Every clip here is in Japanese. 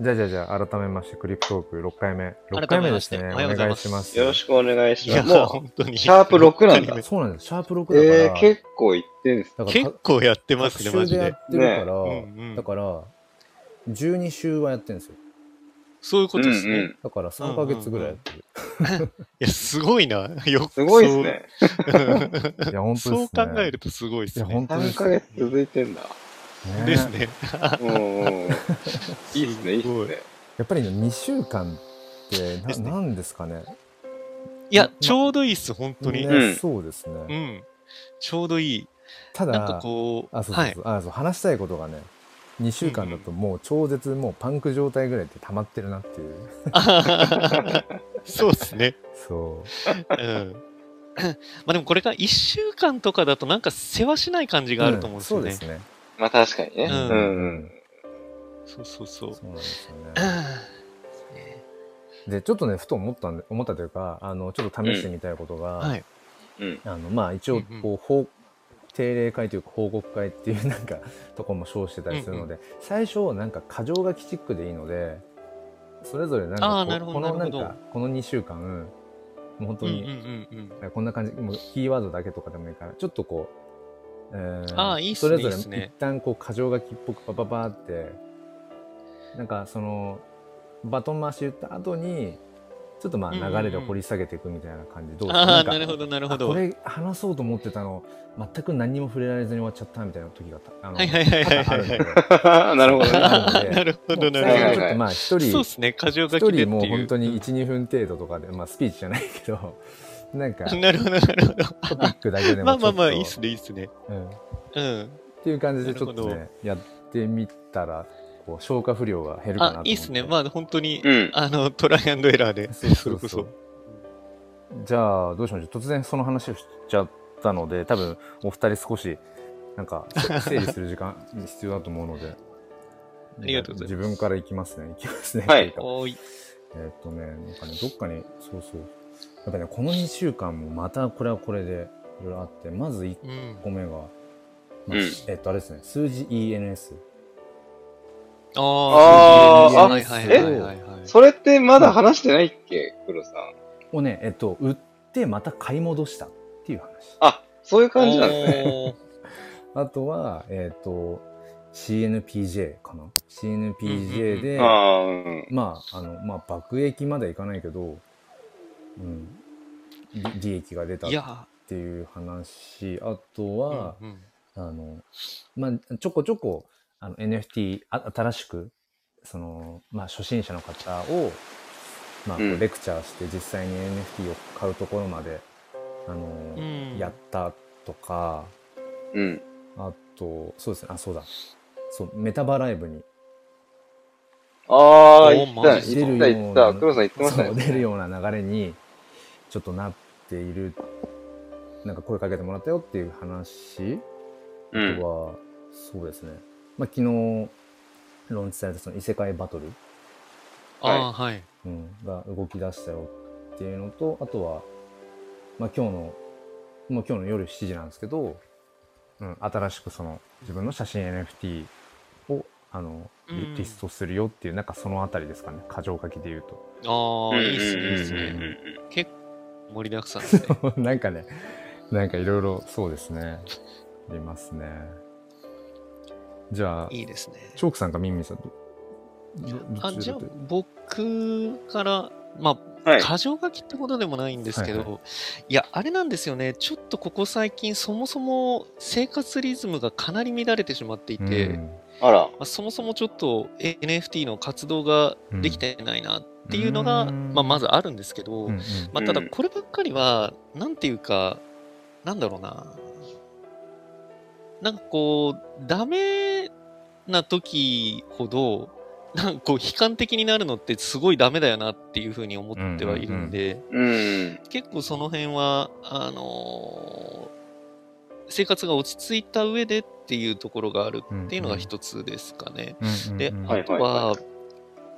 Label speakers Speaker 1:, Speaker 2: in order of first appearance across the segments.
Speaker 1: じゃあじゃあじゃあ改めましてクリプトーク6回目。6
Speaker 2: 改
Speaker 1: 回
Speaker 2: め
Speaker 1: 目
Speaker 2: ま
Speaker 1: で
Speaker 2: し
Speaker 1: す
Speaker 2: て
Speaker 1: ね。
Speaker 2: おはようございます
Speaker 1: お願し
Speaker 3: よろしくお願い
Speaker 2: い
Speaker 3: しま
Speaker 2: や、
Speaker 3: す。も
Speaker 2: 本当に。
Speaker 3: う、シャープ6なんだ。
Speaker 1: そうなんです。シャープ6だ
Speaker 3: え
Speaker 1: か
Speaker 3: ー、
Speaker 1: ら。
Speaker 3: 結構いってんです
Speaker 1: だから
Speaker 2: 結構やってますね、マ
Speaker 1: 各週
Speaker 2: ジ
Speaker 1: でや
Speaker 2: で。
Speaker 1: ってるから、
Speaker 2: うんうん
Speaker 1: だから、12週はやってるんですよ。
Speaker 2: そういうことですね。
Speaker 3: うんう
Speaker 2: い
Speaker 3: ん。
Speaker 1: だから3ヶ月ぐらいやってる。
Speaker 2: や、すごいな。よく
Speaker 3: すごいですね。
Speaker 1: いや、本当です
Speaker 2: そう。
Speaker 1: ね。
Speaker 2: そう考えるとすごいです
Speaker 1: いや
Speaker 2: ね
Speaker 1: 本。当で
Speaker 3: 3
Speaker 1: す
Speaker 3: ヶ月続いてんだ。
Speaker 1: ね
Speaker 2: ですね。
Speaker 3: うんうんうん。いいっすね、いいっ
Speaker 2: すご
Speaker 3: す
Speaker 2: い
Speaker 3: ね。
Speaker 1: やっぱりね、2週間ってな、
Speaker 2: ですね
Speaker 1: なんですかね。
Speaker 2: いや、ちょうどいいっす、本当に。
Speaker 1: ね
Speaker 3: うん
Speaker 1: そうです
Speaker 2: う
Speaker 1: ね。
Speaker 2: ん。ちょうどいい。
Speaker 1: ただ、
Speaker 2: なんかこう、
Speaker 1: あ、そうそう
Speaker 2: はい
Speaker 1: そ。う、あそう話したいことがね、2週間だともう超絶、もうパンク状態ぐらいって溜まってるなっていう。
Speaker 2: そうですね。
Speaker 1: そう。
Speaker 2: うん。まあでもこれが1週間とかだとなんか世話しない感じがあると思うんです
Speaker 1: そ
Speaker 2: よ
Speaker 1: うで
Speaker 2: ね
Speaker 1: す。ね。
Speaker 3: まあ確かにね。
Speaker 2: う
Speaker 3: うんんうん。
Speaker 2: そうそうそう。
Speaker 1: そうなんですよ
Speaker 2: う
Speaker 1: ね。
Speaker 2: んね
Speaker 1: で、ちょっとね、ふと思ったんで、思ったというか、あの、ちょっと試してみたいことが、
Speaker 2: はい。
Speaker 3: うん。
Speaker 1: あの、まあ一
Speaker 2: う
Speaker 1: 応、
Speaker 2: んうん
Speaker 1: こう、報定例会というか報告会っていうなんか、 とこも称してたりするので、最初、なんか、過剰書きチックでいいので、それぞれなん
Speaker 2: あ
Speaker 1: か
Speaker 2: ーなる
Speaker 1: こ
Speaker 2: ほ
Speaker 1: う、
Speaker 2: ど
Speaker 1: この
Speaker 2: な
Speaker 1: な
Speaker 2: る
Speaker 1: ん
Speaker 2: ほど
Speaker 1: か、この2週間、もう本
Speaker 2: う
Speaker 1: 当
Speaker 2: んう
Speaker 1: に、
Speaker 2: んうんうん。
Speaker 1: こんな感じもうキーワードだけとかでもいいからちょっとこう、えー
Speaker 2: あーいいっす
Speaker 1: そ
Speaker 2: ね
Speaker 1: れぞれ
Speaker 2: いいっすね
Speaker 1: 一旦こう箇条書きっぽくパパパーってなんかそのバトン回し言った後にちょっとまあ
Speaker 2: うんうんうん
Speaker 1: 流れで掘り下げていくみたいな感じどうですか
Speaker 2: ああ、
Speaker 1: んか
Speaker 2: なるほど、なるほ
Speaker 1: あ
Speaker 2: ど。
Speaker 1: こ
Speaker 2: はい
Speaker 1: れ話そうと思ってたの全く何にも触れられずに終わっちゃったみたいな時があの
Speaker 2: はいはいはいはい
Speaker 1: 多々あるんで
Speaker 3: なるほどね。
Speaker 1: あるので
Speaker 2: なるほど、
Speaker 1: もう最初ちょっ
Speaker 2: なるほど
Speaker 1: とまあ一人
Speaker 2: そうですね、過剰書
Speaker 1: 一
Speaker 2: きでっていう。
Speaker 1: 人もう本当に12分程度とかで、まあ、スピーチじゃないけどなん か
Speaker 2: うんなるほど、なるほ
Speaker 1: トピックだけで
Speaker 2: ど。
Speaker 1: も
Speaker 2: まあ
Speaker 1: ち
Speaker 2: ま
Speaker 1: ょ
Speaker 2: あ
Speaker 1: っと
Speaker 2: まあ、いいっすね、いいっすね。
Speaker 1: うん、っ
Speaker 2: うん。
Speaker 1: ていう感じでちょっと
Speaker 2: なる
Speaker 1: ねやってみたらこう消化不良が減るかなと思
Speaker 2: あ
Speaker 1: っ、て
Speaker 2: いいっすね。まあ本当に、
Speaker 3: うん。
Speaker 2: あの、トライアンドエラーで、
Speaker 1: そうそ
Speaker 2: そうれ
Speaker 1: そ
Speaker 2: こ
Speaker 1: う
Speaker 2: そ。
Speaker 1: じゃあどうしましょう突然その話をしちゃったので多分お二人少しなんかせ整理する時間必要だと思うので
Speaker 2: ありがとうございま
Speaker 1: 自
Speaker 2: す
Speaker 1: 分からいきますねいきますね
Speaker 3: はい
Speaker 1: とうか
Speaker 2: おーい。
Speaker 1: えーっとねなんかねどっかにそうそうやっぱねこの2週間もまたこれはこれでいろいろあってまず1
Speaker 2: うん。
Speaker 1: 個目が、まあ
Speaker 3: うん
Speaker 1: えーっとあれですね数字 ENS
Speaker 2: あ
Speaker 3: あ
Speaker 2: あ、
Speaker 3: ー
Speaker 2: はいはいはいはいはいはい。
Speaker 3: それってまだ話してないっけ黒さん。
Speaker 1: をね、えっと、売ってまた買い戻したっていう話。
Speaker 3: あ、そういう感じなんですね。
Speaker 2: おー
Speaker 1: あとは、えっと、CNPJ かな
Speaker 2: うんうんう
Speaker 1: ?CNPJ
Speaker 2: ん
Speaker 1: で、
Speaker 3: ああ、うん。
Speaker 1: まあ、あの、まあ、爆益まではいかないけど、うん、り利益が出たっ
Speaker 2: いや
Speaker 1: ていう話。あと
Speaker 2: ー、
Speaker 1: は、
Speaker 2: うんうん
Speaker 1: あの、まあ、ちょこちょこ、あの、NFT、あ新しく、その、まあ、初心者の方を、まあ、こ
Speaker 3: う
Speaker 1: うんレクチャーして、実際に NFT を買うところまで、あの、
Speaker 2: うん
Speaker 1: やったとか、
Speaker 3: うん。
Speaker 1: あと、そうですね、あ、そうだ。そう、メタバライブに
Speaker 3: ああ、
Speaker 2: お
Speaker 3: いった、
Speaker 2: マ
Speaker 3: いっ
Speaker 2: ジで
Speaker 3: た、いった。黒さん言ってました
Speaker 1: そう
Speaker 3: ね。
Speaker 1: 出るような流れに、ちょっとなっている、なんか声かけてもらったよっていう話あ
Speaker 3: う
Speaker 1: と
Speaker 3: ん。
Speaker 1: は、そうですね。まあ、昨日、ローンチされたその異世界バトル、
Speaker 2: あー、はい。
Speaker 1: うん、が動き出したよっていうのと、あとは、まあ、今日の、もう今日の夜7時なんですけど、うん、新しくその自分の写真 NFT を、あの、
Speaker 2: うん
Speaker 1: リストするよっていう、なんかそのあたりですかね。過剰書きで言うと。
Speaker 2: ああ、いいっすね、いいっす
Speaker 3: うんうんうんう
Speaker 2: ね。
Speaker 3: んうん
Speaker 2: 結構盛りだくさんですね。
Speaker 1: なんかね、なんかいろいろそうですね。ありますね。じゃあ、
Speaker 2: いいです ね。
Speaker 1: チョークさんかミンミンさんと。
Speaker 2: あ
Speaker 1: どど
Speaker 2: じゃあ
Speaker 1: ど
Speaker 2: 僕から、ま
Speaker 3: は
Speaker 2: あ、
Speaker 3: い。
Speaker 2: 過剰書きってことでもないんですけど、
Speaker 1: はい
Speaker 2: いや、あれなんですよね、ちょっとここ最近、そもそも生活リズムがかなり乱れてしまっていて、
Speaker 1: う
Speaker 2: ま
Speaker 1: ん
Speaker 3: あら。
Speaker 2: あ、そもそもちょっと NFT の活動ができてないなっていうのが、
Speaker 1: うん
Speaker 2: まあ、まずあるんですけど、
Speaker 1: うんうん
Speaker 2: まあ、ただこればっかりは、なんていうか、なんだろうな、なんかこう、ダメな時ほど、なんかこう、悲観的になるのってすごいダメだよなっていうふうに思ってはいるんで、
Speaker 3: うん。
Speaker 2: 結構その辺は、あのー生活が落ち着いた上でっていうところがあるっていうのが一つですかね。
Speaker 1: うんうん
Speaker 2: で、
Speaker 1: うん
Speaker 3: はい
Speaker 2: あとは、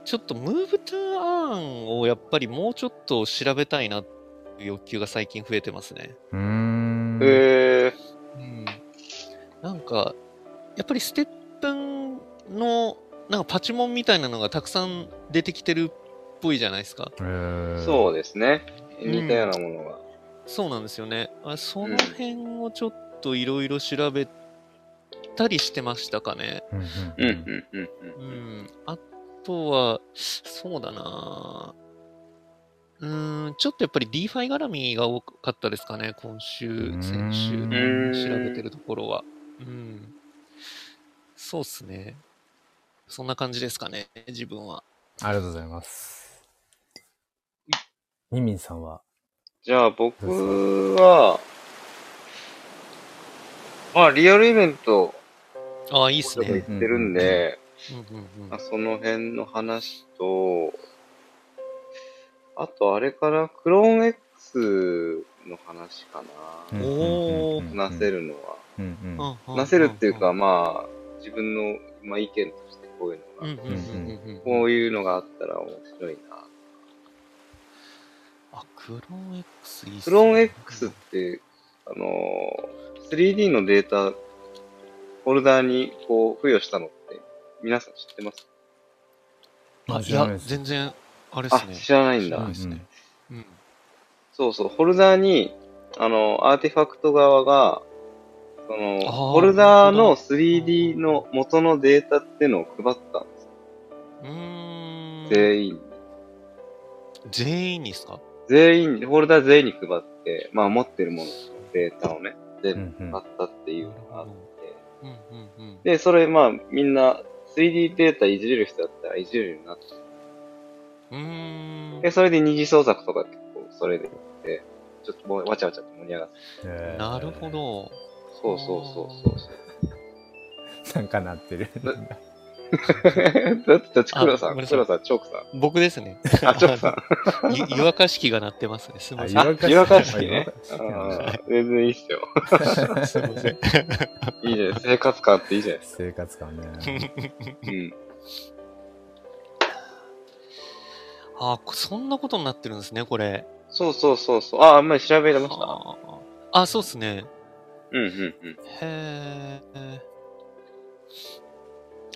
Speaker 2: ちょっとムーブトゥーアーンをやっぱりもうちょっと調べたいなっていう欲求が最近増えてますね。
Speaker 1: うーん。
Speaker 3: え
Speaker 2: なんか、やっぱりステップンのなんかパチモンみたいなのがたくさん出てきてるっぽいじゃないですか。
Speaker 1: えー、
Speaker 3: そうですね。
Speaker 2: うん
Speaker 3: 似たようなものが。
Speaker 2: そうなんですよね。あそ
Speaker 3: うん
Speaker 2: の辺をちょっといろいろ調べたりしてましたかね。
Speaker 1: うん。
Speaker 3: う、
Speaker 1: うんん
Speaker 3: う
Speaker 1: うん。
Speaker 3: ん、うん、
Speaker 2: う
Speaker 3: うん。
Speaker 2: ん。あとは、そうだなうーん、ちょっとやっぱり DeFi 絡みが多かったですかね、今週、
Speaker 1: ーん
Speaker 2: 先週
Speaker 1: う
Speaker 2: の
Speaker 3: ーん
Speaker 2: 調べてるところは。うん。そうっすね。そんな感じですかね、自分は。
Speaker 1: ありがとうございます。みみんさんは、
Speaker 3: じゃ
Speaker 1: ど
Speaker 3: あ僕は、まあリアルイベント
Speaker 2: ああ、いいっす
Speaker 3: とか行っ
Speaker 2: ね。
Speaker 3: てるんで、
Speaker 2: うんうん
Speaker 3: まあその辺の話と、あとあれからクローン X の話か
Speaker 1: うん
Speaker 3: な。
Speaker 2: おー
Speaker 1: うん
Speaker 3: なせるのは。
Speaker 1: うんうん。
Speaker 2: うんうん。
Speaker 3: なせるっていうか、まあ、自分の、まあ、意見としてこういう
Speaker 2: うんう
Speaker 3: の
Speaker 2: んう
Speaker 3: が、
Speaker 2: んうんうん。
Speaker 3: こういうのがあったら面白いな。
Speaker 2: あ、クローン X いいっすね
Speaker 3: クローン X って、あのー、3D のデータ、フォルダーにこう付与したのって、皆さん知ってます
Speaker 2: あ、い
Speaker 1: 知らない
Speaker 2: や、
Speaker 1: です
Speaker 2: 全然、あれっ
Speaker 3: あ
Speaker 2: す、ね。
Speaker 3: 知らないん
Speaker 2: 知らない
Speaker 3: だ
Speaker 2: で。すね。うん。
Speaker 3: そうそう、フォルダーに、あのー、アーティファクト側が、そ
Speaker 2: あ
Speaker 3: の、
Speaker 2: ー
Speaker 3: フォルダー
Speaker 2: 本当
Speaker 3: の
Speaker 2: だ
Speaker 3: 3D の元のデータっていうのを配ったんです。
Speaker 2: うーん。
Speaker 3: 全員に。
Speaker 2: 全員にですか
Speaker 3: 全員に、フォルダー全員に配って、まあ持ってるもの、データをね、
Speaker 1: う
Speaker 3: 全
Speaker 1: んうん
Speaker 3: 部買ったっていうのがあって、
Speaker 2: うんうんうん。
Speaker 3: で、それまあみんな 3D データいじれる人だったらいじれるようになって、
Speaker 2: うーん
Speaker 3: で、。それで二次創作とか結構それでやって、ちょっともうわちゃわちゃと盛り上がって、
Speaker 1: えー
Speaker 2: なるほ。ど。
Speaker 3: そうそうそうそうそ
Speaker 1: な
Speaker 3: う。
Speaker 1: んかなってる。
Speaker 3: だって、だって黒さ
Speaker 2: あごめんな
Speaker 3: ん、
Speaker 2: さい
Speaker 3: 黒さん、チョークさ
Speaker 2: 僕ですね。
Speaker 3: ん。あ、チョークさん。
Speaker 2: ゆ湯沸かし器が鳴ってますね。すいません。
Speaker 1: あ
Speaker 2: あ
Speaker 1: 湯沸かし器
Speaker 3: 湯沸かし
Speaker 1: あ
Speaker 3: 器ね
Speaker 1: 湯沸かし器なんだ
Speaker 3: あー全然いいっすよ。
Speaker 2: すいません。
Speaker 3: いいじゃない生活感っていいじゃない
Speaker 1: 生活感ね。
Speaker 3: うん。
Speaker 2: あ、こそんなことになってるんですね、これ。
Speaker 3: そうそうそうそう。あ、あんまり調べられました。
Speaker 2: あーあ、そうっすね。
Speaker 3: うんうんうん。
Speaker 2: へえ。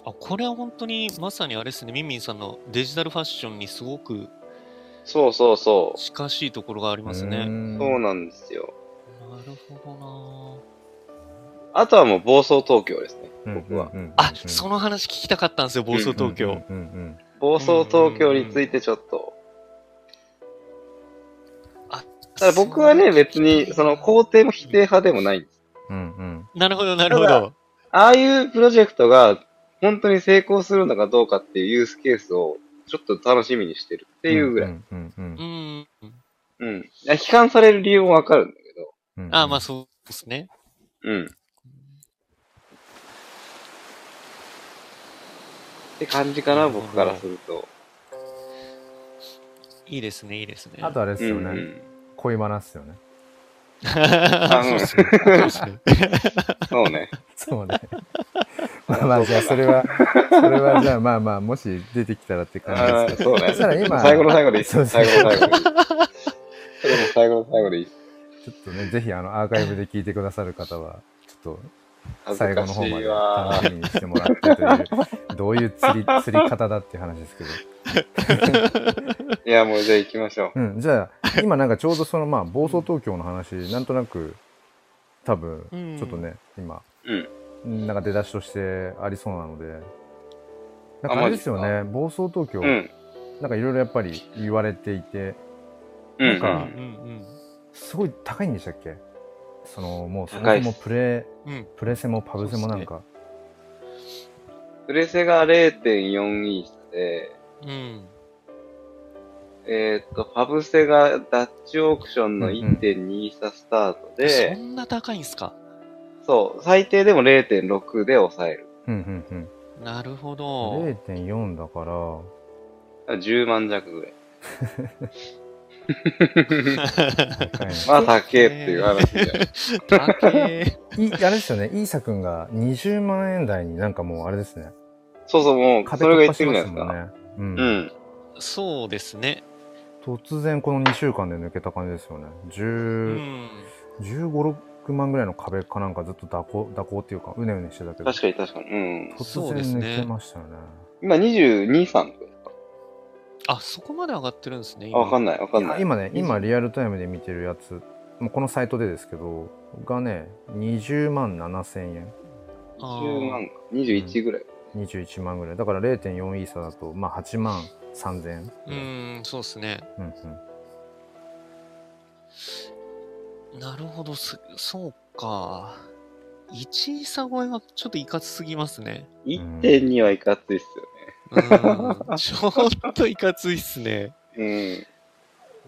Speaker 2: あ、これは本当にまさにあれですね、みんみんさんのデジタルファッションにすごく
Speaker 3: そうそうそう。
Speaker 2: 近しいところがあります
Speaker 1: う
Speaker 2: ね。
Speaker 1: ん
Speaker 3: そうなんですよ。
Speaker 2: なるほ
Speaker 3: あとはもう暴走東京ですね。
Speaker 1: うん
Speaker 3: 僕は。
Speaker 1: うんうん
Speaker 2: どなあ、その話聞きたかったんですよ、暴走東京。。
Speaker 1: うんうん
Speaker 3: 暴走東京についてちょっと。ただ僕はね、別にその肯定も否定派でもないんです。
Speaker 1: うんうん
Speaker 2: なるほど、なるほど。
Speaker 3: ああいうプロジェクトが本当に成功するのかどうかっていうユースケースをちょっと楽しみにしてるっていうぐらい。。
Speaker 1: んうんうん
Speaker 2: う
Speaker 1: うん
Speaker 2: ん。
Speaker 3: うん。いや批判される理由もわかるんだけ
Speaker 1: う
Speaker 3: ど。
Speaker 1: ん
Speaker 2: あ、まあそうですね。
Speaker 3: うん。って感じかな、僕からすると。
Speaker 2: いいですね、いいですね。
Speaker 1: あとあれです
Speaker 3: うん
Speaker 1: よ
Speaker 3: う
Speaker 1: ね。
Speaker 3: ん。
Speaker 1: 恋バナっすよね。
Speaker 2: あ そうっすねそうっすね
Speaker 3: そうね。
Speaker 1: そうね。 まあまあ、じゃあそれは、それはじゃあまあまあ、もし出てきたらって感じ
Speaker 3: あ
Speaker 1: です
Speaker 3: ー
Speaker 1: け
Speaker 3: そう
Speaker 1: ど。
Speaker 3: ね。
Speaker 1: したら今、
Speaker 3: 最後の最後でいいっ
Speaker 1: そう
Speaker 3: す。
Speaker 1: そう
Speaker 3: 最後の最後でいい。それも最後の最後でいいっす。
Speaker 1: ちょっとね、ぜひあのアーカイブで聞いてくださる方は、ちょっと
Speaker 3: 恥
Speaker 1: 最
Speaker 3: ず
Speaker 1: 後の
Speaker 3: か
Speaker 1: 方
Speaker 3: し
Speaker 1: ま
Speaker 3: い
Speaker 1: で
Speaker 3: わ
Speaker 1: 楽しみにしてもらってと いう、どういう釣り、釣り方だっていう話ですけど。
Speaker 3: ーいや、もうじゃあ行きましょ
Speaker 1: うん、じゃあ、今なんかちょうどそのまあ、暴走東京の話、なんとなく、多分、
Speaker 2: うん
Speaker 1: ちょっとね、今、
Speaker 3: う。うん。
Speaker 1: なんか出だしとしてありそうなので、なん
Speaker 3: あ
Speaker 1: かあ
Speaker 3: マ
Speaker 1: れ
Speaker 3: ジ
Speaker 1: で
Speaker 3: っ
Speaker 1: す
Speaker 3: すか
Speaker 1: よね、暴走東京、
Speaker 3: うん。
Speaker 1: なんかいろいろやっぱり言われていて、
Speaker 3: うん。
Speaker 1: なんか
Speaker 2: うんうん
Speaker 1: すごい高いんでしたっけその、もうそも
Speaker 3: 高い
Speaker 1: そも
Speaker 3: っす
Speaker 1: プレ、
Speaker 2: うん。
Speaker 1: プレセもパブセもなんか、
Speaker 3: プレセが0.4イースで、
Speaker 2: うん。
Speaker 3: えっ、と、ファブセがダッチオークションの
Speaker 1: うんうん
Speaker 3: 1.2イーサスタート
Speaker 2: そ
Speaker 3: で、
Speaker 2: んな高いんすか
Speaker 3: そう、最低でも0.6で抑える。
Speaker 1: うんうんうん。
Speaker 2: なるほど。
Speaker 1: 0.4だから、
Speaker 3: 10万弱ぐらい。
Speaker 1: 高いね
Speaker 3: まあ、高えっていう話じゃ ない。
Speaker 2: 高え。
Speaker 1: いあれですよね、イーサ君が20万円台になんかもうあれですね、
Speaker 3: そうそう、もう、
Speaker 1: 壁
Speaker 3: それが
Speaker 1: 突
Speaker 3: 言
Speaker 1: 破し
Speaker 3: ってるんじ
Speaker 1: ま
Speaker 3: ゃ
Speaker 1: す
Speaker 3: ない
Speaker 1: もん
Speaker 3: で
Speaker 1: ね。うん
Speaker 3: すか。うん。
Speaker 2: そうですね。
Speaker 1: 突然この2週間で抜けた感じですよね。
Speaker 2: う
Speaker 1: 10
Speaker 2: ん。
Speaker 1: 15、6万ぐらいの壁かなんかずっと蛇行、蛇行っていうか、うねうねしてたけど、
Speaker 3: 確かに確かに。うん。
Speaker 1: 突然抜けましたよね。
Speaker 3: 今22、3とかですか
Speaker 2: あ、そこまで上がってるんですね。
Speaker 3: あ、
Speaker 2: 今
Speaker 3: わかんない、わかん
Speaker 1: い
Speaker 3: な
Speaker 1: や
Speaker 3: い。
Speaker 1: 今ね、今リアルタイムで見てるやつ、もうこのサイトでですけど、がね、20万7千円、
Speaker 2: あ
Speaker 3: 10
Speaker 2: ー
Speaker 3: 万か、21ぐらい。
Speaker 1: 21万ぐらい。だから0.4イーサだと、まあ8万3千円。
Speaker 2: うーん、そうですね。
Speaker 1: うんうん。
Speaker 2: なるほど、すそうか。1位差超えはちょっといかつすぎますね。
Speaker 3: 1.2はいかついっす
Speaker 2: うん、ちょっといかついっすね。
Speaker 3: よね。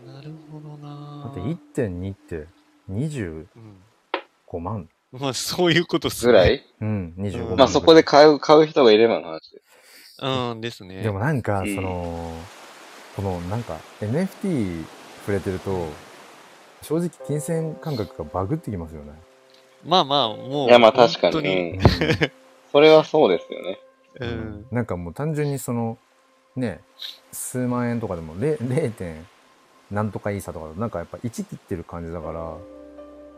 Speaker 2: なるほどな
Speaker 1: だって1.2って25
Speaker 2: うん
Speaker 1: 万
Speaker 2: まあ、そういうことっ
Speaker 3: うん。
Speaker 2: す
Speaker 3: ぐ
Speaker 2: ね
Speaker 3: らい
Speaker 1: うん、25
Speaker 2: う
Speaker 1: 万。
Speaker 2: ん
Speaker 3: まあそこで買う、買う人がいればの話で。
Speaker 2: うん、ですね。
Speaker 1: でもなんか、
Speaker 3: うん
Speaker 1: その、このなんか NFT 触れてると、正直金銭感覚がバグってきます よね。
Speaker 2: まあまあ、もう。
Speaker 3: いや、まあ確かに。
Speaker 2: 本当
Speaker 3: うんそれはそうですよね。
Speaker 2: う
Speaker 1: うんん。なんかもう単純にその、ね、数万円とかでも0 0. 点なんとかイーサとかだとなんかやっぱ1切ってる感じだから、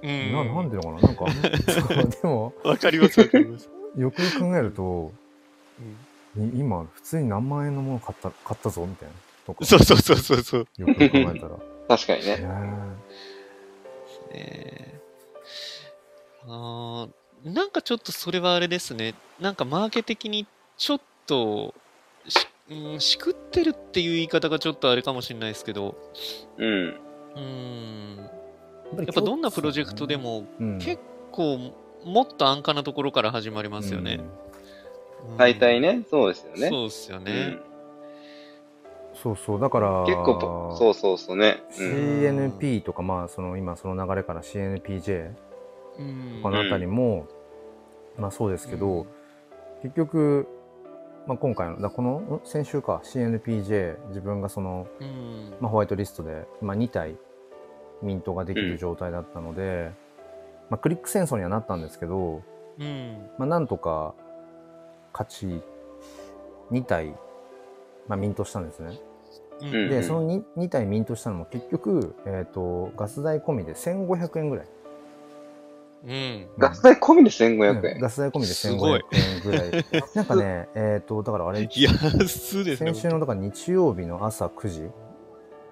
Speaker 2: うん。
Speaker 1: ななんでのかななんか、 そうでも、
Speaker 2: わかります、わかり ます。
Speaker 1: よくよく考えると、
Speaker 2: うん
Speaker 1: い今普通に何万円のもの買った買ったぞみたいなとか
Speaker 2: そうそうそうそうそう。
Speaker 1: よくよく考 えたら
Speaker 3: 確かに
Speaker 1: い
Speaker 3: ね。
Speaker 1: やー
Speaker 2: えー、あーなんかちょっとそれはあれですね。なんかマーケ的にちょっとし、うん、しくってるっていう言い方がちょっとあれかもしれないですけど、
Speaker 3: うん。
Speaker 2: うーん。や
Speaker 1: や
Speaker 2: っぱどんなプロジェクトでも結構もっと安価なところから始まりますよね。
Speaker 1: うん
Speaker 2: うん
Speaker 3: 大体ね、そうですよね。
Speaker 2: そうですよね。
Speaker 1: そうそうだから
Speaker 3: うん結構、そうそうそうね。うん。
Speaker 1: CNP とかまあその今その流れから CNPJ
Speaker 2: うん。
Speaker 1: このあたりも、まあそうですけど、
Speaker 2: うん
Speaker 1: 結局、まあ、今回のだこのん先週か CNPJ 自分がその、
Speaker 2: うん。
Speaker 1: まあ、ホワイトリストで、まあ、2体ミントができる状態だったので、まあ、クリック戦争にはなったんですけど、
Speaker 2: うん。
Speaker 1: まあ、なんとか価値2体、まあ、ミントしたんですね。
Speaker 2: う
Speaker 3: うん
Speaker 2: ん。
Speaker 1: で、その 2, 2体ミントしたのも結局、えー、とガス代込みで1500円ぐらい。
Speaker 2: うん。
Speaker 1: うん
Speaker 3: ガス代込みで1500
Speaker 1: うん
Speaker 3: 円。
Speaker 1: ガス代込みです
Speaker 2: ご
Speaker 1: 1500
Speaker 2: い
Speaker 1: 円ぐらい。 なんかね、えっ、と、だからあれ、
Speaker 2: 安いですね。
Speaker 1: 先週のだから日曜日の朝9時、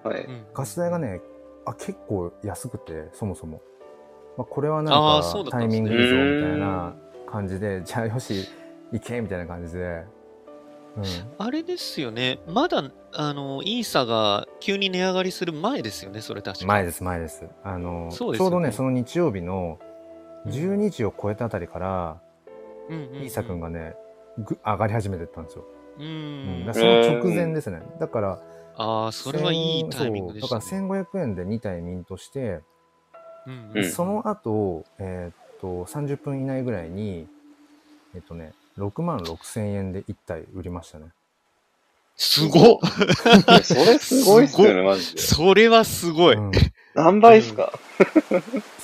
Speaker 3: はい。
Speaker 1: ガス代がね、あ結構安くて、そもそも。まあ、これは
Speaker 2: あ
Speaker 1: な
Speaker 2: ー
Speaker 1: ん
Speaker 2: そう
Speaker 1: か
Speaker 2: だった
Speaker 1: タイ
Speaker 2: んです
Speaker 1: ミ
Speaker 2: ね
Speaker 1: ングいいぞみたいな感じで、じゃあよし、行けみたいな感じで。うん、
Speaker 2: あれですよね、まだあのイーサが急に値上がりする前ですよね、それ確か
Speaker 1: 前です、前です。あの、
Speaker 2: そうです
Speaker 1: ちょ
Speaker 2: よね
Speaker 1: うどね、その日曜日の12時を超えたあたりから、
Speaker 2: うんうんうん
Speaker 1: イーサ君がね、ぐ上がり始めてったんですよ。
Speaker 2: うん、
Speaker 1: うん、だからその直前ですね。だから、
Speaker 2: ああ、それはいい
Speaker 1: 1000
Speaker 2: タイミングでした、ね。
Speaker 1: そうだから1500円で2体ミントして、
Speaker 2: うん
Speaker 3: うん
Speaker 1: その後、えーっと、30分以内ぐらいに、えっとね、6万6000円で1体売りましたね。
Speaker 2: すごっ
Speaker 3: いやそれすごいっすよね、マジで。
Speaker 2: それはすごい、
Speaker 1: うん、
Speaker 3: 何倍っすか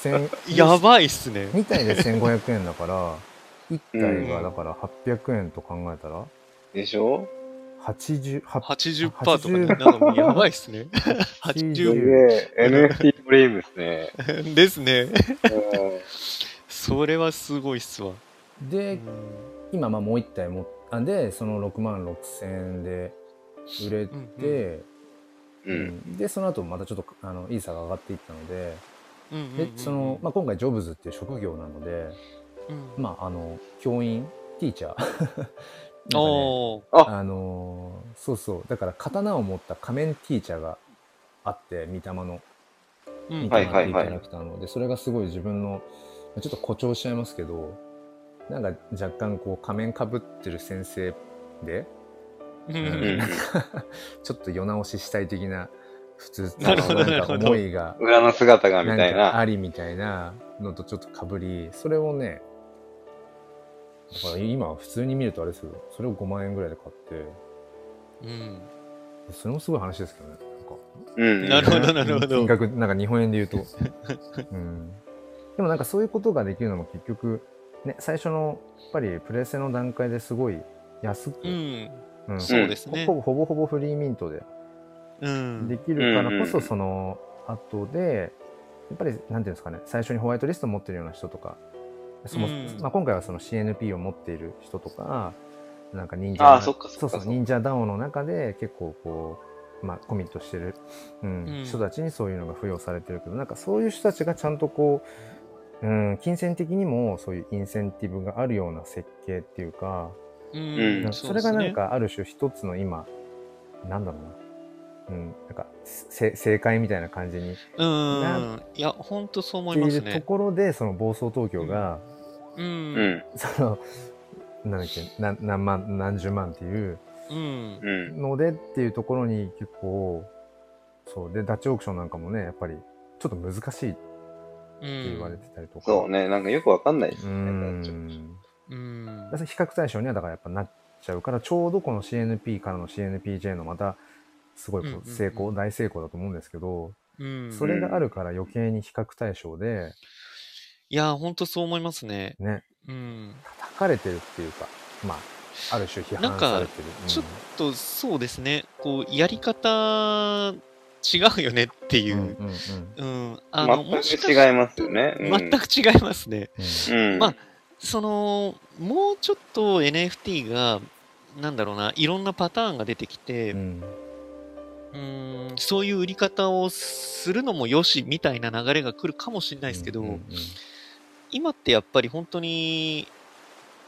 Speaker 1: 1000
Speaker 2: やばいっすね。
Speaker 1: 2体で1500円だから、1体がだから800円と考えたら、
Speaker 3: でしょ
Speaker 1: 80、8
Speaker 2: 80%とかね、なんかやばいっすね。
Speaker 3: す
Speaker 1: 80
Speaker 2: 80%
Speaker 3: げえ。NFT ドリームっすね。
Speaker 2: ですね。
Speaker 3: うん
Speaker 2: それはすごいっすわ。う
Speaker 1: で、
Speaker 2: ん
Speaker 1: 今まあもう1体も、あで、その6万6000円で売れて、
Speaker 3: う。
Speaker 1: うんんで、その後またちょっと、あの、イーサが上がっていったので、
Speaker 2: うんうんうん
Speaker 1: でその、まあ、今回ジョブズっていう職業なので、
Speaker 2: うん
Speaker 1: まあ、あの教員ティーチャー なんかね
Speaker 2: おー
Speaker 1: あのーそうそうだから刀を持った仮面ティーチャーがあって御霊の
Speaker 2: うん
Speaker 1: 御霊って
Speaker 3: はいいう
Speaker 1: キ
Speaker 3: はいはい
Speaker 1: ャラクターなので、それがすごい自分のちょっと誇張しちゃいますけどなんか若干こう仮面かぶってる先生で
Speaker 2: うん
Speaker 3: うん。
Speaker 1: ちょっと世直ししたい的な普通
Speaker 2: なるほど
Speaker 1: なんか思いが
Speaker 3: 裏の姿がみたい
Speaker 1: んか
Speaker 3: な。
Speaker 1: ありみたいなのとちょっとかぶりそれをねだから今普通に見るとあれですけどそれを5万円ぐらいで買って
Speaker 2: うん
Speaker 1: それもすごい話ですけどね
Speaker 3: うん。
Speaker 1: な
Speaker 2: なる
Speaker 1: ん
Speaker 2: ほ
Speaker 1: か
Speaker 2: どなるほど
Speaker 1: 金額なんか日本円で言うと、うん、でもなんかそういうことができるのも結局、ね、最初のやっぱりプレセの段階ですごい安く、
Speaker 2: うん。
Speaker 1: うん
Speaker 2: そうですね
Speaker 1: ほ。ぼほぼほぼフリーミントで
Speaker 2: うん。
Speaker 1: できるからこ
Speaker 3: うんうん
Speaker 1: そその後でやっぱりなんていうんですかね最初にホワイトリスト持ってるような人とかその
Speaker 2: うん
Speaker 1: まあ、今回はその CNP を持っている人とかなんか忍者
Speaker 3: あーそっかそっか
Speaker 1: うそう
Speaker 3: そっか
Speaker 1: 忍者ダオの中で結構こう、まあ、コミットしてる、うん
Speaker 2: うん
Speaker 1: 人たちにそういうのが付与されてるけどなんかそういう人たちがちゃんとこう、うん、金銭的にもそういうインセンティブがあるような設計っていうか、
Speaker 2: うん
Speaker 1: なんかそれが
Speaker 2: うですね
Speaker 1: なんかある種一つの今、なんだろうな、うん、なんかせ正解みたいな感じに
Speaker 2: うんいや本当そう思い
Speaker 1: い
Speaker 2: ま
Speaker 1: ってい
Speaker 2: す
Speaker 1: ると
Speaker 2: ね
Speaker 1: ころでその暴走東京が、
Speaker 2: う
Speaker 3: うんん。
Speaker 1: そのなんだっけな何万何十万っていう
Speaker 2: うん
Speaker 3: うん。
Speaker 1: のでっていうところに結構そうでダッチオークションなんかもねやっぱりちょっと難しいって
Speaker 2: うん
Speaker 1: 言われてたりとか、
Speaker 3: そうね。なんかよくわかんないです
Speaker 1: う
Speaker 3: ね。
Speaker 1: ん
Speaker 3: ちょっ
Speaker 2: うん
Speaker 1: だから比較対象にはだからやっぱなっちゃうからちょうどこの CNP からの CNPJ のまたすごいこ
Speaker 2: うんうん
Speaker 1: う
Speaker 2: うん
Speaker 1: 成功、大成功だと思うんですけど、
Speaker 2: うん
Speaker 1: それがあるから余計に比較対象で
Speaker 2: いや本当そう思いますね
Speaker 1: ね
Speaker 2: うん
Speaker 1: 叩かれてるっていうかまあある種批
Speaker 2: な
Speaker 1: 判
Speaker 2: んか
Speaker 1: されてる。うん
Speaker 2: ちょっとそうですねこうやり方違うよねっていうう、
Speaker 1: んうんうん
Speaker 2: うん、あの、もし
Speaker 3: と
Speaker 2: か
Speaker 3: 全く違いますよね。うん
Speaker 2: 全く違いますね。
Speaker 1: う
Speaker 3: うん。
Speaker 2: まあその、もうちょっと NFT が、なんだろうな、いろんなパターンが出てきて、うんーん、そういう売り方をするのもよし、みたいな流れが来るかもしれないですけど、
Speaker 1: うんうんうん
Speaker 2: 今ってやっぱり本当に、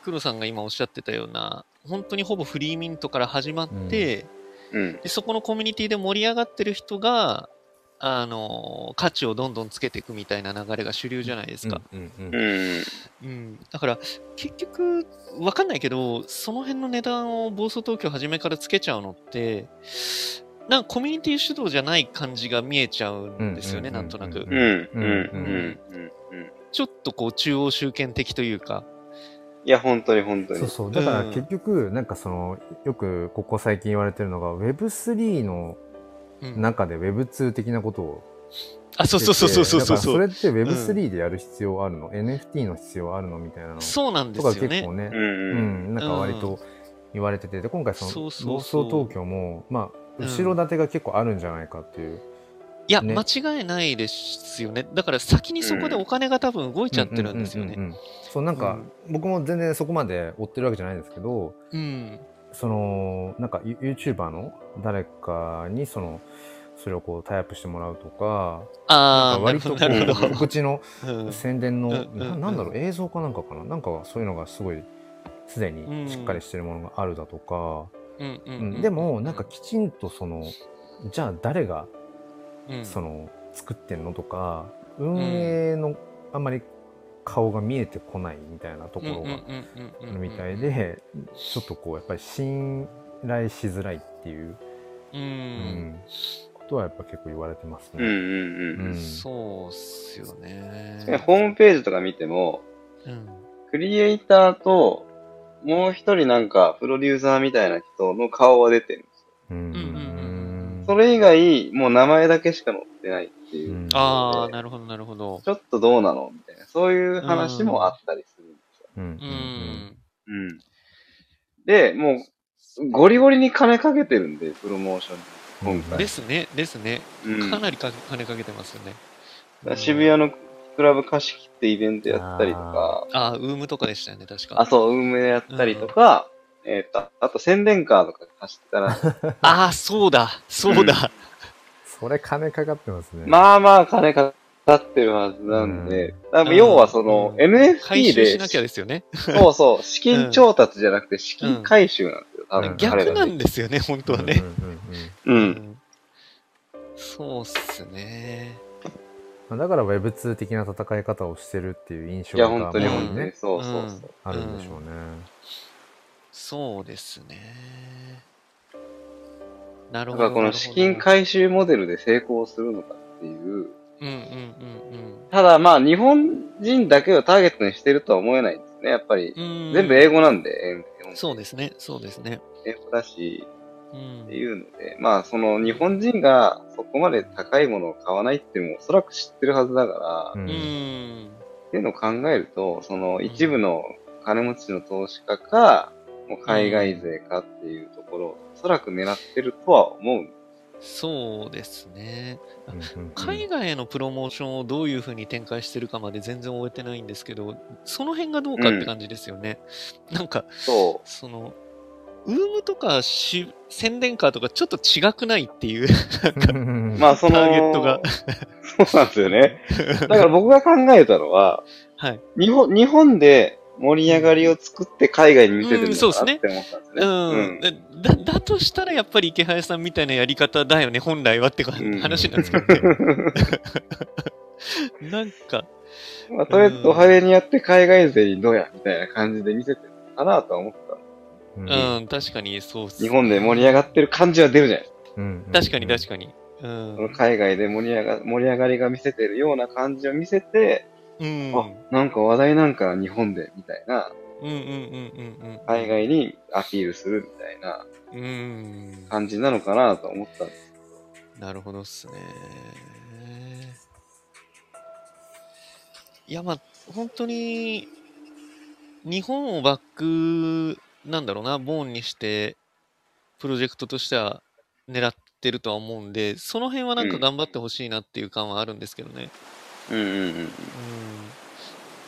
Speaker 2: 黒さんが今おっしゃってたような、本当にほぼフリーミントから始まって、
Speaker 3: うん。
Speaker 2: でそこのコミュニティで盛り上がってる人が、あの、価値をどんどんつけていくみたいな流れが主流じゃないですか。
Speaker 1: うんうんうん
Speaker 3: うん。
Speaker 2: うん、だから結局わかんないけどその辺の値段を暴走東京初めからつけちゃうのってなんかコミュニティ主導じゃない感じが見えちゃうんですよね、
Speaker 1: うんうんうんうん
Speaker 2: なんとなく
Speaker 3: うん。うん。うん。うん。うん。
Speaker 2: ちょっとこう中央集権的というか
Speaker 3: いや、本当に本当
Speaker 1: そう
Speaker 3: に。
Speaker 1: そうだから
Speaker 2: うん
Speaker 1: 結局なんかそのよくここ最近言われてるのが Web3 の
Speaker 2: うん
Speaker 1: 中で Web2 的なことを
Speaker 2: あそうそうそうそうそうそうそ
Speaker 1: だか
Speaker 2: う
Speaker 1: らそれって Web3 でやる必要あるの、NFT の必要あるのみたいなの
Speaker 2: なんで
Speaker 1: と
Speaker 2: す
Speaker 1: か
Speaker 2: よ
Speaker 1: 結
Speaker 2: ね
Speaker 1: 構ね
Speaker 3: う
Speaker 1: うん、
Speaker 3: ん。
Speaker 1: なんか割と言われててで今回その
Speaker 2: そ
Speaker 1: 暴
Speaker 2: うそう
Speaker 1: 走
Speaker 2: そう
Speaker 1: 東京もま
Speaker 2: う
Speaker 1: あ
Speaker 2: ん
Speaker 1: 後ろ盾が結構あるんじゃないかっていう、
Speaker 2: いや、
Speaker 1: ね
Speaker 2: 間違いないですよねだから先にそこでお金が多分動いちゃってるんですよ
Speaker 1: う
Speaker 2: ね
Speaker 1: ううそうなんか、僕も全然そこまで追ってるわけじゃないんですけど、
Speaker 2: うん
Speaker 1: そのなんかユ YouTuber の誰かにそのそれをこうタイアップしてもらうとか
Speaker 2: あ
Speaker 1: なん
Speaker 2: あ
Speaker 1: か
Speaker 2: な
Speaker 1: 割
Speaker 2: る
Speaker 1: と
Speaker 2: ほど
Speaker 1: こ
Speaker 2: なる
Speaker 1: う
Speaker 2: ほ
Speaker 1: 告知の
Speaker 2: ど、うん
Speaker 1: 宣伝の
Speaker 2: うんうん
Speaker 1: ななんだろう映像かなんかかななんかそういうのがすごいすで
Speaker 2: うん
Speaker 1: にしっかりしてるものがあるだとか、
Speaker 2: うんう
Speaker 1: うんん
Speaker 2: うん
Speaker 1: でもなんかきちんとそのじゃあ誰が
Speaker 2: うん
Speaker 1: その作ってんのとか運営のあんまり顔が見えてこないみたいなところが
Speaker 2: うんうんうんうんうんうん
Speaker 1: みたいでちょっとこうやっぱり信頼しづらいっていう。
Speaker 2: う、
Speaker 1: うんんことはやっぱ結構言われてます
Speaker 3: うん。う
Speaker 1: ね。
Speaker 3: ん。うん。
Speaker 2: そうっすよね。
Speaker 3: ホームページとか見ても、
Speaker 2: うん、
Speaker 3: クリエイターと、もう一人なんか、プロデューサーみたいな人の顔は出てる。
Speaker 1: うん
Speaker 2: うんうん
Speaker 3: それ以外、もう名前だけしか載ってないっていうう。
Speaker 1: ん
Speaker 2: ああ、なるほど、なるほど。
Speaker 3: ちょっとどうなのみたいな。そういう話もあったりするんですよ。
Speaker 1: うん
Speaker 2: う。ん。
Speaker 3: うん。で、もう、ゴリゴリに金かけてるんで、プロモーションに。今回。
Speaker 2: ですね、ですね。
Speaker 3: うん
Speaker 2: かなりか金かけてますよね。
Speaker 3: だから渋谷のクラブ貸し切ってイベントやったりとか、
Speaker 2: ああ、ウームとかでしたよね、確か。
Speaker 3: あ、そう、運営やったりとか、えっ、と、あと宣伝カーとか貸したら、
Speaker 2: あーそうだ、そうだ。
Speaker 1: それ金かかってますね。
Speaker 3: まあまあ金かかってるはずなんで、だから要はそ
Speaker 2: う
Speaker 3: の、
Speaker 2: ん
Speaker 3: NFT
Speaker 2: 回収し
Speaker 3: で、
Speaker 2: なきゃですよね。
Speaker 3: そうそう、資金調達じゃなくて資金回収なんですよ、多
Speaker 1: う
Speaker 3: 分
Speaker 1: ん
Speaker 3: 彼
Speaker 2: 逆
Speaker 3: ら
Speaker 2: な
Speaker 3: ね。
Speaker 2: んですよね、本当は
Speaker 1: うん
Speaker 2: ね。
Speaker 1: うんうん
Speaker 3: う。
Speaker 2: うんんそうっすね。
Speaker 1: うんだから Web2 的な戦い方をしてるっていう印
Speaker 3: い
Speaker 1: 象
Speaker 3: や、
Speaker 1: が
Speaker 3: 本当に本当
Speaker 1: ね
Speaker 3: に、そうそうそう。
Speaker 1: あるんでしょうね。
Speaker 2: そうですね。なるほ
Speaker 3: だか
Speaker 2: ど。
Speaker 3: らこの資金回収モデルで成功するのかっていう。
Speaker 2: うんうんうんうん。
Speaker 3: ただまあ日本人だけをターゲットにしてるとは思えないですね。やっぱり全
Speaker 2: 全
Speaker 3: 部英語なんで、英語
Speaker 2: そうですね、そうですね。
Speaker 3: 英語だし
Speaker 2: うん
Speaker 3: っていうので、まあその日本人がそこまで高いものを買わないっていうのもおそらく知ってるはずだから、
Speaker 1: う
Speaker 2: うんん。
Speaker 3: っていうのを考えると、その一部の金持ちの投資家か、もう海外勢かっていうところをおそらく狙ってるとは思う。
Speaker 2: そうですね。
Speaker 1: うんうんうん
Speaker 2: 海外へのプロモーションをどういうふうに展開してるかまで全然終えてないんですけど、その辺がどうかって感じですよね。なんか、
Speaker 3: そ
Speaker 2: その、ウームとかし宣伝カーとかちょっと違くないっていう。
Speaker 3: まあ、
Speaker 1: あ、
Speaker 3: その、
Speaker 2: ターゲットが
Speaker 3: そうなんですよね。だから僕が考えたのは、
Speaker 2: はい。
Speaker 3: 日本、日本で盛り上がりを作って海外に見せてるのかなって思ったんですね。
Speaker 2: うん。だ、だとしたらやっぱり池早さんみたいなやり方だよね、本来はってか
Speaker 3: うん
Speaker 2: 話なんですけど ね。なんか、
Speaker 3: まあ、とりあえずド派手にやって海外勢にどうやみたいな感じで見せてるのかなとは思った。
Speaker 1: うん
Speaker 2: うん、確かにそうっす
Speaker 3: 日本で盛り上がってる感じは出るじゃないですか。
Speaker 1: うん
Speaker 2: 確かに確かに。う
Speaker 3: その
Speaker 2: ん。
Speaker 3: 海外で盛り上が盛り上がりが見せてるような感じを見せて、
Speaker 2: うん。
Speaker 3: あ、なんか話題なんか日本でみたいな、
Speaker 2: うんうんうんうんうん。
Speaker 3: 海外にアピールするみたいな
Speaker 2: うん。
Speaker 3: 感じなのかなと思ったんです。
Speaker 2: なるほどっすね。いや、まあ、本当に、日本をバック、なんだろうな、ボーンにして、プロジェクトとしては狙ってるとは思うんで、その辺はなんか
Speaker 3: うん
Speaker 2: 頑張ってほしいなっていう感はあるんですけどね。
Speaker 3: うんうんうん。
Speaker 2: うん。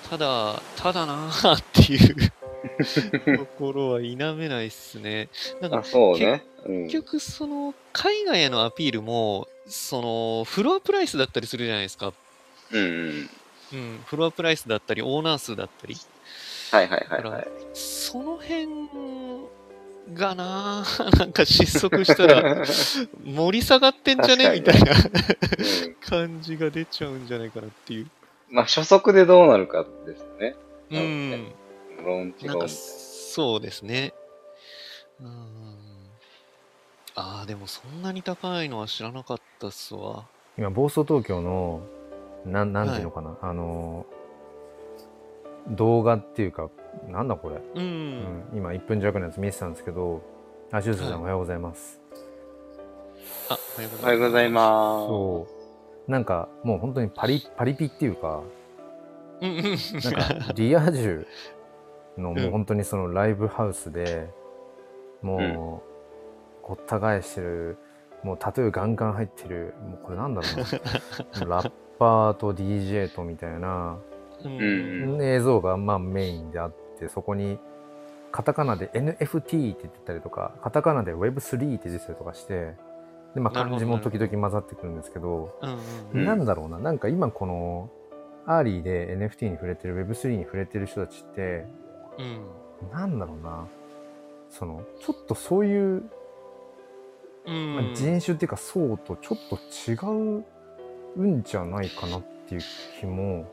Speaker 2: ただ、ただなあって いうところは否めないっすね。なんか
Speaker 3: あ、そうね。うん。
Speaker 2: 結局その海外へのアピールもそのフロアプライスだったりするじゃないですか、
Speaker 3: うんうん。
Speaker 2: うん、フロアプライスだったりオーナー数だったり
Speaker 3: はいはいはいはい。
Speaker 2: その辺がなあ なんか失速したら 盛り下がってんじゃねみ
Speaker 3: 確か
Speaker 2: た
Speaker 3: に
Speaker 2: いな
Speaker 3: うん
Speaker 2: 感じが出ちゃうんじゃないかなっていう
Speaker 3: まあ、初速でどうなるかですよね。
Speaker 2: う
Speaker 3: なるほどね
Speaker 2: ん
Speaker 3: ローンチ
Speaker 2: なん
Speaker 3: 後
Speaker 2: かそうですねうんああでもそんなに高いのは知らなかったっすわ
Speaker 1: 今暴走東京のなんなんていうのかな、あの動画っていうかなんだこれ、
Speaker 2: うん、
Speaker 1: うん今1分弱のやつ見てたんですけどあしゅうさん、
Speaker 2: はい
Speaker 1: おはようございます
Speaker 2: あおはよう
Speaker 3: おはようございます。
Speaker 1: そうなんかもう本当にパリパリピっていうか
Speaker 2: うんうんうん
Speaker 1: なん かリア充のも
Speaker 2: う
Speaker 1: うん本当にそのライブハウスでもうごった返してるもうタトゥーガンガン入ってるもうこれなんだろう なもうラッパーと DJ とみたいな
Speaker 2: うん
Speaker 3: うん
Speaker 1: 映像がまあメインであってそこにカタカナで NFT って言ってたりとかカタカナで Web3 って出てたりとかしてで、まあ、
Speaker 2: な
Speaker 1: 漢
Speaker 2: るほど
Speaker 1: 字も時々混ざってくるんですけど
Speaker 2: うん
Speaker 1: な
Speaker 2: うん
Speaker 3: ん
Speaker 1: だろうななんか今このアーリーで NFT に触れてる Web3 に触れてる人たちって
Speaker 2: うん
Speaker 1: なんだろうなそのちょっとそういう、
Speaker 2: うん
Speaker 1: まあ人種っていうか層とちょっと違うんじゃないかなっていう気も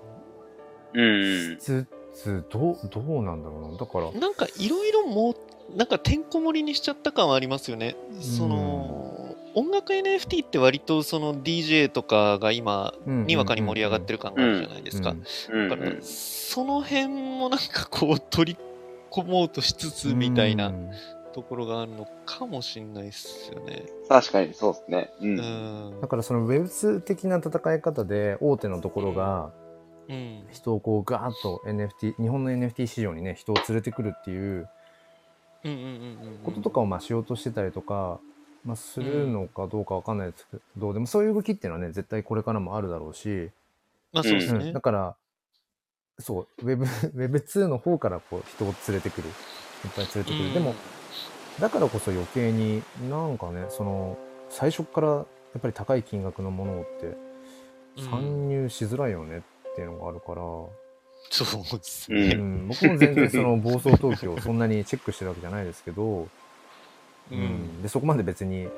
Speaker 3: うんう
Speaker 1: し。
Speaker 3: ん
Speaker 1: つつどうどうなんだろうなだから。
Speaker 2: なんかいろいろもうなんかてんこ盛りにしちゃった感はありますよねその、音楽 NFT って割とその DJ とかが今にわかに盛り上がって
Speaker 1: る
Speaker 2: る感があるじゃないですか、
Speaker 3: うんうん
Speaker 2: だからその辺もなんかこう取り込もうとしつつみたいなところがあるのかもしんないっすよね
Speaker 3: 確かにそうですね。う。
Speaker 2: うんん
Speaker 1: だからその Web2 的な戦い方で大手のところが
Speaker 2: うん
Speaker 1: 人をこうガーッと NFT 日本の NFT 市場にね人を連れてくるっていう
Speaker 2: うんうんうんうん
Speaker 1: こととかをまあしようとしてたりとか、まあ、するのかどうかわかんないですけどでもそういう動きっていうのはね絶対これからもあるだろうし、
Speaker 2: まあそうです
Speaker 1: う
Speaker 2: ね、
Speaker 1: ん、だからそう Web- Web2 の方からこう人を連れてくるいっぱい連れてくる、でもだからこそ余計になんかねその最初からやっぱり高い金額のものって
Speaker 2: うん
Speaker 1: 参入しづらいよねっていうのがあるから、 う
Speaker 2: そうです
Speaker 1: ん
Speaker 3: うん
Speaker 2: ね、
Speaker 1: 僕も全然その暴走東京をそんなにチェックしてるわけじゃないですけど、
Speaker 2: う
Speaker 1: うんでそこまで別に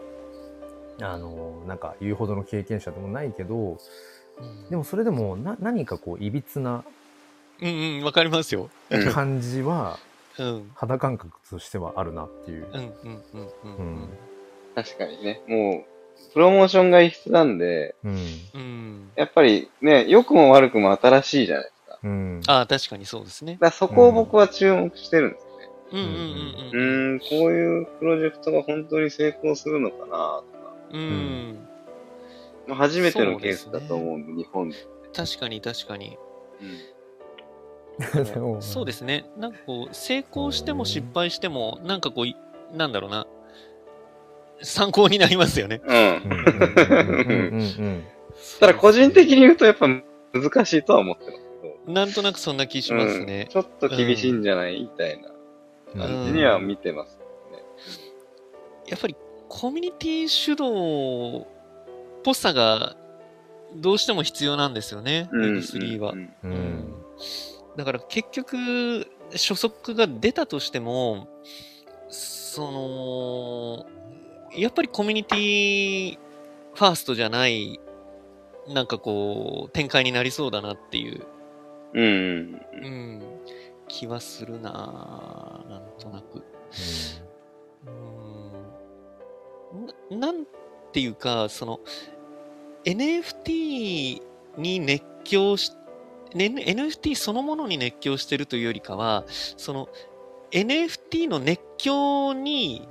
Speaker 1: あのなんか言うほどの経験者でもないけど
Speaker 2: うん
Speaker 1: でもそれでもな何かこういびつな
Speaker 2: うんうん、わかりますよ。
Speaker 3: うん
Speaker 1: 感じは
Speaker 2: うん。うん
Speaker 1: 肌感覚としてはあるなっていう。
Speaker 2: うんうんうんうん
Speaker 3: 確かにね。もう、プロモーションが必須なんで、
Speaker 1: うん
Speaker 2: うん。
Speaker 3: やっぱりね、良くも悪くも新しいじゃないですか。だか
Speaker 1: うん
Speaker 2: ああ、確かにそうですね。
Speaker 3: らそこを僕は注目してるんです。
Speaker 2: うんうん
Speaker 3: う
Speaker 2: うん
Speaker 3: ん、こういうプロジェクトが本当に成功するのかなとか。
Speaker 2: うん。うん。
Speaker 3: まあ初めてのケースだと思うんで、日本で。
Speaker 2: 確かに確かに。
Speaker 1: でも
Speaker 2: そうですね。なんかこう、成功しても失敗しても、なんかこうい、なんだろうな。参考になりますよね。
Speaker 3: う
Speaker 1: う
Speaker 3: ん。うん
Speaker 1: うんうん
Speaker 3: ん
Speaker 1: うん
Speaker 3: ただ個人的に言うとやっぱ難しいとは思ってますけど。
Speaker 2: なんとなくそんな気しますね
Speaker 3: うん。ちょっと厳しいんじゃないみたいな
Speaker 1: うん
Speaker 3: 感じには見てます。
Speaker 2: やっぱりコミュニティ主導っぽさがどうしても必要なんですよね、
Speaker 3: うん
Speaker 2: Web3 は
Speaker 3: う。ん
Speaker 1: う
Speaker 2: うんん。だから結局、初速が出たとしても、その、やっぱりコミュニティファーストじゃない、なんかこう、展開になりそうだなっていう、
Speaker 3: うんうん
Speaker 2: うん、気はするなぁなんとなく。うんななんていうか、その、NFT に熱狂し、ね NFT そのものに熱狂してるというよりかは、その、NFT の熱狂に、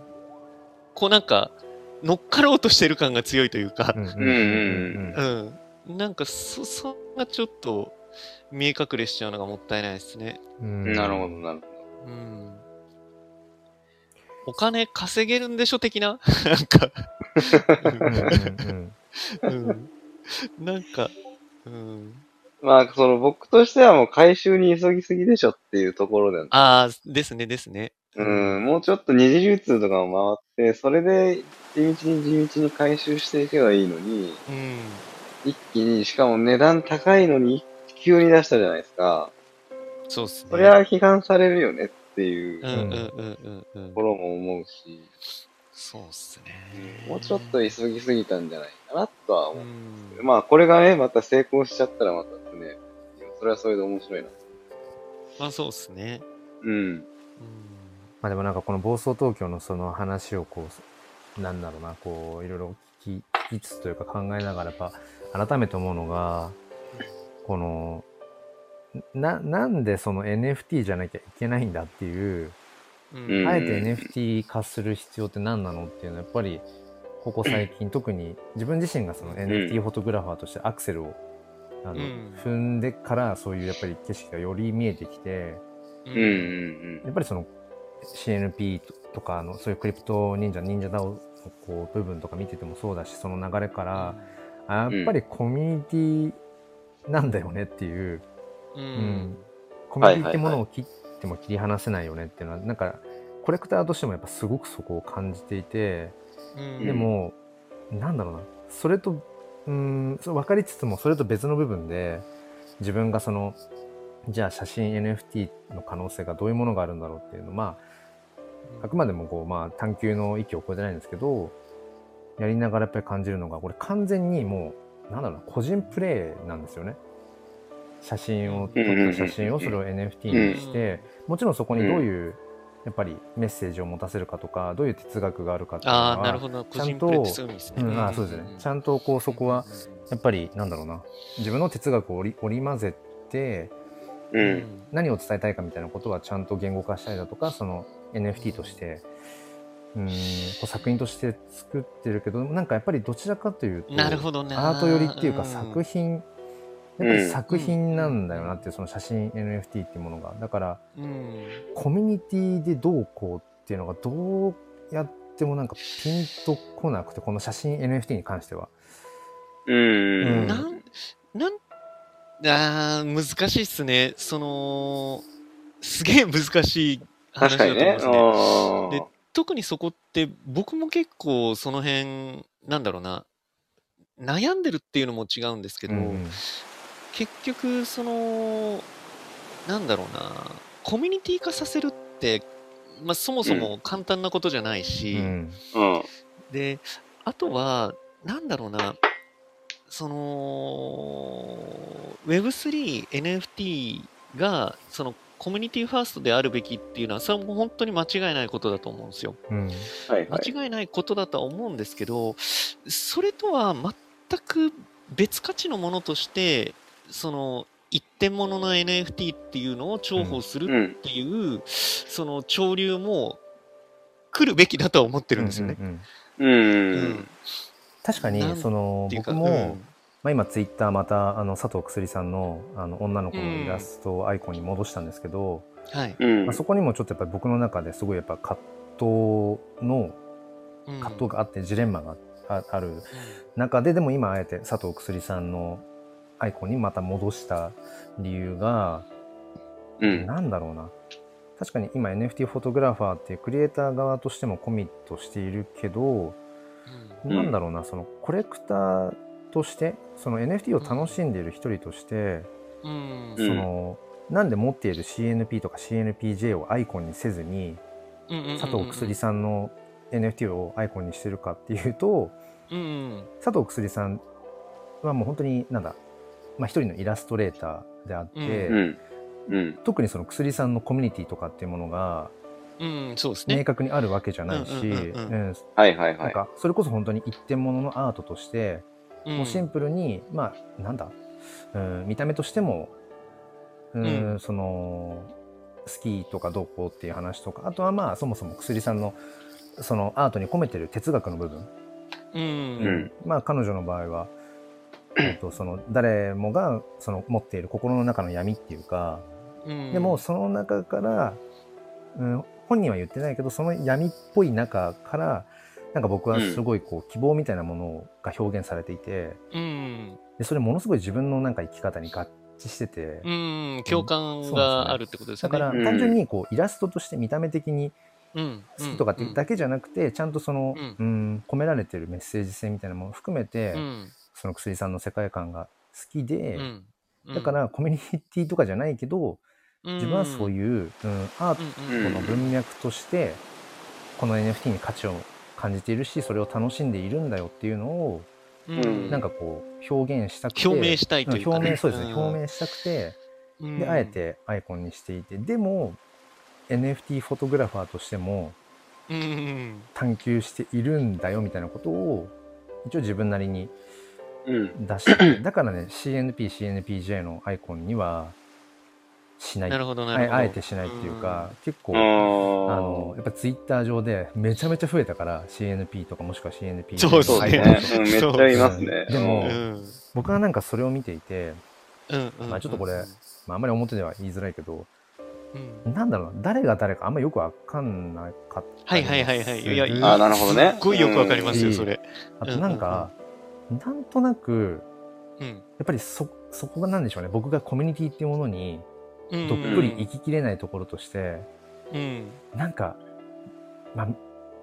Speaker 2: こうなんか、乗っかろうとしてる感が強いというか
Speaker 1: う、ん
Speaker 3: んうん
Speaker 2: うん。なんか、そ、そんがちょっと、見え隠れしちゃうのがもったいないですね。
Speaker 1: うん
Speaker 3: なるほど、なるほ
Speaker 2: うんお金稼げるんでしょ的ななんか、
Speaker 1: うんうん
Speaker 2: うん、なんか、うん、
Speaker 3: ど。まあ、その僕としてはもう回収に急ぎすぎでしょっていうところで、
Speaker 2: ああ、ですね、ですね。
Speaker 3: うん、もうちょっと二次流通とかも回って、それで地道に地道に回収していけばいいのに、
Speaker 2: うん、
Speaker 3: 一気に、しかも値段高いのに急に出したじゃないですか。
Speaker 2: そうっすね。
Speaker 3: それは批判されるよねっていう
Speaker 2: う
Speaker 3: と
Speaker 2: ん、うん、うん、うん、うん
Speaker 3: こ。ろも思うし、
Speaker 2: そうっすね。
Speaker 3: もうちょっと急ぎすぎたんじゃないかなとは
Speaker 2: う
Speaker 3: 思う。
Speaker 2: ん、
Speaker 3: まあ、これがね、また成功しちゃったらまたね、それはそれで面白いな。
Speaker 2: まあ、そうっすね。
Speaker 3: うん。
Speaker 2: うん、
Speaker 1: まあでもなんかこの暴走東京のその話をこう、なんだろうな、こう、いろいろ聞き聞きつつというか考えながら、やっぱ改めて思うのが、この、な、なんでその NFT じゃなきゃいけないんだっていう、
Speaker 2: うん、
Speaker 1: あえ
Speaker 3: うん
Speaker 1: て NFT 化する必要って何なのっていうのはやっぱりここ最近特に自分自身がその NFT フォトグラファーとしてアクセルをあの
Speaker 2: うん
Speaker 1: 踏んでからそういうやっぱり景色がより見えてきて
Speaker 2: う、
Speaker 3: うんうんん
Speaker 1: やっぱりその CNP とかあのそういうクリプト忍者忍者ダオのこう部分とか見ててもそうだしその流れからあやっぱりコミュニティなんだよねっていう
Speaker 2: うん、
Speaker 1: コミュニティってものを切っても切り離せないよねっていうのはなんかコレクターとしてもやっぱすごくそこを感じていて
Speaker 2: うん、
Speaker 1: でもなんだろうなそれとうーんそう分かりつつもそれと別の部分で自分がそのじゃあ写真 NFT の可能性がどういうものがあるんだろうっていうのまああくまでもこうまあ探求の域を超えてないんですけどやりながらやっぱり感じるのがこれ完全にもうなんだろうな個人プレイなんですよね写真を撮った写真をそれを NFT にしてもちろんそこにどういうやっぱりメッセージを持たせるかとかどういう哲学があるかっていうの
Speaker 2: ああ、な
Speaker 1: は
Speaker 2: るほど。個
Speaker 1: ちゃん
Speaker 2: 人プ
Speaker 1: と
Speaker 2: レイってそういう意味ですね。
Speaker 1: うん、あそうですね、ちゃ
Speaker 2: ん
Speaker 1: んとこうそこは、や
Speaker 2: やっ
Speaker 1: っぱりなんだろうな自分の哲学を織り織り交ぜて
Speaker 3: うん。
Speaker 2: ぱ
Speaker 3: うん。
Speaker 1: 何を伝えたいかみたいなことはちゃんと言語化したりだとかその NFT としてうんこう作品として作ってるけどなんかやっぱりどちらかというと
Speaker 2: なるほどね。
Speaker 1: アート寄りっていうか作品、やっぱり作
Speaker 2: う
Speaker 1: 品
Speaker 2: ん
Speaker 1: なんだよなっていうその写真 NFT っていうものがだから
Speaker 2: うん。
Speaker 1: コミュニティでどうこうっていうのがどうやってもなんかピンとこなくてこの写真 NFT に関しては。
Speaker 3: うん。
Speaker 2: なん、なん、あー難しいっすね。その、すげえ難しい話
Speaker 3: 確か
Speaker 2: だと思
Speaker 3: に
Speaker 2: い
Speaker 3: ね。
Speaker 2: ますね。
Speaker 3: あ
Speaker 2: で特にそこって、僕も結構その辺、なんだろうな、悩んでるっていうのも違うんですけど、
Speaker 1: うん
Speaker 2: 結局、その、なんだろうな、コミュニティ化させるって、まあ、そもそも簡単なことじゃないし、
Speaker 1: うん
Speaker 3: ー
Speaker 2: で、あとは、なんだろうな、その、Web3、NFT が、その、コミュニティファーストであるべきっていうのは、それはもう本当に間違いないことだと思うんですよ。
Speaker 1: うん
Speaker 3: うん。はいはい。
Speaker 2: 間違いないことだとは思うんですけど、それとは全く別価値のものとして、その、一点物の NFT っていうのを重宝す
Speaker 3: う
Speaker 2: る
Speaker 3: ん
Speaker 2: っ。ていう、その潮流も来るべきだとは思ってるんですよね。
Speaker 1: うんうんうん
Speaker 3: うん。
Speaker 1: 確か
Speaker 2: なん
Speaker 1: にその
Speaker 2: っていうか
Speaker 1: 僕も、
Speaker 2: うん
Speaker 1: まあ、今ツイッターまたあの佐藤くすりさんのあの女の子のイラストをアイコンに戻したんですけど、
Speaker 2: はい。
Speaker 3: うん。
Speaker 1: まあ、そこにもちょっとやっぱり僕の中ですごいやっぱ葛藤の
Speaker 2: うん
Speaker 1: 葛藤があってジレンマがあある中ででも今あえて佐藤くすりさんのアイコンにまた戻した理由が、
Speaker 3: うん。
Speaker 1: なんだろうな確かに今 NFT フォトグラファーっていうクリエイター側としてもコミットしているけど、
Speaker 3: ん
Speaker 1: なんだろうなそのコレクターとしてその NFT を楽しんでいる一人として、
Speaker 2: うん。
Speaker 3: うん
Speaker 1: そのなんで持っている CNP とか CNPJ をアイコンにせずに
Speaker 2: うん
Speaker 1: 佐藤くすりさんの NFT をアイコンにしてるかっていうと、
Speaker 2: うんうん。
Speaker 1: 佐藤くすりさんはもう本当になんだ、まあ、一人のイラストレーターであって、
Speaker 2: う
Speaker 3: うん。うん。
Speaker 1: 特にそのくすりさんのコミュニティとかっていうものが
Speaker 2: うん、うんそうです
Speaker 1: 明
Speaker 2: ね。
Speaker 1: 確にあるわけじゃないし、
Speaker 2: うんうんうんう
Speaker 1: うん
Speaker 3: はいはい
Speaker 1: な
Speaker 3: は
Speaker 1: ん
Speaker 3: い。
Speaker 1: かそれこそ本当に一点物のアートとして、もうシンプルにまあなんだ、うん、見た目としても、うん
Speaker 2: う
Speaker 1: その好きとかどうこうっていう話とかあとはまあそもそもくすりさんのそのアートに込めてる哲学の部分
Speaker 2: うん。
Speaker 3: う
Speaker 2: うんん。
Speaker 1: まあ彼女の場合は、えっと、その誰もがその持っている心の中の闇っていうか
Speaker 2: うん
Speaker 1: でも、その中から、うん、本人は言ってないけどその闇っぽい中からなんか僕はすごいこう希望みたいなものが表現されていて
Speaker 2: うん。
Speaker 1: でそれものすごい自分のなんか生き方に合致してて
Speaker 2: うん。共感があるってことです
Speaker 1: だ
Speaker 2: よ
Speaker 1: か
Speaker 2: ね。
Speaker 1: ら
Speaker 3: うん
Speaker 1: 単純にこうイラストとして見た目的に
Speaker 2: うん。
Speaker 1: 好きとかってだけじゃなくてちゃんとその、
Speaker 2: う
Speaker 1: うん、込められてるメッセージ性みたいなものを含めて、
Speaker 2: うん。
Speaker 1: その薬さんの世界観が好き
Speaker 2: う
Speaker 1: で、
Speaker 2: ん。うん
Speaker 1: だか、らコミュニティとかじゃないけど、自分はそう
Speaker 2: い
Speaker 1: いう、うん、アート
Speaker 2: うん。
Speaker 3: う
Speaker 2: うんん
Speaker 1: の文脈として、この NFT に価値を感じているしそれを楽しんでいるんだよっていうのを、
Speaker 3: うん
Speaker 1: なんかこう表現したくて
Speaker 2: 表明したいというかね、
Speaker 1: 表明そうですね、表明したくて
Speaker 2: 明
Speaker 1: であえ、てアイコンにしていてでも NFT フォトグラファーとしても
Speaker 2: うんうん
Speaker 1: 探求しているんだよみたいなことを一応自分なりに
Speaker 3: うん。
Speaker 1: 出 してだからね CNPCNPJ のアイコンにはしな
Speaker 2: う
Speaker 1: い
Speaker 2: んなるほどなるほど
Speaker 1: ああえてしないっていうか、結構
Speaker 3: あ
Speaker 1: あ
Speaker 3: の
Speaker 1: のやっぱツイッター上でめちゃめちゃ増えたから CNP とかもしくは CNP
Speaker 2: そうですね
Speaker 3: そう
Speaker 1: アイコン
Speaker 3: で
Speaker 1: と
Speaker 3: す
Speaker 1: か
Speaker 3: ね。うん、めっちゃいますね。
Speaker 1: でも
Speaker 2: うん
Speaker 1: 僕はなんかそれを見ていて、
Speaker 2: うんうん
Speaker 1: まあちょっとこれまあ、あんまり表では言いづらいけど
Speaker 2: うん
Speaker 1: なんだろうな誰が誰かあんまよくわかんなかった
Speaker 2: はいはいはいはいいや
Speaker 1: する
Speaker 3: あなるほどね
Speaker 2: すっごいよくわかります
Speaker 1: う
Speaker 2: よ
Speaker 1: ん
Speaker 2: それ
Speaker 1: あとなんか、なんとなく
Speaker 2: うん
Speaker 1: やっぱりそそこがなんでしょうね僕がコミュニティっていうものに
Speaker 2: うん
Speaker 1: どっぷり行ききれないところとして、
Speaker 2: うん
Speaker 1: なんか、まあ、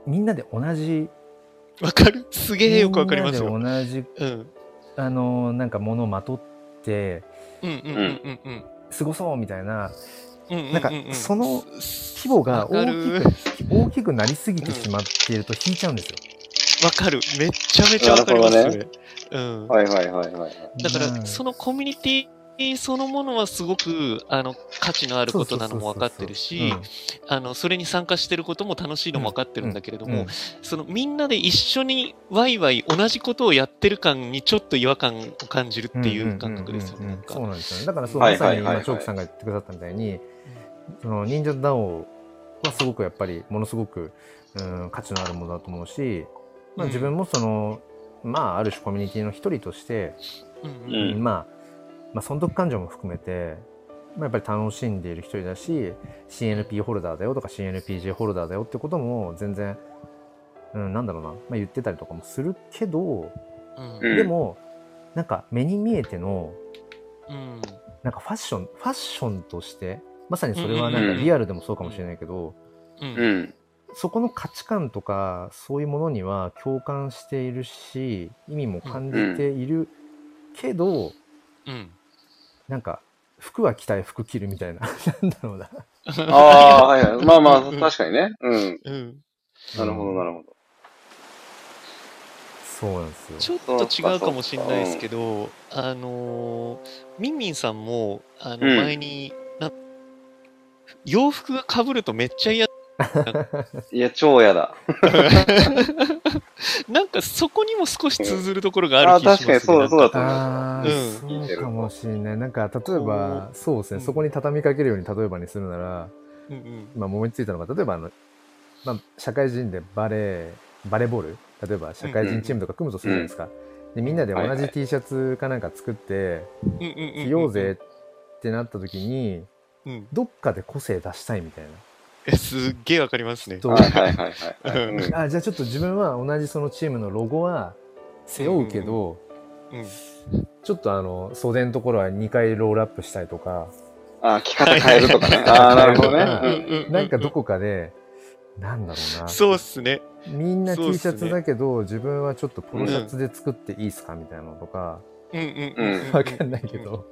Speaker 1: みんなで同じ
Speaker 2: わかるすげえよくわかります
Speaker 1: み
Speaker 2: よ
Speaker 1: んなで同じ
Speaker 2: うんうん
Speaker 1: あのなんか物をまとって
Speaker 2: うんうんうんうん
Speaker 1: 過ごそうみたいな
Speaker 2: うんう
Speaker 1: なんかその規模が大きく大きくなりすぎてしまっていると引いちゃうんですよ。
Speaker 2: わかるめちゃめちゃわかります
Speaker 3: な
Speaker 2: そ
Speaker 3: るほど
Speaker 2: れうん
Speaker 3: はいはいはいはい。
Speaker 2: だか
Speaker 1: う
Speaker 2: ら
Speaker 1: ん
Speaker 2: そのコミュニティそのものはすごくあの価値のあることなのも分かってるし、あのそれに参加してることも楽しいのも分かってるんだけれ
Speaker 1: そ
Speaker 2: ど
Speaker 1: うそうそううん
Speaker 2: も、そのみんなで一緒にワイワイ同じことをやってる感にちょっと違和感を感じるっていう感覚ですよね。
Speaker 1: うんうんうん
Speaker 2: なん
Speaker 1: うん
Speaker 2: か
Speaker 1: そうなんですよね。だからそう、
Speaker 2: は
Speaker 1: ま
Speaker 2: い
Speaker 1: さ
Speaker 3: はい
Speaker 1: に
Speaker 3: はいは
Speaker 1: 今、
Speaker 3: い
Speaker 1: チョークさんが言ってくださったみたいに、その忍者ダオはすごくやっぱり、ものすごく、うん、価値のあるものだと思うし、まあ、
Speaker 2: うん
Speaker 1: 自分もその、まあ、ある種コミュニティの一人として、
Speaker 2: うん
Speaker 3: うん
Speaker 1: まあ、まあ、損得感情も含めて、まあ、やっぱり楽しんでいる一人だし CNP ホルダーだよとか CNPJ ホルダーだよってことも全然、うん、なんだろうな、まあ、言ってたりとかもするけど
Speaker 2: うん
Speaker 3: うん
Speaker 1: でも、なんか目に見えての
Speaker 2: うん
Speaker 1: なんかファッションファッションとしてまさにそれはな
Speaker 3: うんん
Speaker 1: か
Speaker 3: うん
Speaker 1: リアルでもそうかもしれないけど、
Speaker 2: うん
Speaker 3: う
Speaker 2: うん
Speaker 3: ん。
Speaker 1: そこの価値観とかそういうものには共感しているし意味も感じているけど、
Speaker 2: うん
Speaker 1: なんか服は着たい服着るみたいな なんだろうな
Speaker 3: ああ、はいはい。まあまあ、確かにね。うん。
Speaker 2: うん
Speaker 3: なるほど、なるほど。
Speaker 1: そうなんです
Speaker 2: ち
Speaker 1: よ
Speaker 2: ょっと違うかもしれないですけど、あのーみんみんさんもあの
Speaker 3: うん
Speaker 2: 前に、な洋服がかぶるとめっちゃ嫌
Speaker 3: いや、超嫌だ。
Speaker 2: なんかそこにも少し通ずるところがあ
Speaker 3: あ
Speaker 2: る
Speaker 3: ー
Speaker 2: 気がし
Speaker 3: 確か
Speaker 2: ますね
Speaker 3: にそう、そう
Speaker 2: なんか
Speaker 3: だと思う。
Speaker 1: ああ、
Speaker 2: うん
Speaker 1: そうかもしれない。なんか、例えば
Speaker 2: こ、
Speaker 1: そうですね、
Speaker 2: うん
Speaker 1: そこに畳みかけるように例えばにするなら、
Speaker 2: うんうん
Speaker 1: 今思いついたのが、例えばあの、まあ、社会人でバレー、バレーボール例えば社会人チームとか組むとするじゃないですか。で、みんなで
Speaker 3: はい
Speaker 1: 同
Speaker 3: は
Speaker 1: じ
Speaker 3: い
Speaker 1: T シャツかなんか作って、
Speaker 2: うんうんうん
Speaker 1: 着ようぜってなった時に、
Speaker 2: うん
Speaker 1: どっかで個性出したいみたいな。
Speaker 2: えすっげえわかりますね。
Speaker 1: と
Speaker 3: はいはいはいはいはい。うん
Speaker 1: あ、じゃあちょっと自分は同じそのチームのロゴは背負うけど、
Speaker 2: うん
Speaker 1: ちょっとあの袖のところは2回ロールアップしたいとか
Speaker 3: あ、着方変えるとかね。ああ、なるほどね。
Speaker 1: うん
Speaker 3: うん
Speaker 1: なんかどこかで、なんだろうな。
Speaker 2: そうっすね。
Speaker 1: みんな
Speaker 2: そうっ
Speaker 1: T
Speaker 2: す
Speaker 1: シ
Speaker 2: ね
Speaker 1: ャツだけど、自分はちょっとポロシャツで作っていいっすかみたいなのとか、
Speaker 2: うんうんうんうん。
Speaker 1: わかんないけど。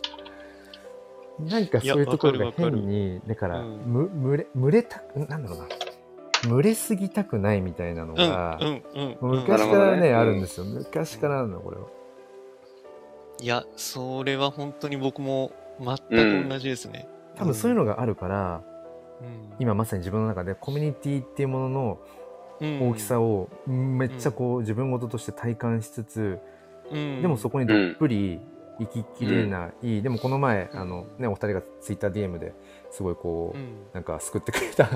Speaker 1: なんかそういうところ
Speaker 2: いや
Speaker 1: が
Speaker 2: わかるわかる
Speaker 1: 変に、だから、
Speaker 2: うん
Speaker 1: む、むれ、むれたく、なんだろうな。むれすぎたくないみたいなの
Speaker 2: うん。う
Speaker 1: が、
Speaker 2: んうんうん。
Speaker 1: 昔か
Speaker 3: なるほ
Speaker 1: ら
Speaker 3: ど
Speaker 1: ね、
Speaker 3: ね
Speaker 1: あるんですよ。昔からなんだ、これは。
Speaker 2: いや、それは本当に僕も全く同じですね。
Speaker 1: 多分そういうのがあるから、今まさに自分の中でコミュニティっていうものの
Speaker 2: の
Speaker 1: 大きさをめっちゃこう自分事として体感しつつ、でもそ
Speaker 2: こ、
Speaker 1: こにどっぷり生ききれない、いいでもこの前あの、ね、お二人がツイッター DM ですごいこう、
Speaker 2: うん
Speaker 1: なんか救ってくれた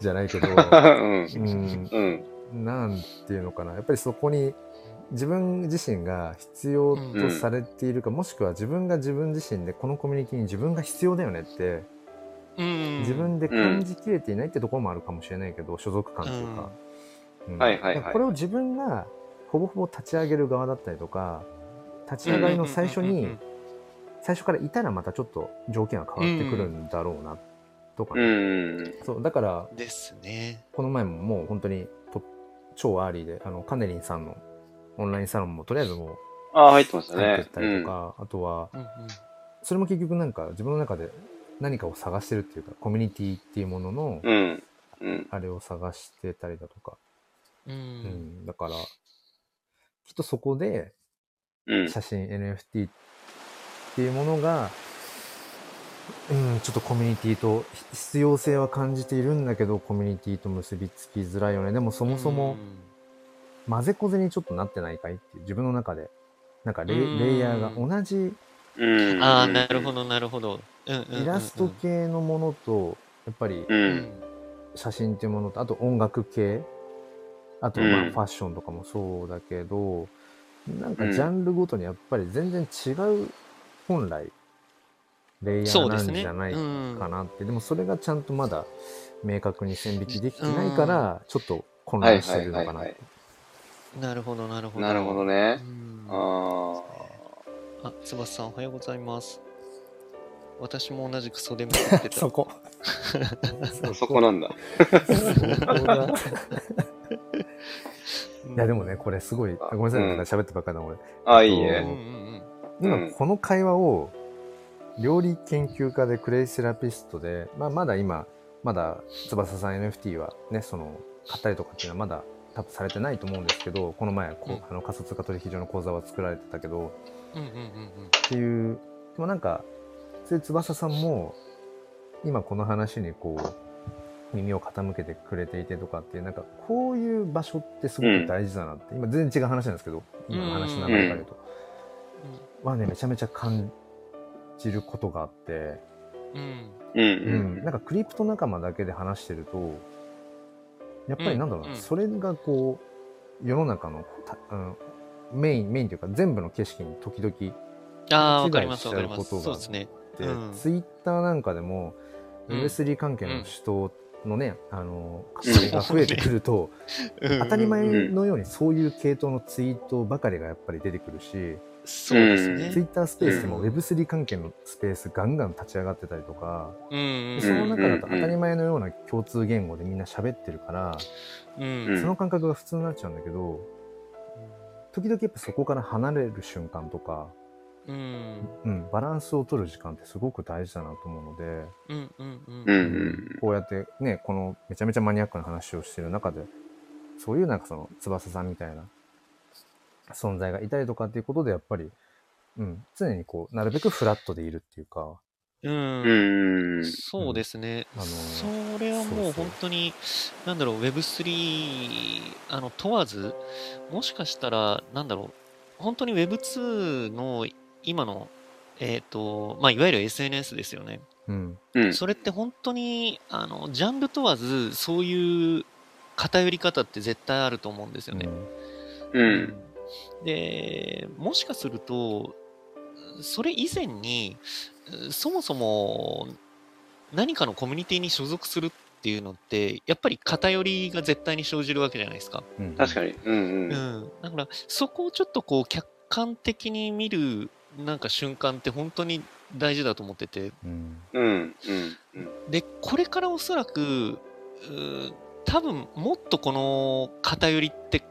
Speaker 1: じゃないけど、
Speaker 3: うん。
Speaker 1: うん、
Speaker 3: うん。
Speaker 1: なんていうのかなやっぱりそこに自分自身が必要とされているか、もしくは自分が自分自身でこのコミュニティに自分が必要だよねって
Speaker 2: うん
Speaker 1: 自分で感じきれていないってところもあるかもしれないけど、所属感というか。うん
Speaker 3: はいはいはい
Speaker 1: だからこれを自分がほぼほぼ立ち上げる側だったりとか立ち上がりの最初
Speaker 2: うんうんうんう
Speaker 1: に
Speaker 2: ん
Speaker 1: 最初からいたらまたちょっと条件は変わってくるんだろうなとか
Speaker 3: う
Speaker 1: ね、
Speaker 3: ん。
Speaker 1: そうだから
Speaker 2: うんですね。
Speaker 1: この前ももう本当にと超アーリーであのカネリンさんのオンラインサロンもとりあえずも
Speaker 3: ああ、入ってまし
Speaker 1: う
Speaker 3: た
Speaker 1: 入っ
Speaker 3: ね
Speaker 1: て。ったりとか、あとは
Speaker 2: うんうん
Speaker 1: それも結局なんか自分の中で何かを探してるっていうかコミュニティっていうものの、
Speaker 3: うん。うん。
Speaker 1: あれを探してたりだとか、
Speaker 2: う
Speaker 1: うんん、だから、きっとそこで
Speaker 3: うん。
Speaker 1: 写真 NFT っていうものが、うん、ちょっとコミュニティとひ必要性は感じているんだけど、コミュニティと結びつきづらいよね。でもそもそも混ぜこぜにちょっとなってないかいっていう自分の中で、なんかレ
Speaker 2: うん
Speaker 1: イレイヤーが同じ
Speaker 3: う。
Speaker 2: うんんああ、なるほ。ど、なるほど。うんうんうんうん
Speaker 1: イラスト系のものと、やっぱり
Speaker 3: う。
Speaker 2: うんん
Speaker 1: 写真っていうものと、あと音楽系、あとまあ
Speaker 3: うん
Speaker 1: ファッションとかもそうだけど、なんかジャンルごとにやっぱり全然違う、本来、レイヤ
Speaker 2: そ
Speaker 1: ー
Speaker 2: うで
Speaker 1: なん
Speaker 2: すね
Speaker 1: じゃない
Speaker 2: うん
Speaker 1: かなって、でもそれがちゃんとまだ明確に線引きできてないから、ちょっと混乱してるのかな
Speaker 3: はいはいはいはい
Speaker 2: なるほど、なるほど。
Speaker 3: なるほど
Speaker 2: う
Speaker 3: ね。
Speaker 2: ん
Speaker 3: あ
Speaker 2: あ、つばさん、おはようございます。私も同じく袖見っ てた。
Speaker 1: こ。
Speaker 3: あ。 そこなんだ。
Speaker 2: うん
Speaker 1: いやでもね、、これすごい、あごめんなさい、なんか喋ってばっかりな、俺。
Speaker 3: ああ、いい
Speaker 2: うん
Speaker 3: ね。
Speaker 2: うん
Speaker 3: うん
Speaker 1: 今この会話を料理研究家でクレイセラピストで、まあ、まだ今まだ翼さん NFT はねその買ったりとかっていうのはまだ多分されてないと思うんですけどこの前こう、
Speaker 2: うん
Speaker 1: あの仮想通貨取引所の講座は作られてたけど
Speaker 2: うん。うんうんうん
Speaker 1: っていうでもなんかそういう翼さんも今この話にこう耳を傾けてくれていてとかっていうなんかこういう場所ってすごく大事だなって、今全然違う話なんですけど今の話の流れから言うと、はねめちゃめちゃ感じることがあって、
Speaker 2: うん。
Speaker 1: う
Speaker 2: うん。
Speaker 3: う
Speaker 1: ん
Speaker 3: ん。
Speaker 1: なんかクリプト仲間だけで話してるとやっぱりなんだろうな、
Speaker 2: うんうん
Speaker 1: それがこう世の中のた、うん、メインメインというか全部の景色に時々出
Speaker 2: あ
Speaker 1: 勘違
Speaker 2: あ、
Speaker 1: い
Speaker 2: わかります、
Speaker 1: しち
Speaker 2: わ
Speaker 1: ゃ
Speaker 2: か
Speaker 1: う
Speaker 2: り
Speaker 1: こ
Speaker 2: ま
Speaker 1: と
Speaker 2: す。
Speaker 1: が
Speaker 2: そうですね。
Speaker 1: て、
Speaker 2: うん
Speaker 1: ツイッターなんかでも
Speaker 2: うん
Speaker 1: Web3 関係
Speaker 2: う
Speaker 1: の
Speaker 2: ん
Speaker 1: 人のね、あの活動が増えてくると、当たり前
Speaker 2: うんうんうん
Speaker 1: のようにそういう系統のツイートばかりがやっぱり出てくるし、
Speaker 2: そうです
Speaker 1: ツイッ。
Speaker 2: ね
Speaker 1: タースペースでも
Speaker 2: うん
Speaker 1: Web3 関係のスペースガンガン立ち上がってたりとか、
Speaker 2: うんう
Speaker 1: で
Speaker 2: ん
Speaker 1: その中だと
Speaker 3: うんうんうん
Speaker 1: 当たり前のような共通言語でみんな喋ってるから、
Speaker 2: うん。
Speaker 1: その感覚が普通になっちゃうんだけど、時々やっぱそこから離れる瞬間とか、
Speaker 2: うん。
Speaker 1: うん、バランスを取る時間ってすごく大事だなと思うので、
Speaker 2: うんうんうん。
Speaker 3: う
Speaker 2: うん
Speaker 3: ん。
Speaker 1: こうやってね、このめちゃめちゃマニアックな話をしてる中で、そういうなんかその翼さんみたいな存在がいたりとかっていうことでやっぱり、うん、常にこう、なるべくフラットでいるっていうか、
Speaker 2: うん
Speaker 3: うん。
Speaker 2: そうですね、
Speaker 1: うんあの
Speaker 2: それは
Speaker 1: そ
Speaker 2: も
Speaker 1: う
Speaker 2: う
Speaker 1: そう
Speaker 2: 本当に、なんだろう、Web3 あの問わず、もしかしたら、なんだろう、本当に Web2 の今の、えっ、と、まあ、いわゆる SNS ですよね。
Speaker 1: うん、
Speaker 3: うん。
Speaker 2: それって本当に、あの、ジャンル問わず、そういう偏り方って絶対あると思うんですよね。
Speaker 3: うん。
Speaker 2: で、もしかすると、それ以前に、そもそも何かのコミュニティに所属するっていうのって、やっぱり偏りが絶対に生じるわけじゃないですか。
Speaker 1: うん、
Speaker 3: 確
Speaker 1: に。
Speaker 3: かに。うん
Speaker 2: うん。だから、そこをちょっとこう、客観的に見るなんか瞬間って本当に大事だと思ってて、
Speaker 1: うん。
Speaker 3: うん、うん、うん。
Speaker 2: で、これからおそらく、うー多分もっとこの偏りって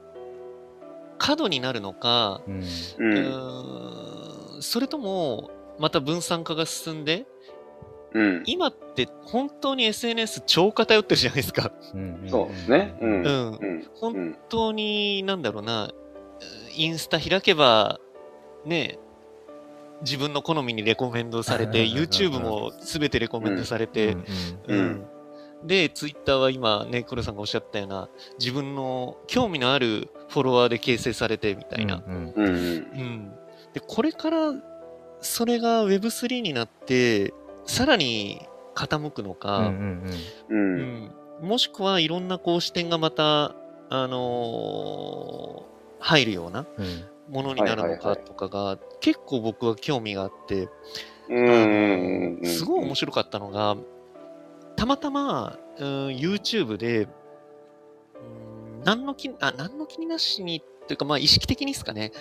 Speaker 2: 過度になるのか、
Speaker 1: うん。
Speaker 2: う
Speaker 3: うん、
Speaker 2: ーん、それともまた分散化が進んで、
Speaker 3: うん。
Speaker 2: 今って本当に SNS 超偏ってるじゃないですか。
Speaker 1: うん。
Speaker 3: そうですねう
Speaker 2: うんん。
Speaker 3: うん、う
Speaker 2: 本
Speaker 3: ん、
Speaker 2: 当に、なんだろうな、インスタ開けば、ね、自分の好みにレコメンドされて、
Speaker 1: うんうんうんうん
Speaker 2: YouTube も全てレコメンドされて、
Speaker 1: う
Speaker 3: うんうん
Speaker 2: で、Twitter は今、ね、黒さんがおっしゃったような、自分の興味のあるフォロワーで形成されてみたいな。
Speaker 1: うん。
Speaker 3: うん、うん
Speaker 2: うん。で、これから、それが Web3 になって、さらに傾くのか、
Speaker 1: うん。
Speaker 3: うん、うん、
Speaker 2: うん、もしくはいろんなこう視点がまた、あのー入るような
Speaker 1: うん。
Speaker 2: ものになるのか
Speaker 3: はいはいはい
Speaker 2: とかが結構僕は興味があって、
Speaker 3: うんうんうん。
Speaker 2: すごい面白かったのがたまたま、うん、YouTube で、うん、何の気あ何の気になしにというかまあ意識的にですかね、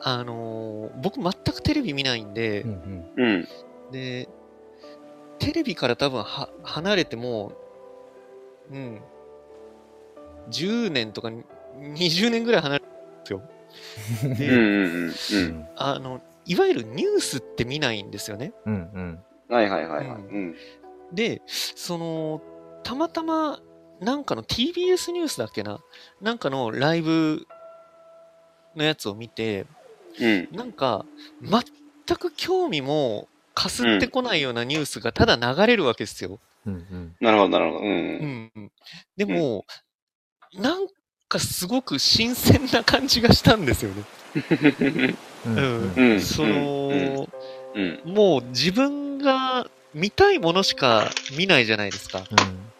Speaker 2: あのー僕全くテレビ見ないんで、
Speaker 1: うん。
Speaker 3: うん、
Speaker 2: で、テレビから多分は離れてもう、うん、10年とかに20年ぐらい離れてるんですよ。
Speaker 3: う
Speaker 2: で、
Speaker 3: ん、うん、うん。
Speaker 2: あの、いわゆるニュースって見ないんですよね。
Speaker 1: うん。うん。
Speaker 3: はいはいはいはい。
Speaker 2: う
Speaker 3: うん。
Speaker 2: で、その、たまたま、なんかの TBS ニュースだっけななんかのライブのやつを見て、
Speaker 3: うん。
Speaker 2: なんか、全く興味もかすってこないようなニュースがただ流れるわけですよ。
Speaker 1: うん。
Speaker 3: なるほど、なるほど。う。
Speaker 2: うんんうんでも、なんかすごく新鮮な感じがしたんですよね。
Speaker 1: うん。
Speaker 3: うん。
Speaker 2: そ
Speaker 3: うん
Speaker 2: の、
Speaker 3: うん。
Speaker 2: もう自分が見たいものしか見ないじゃないですか。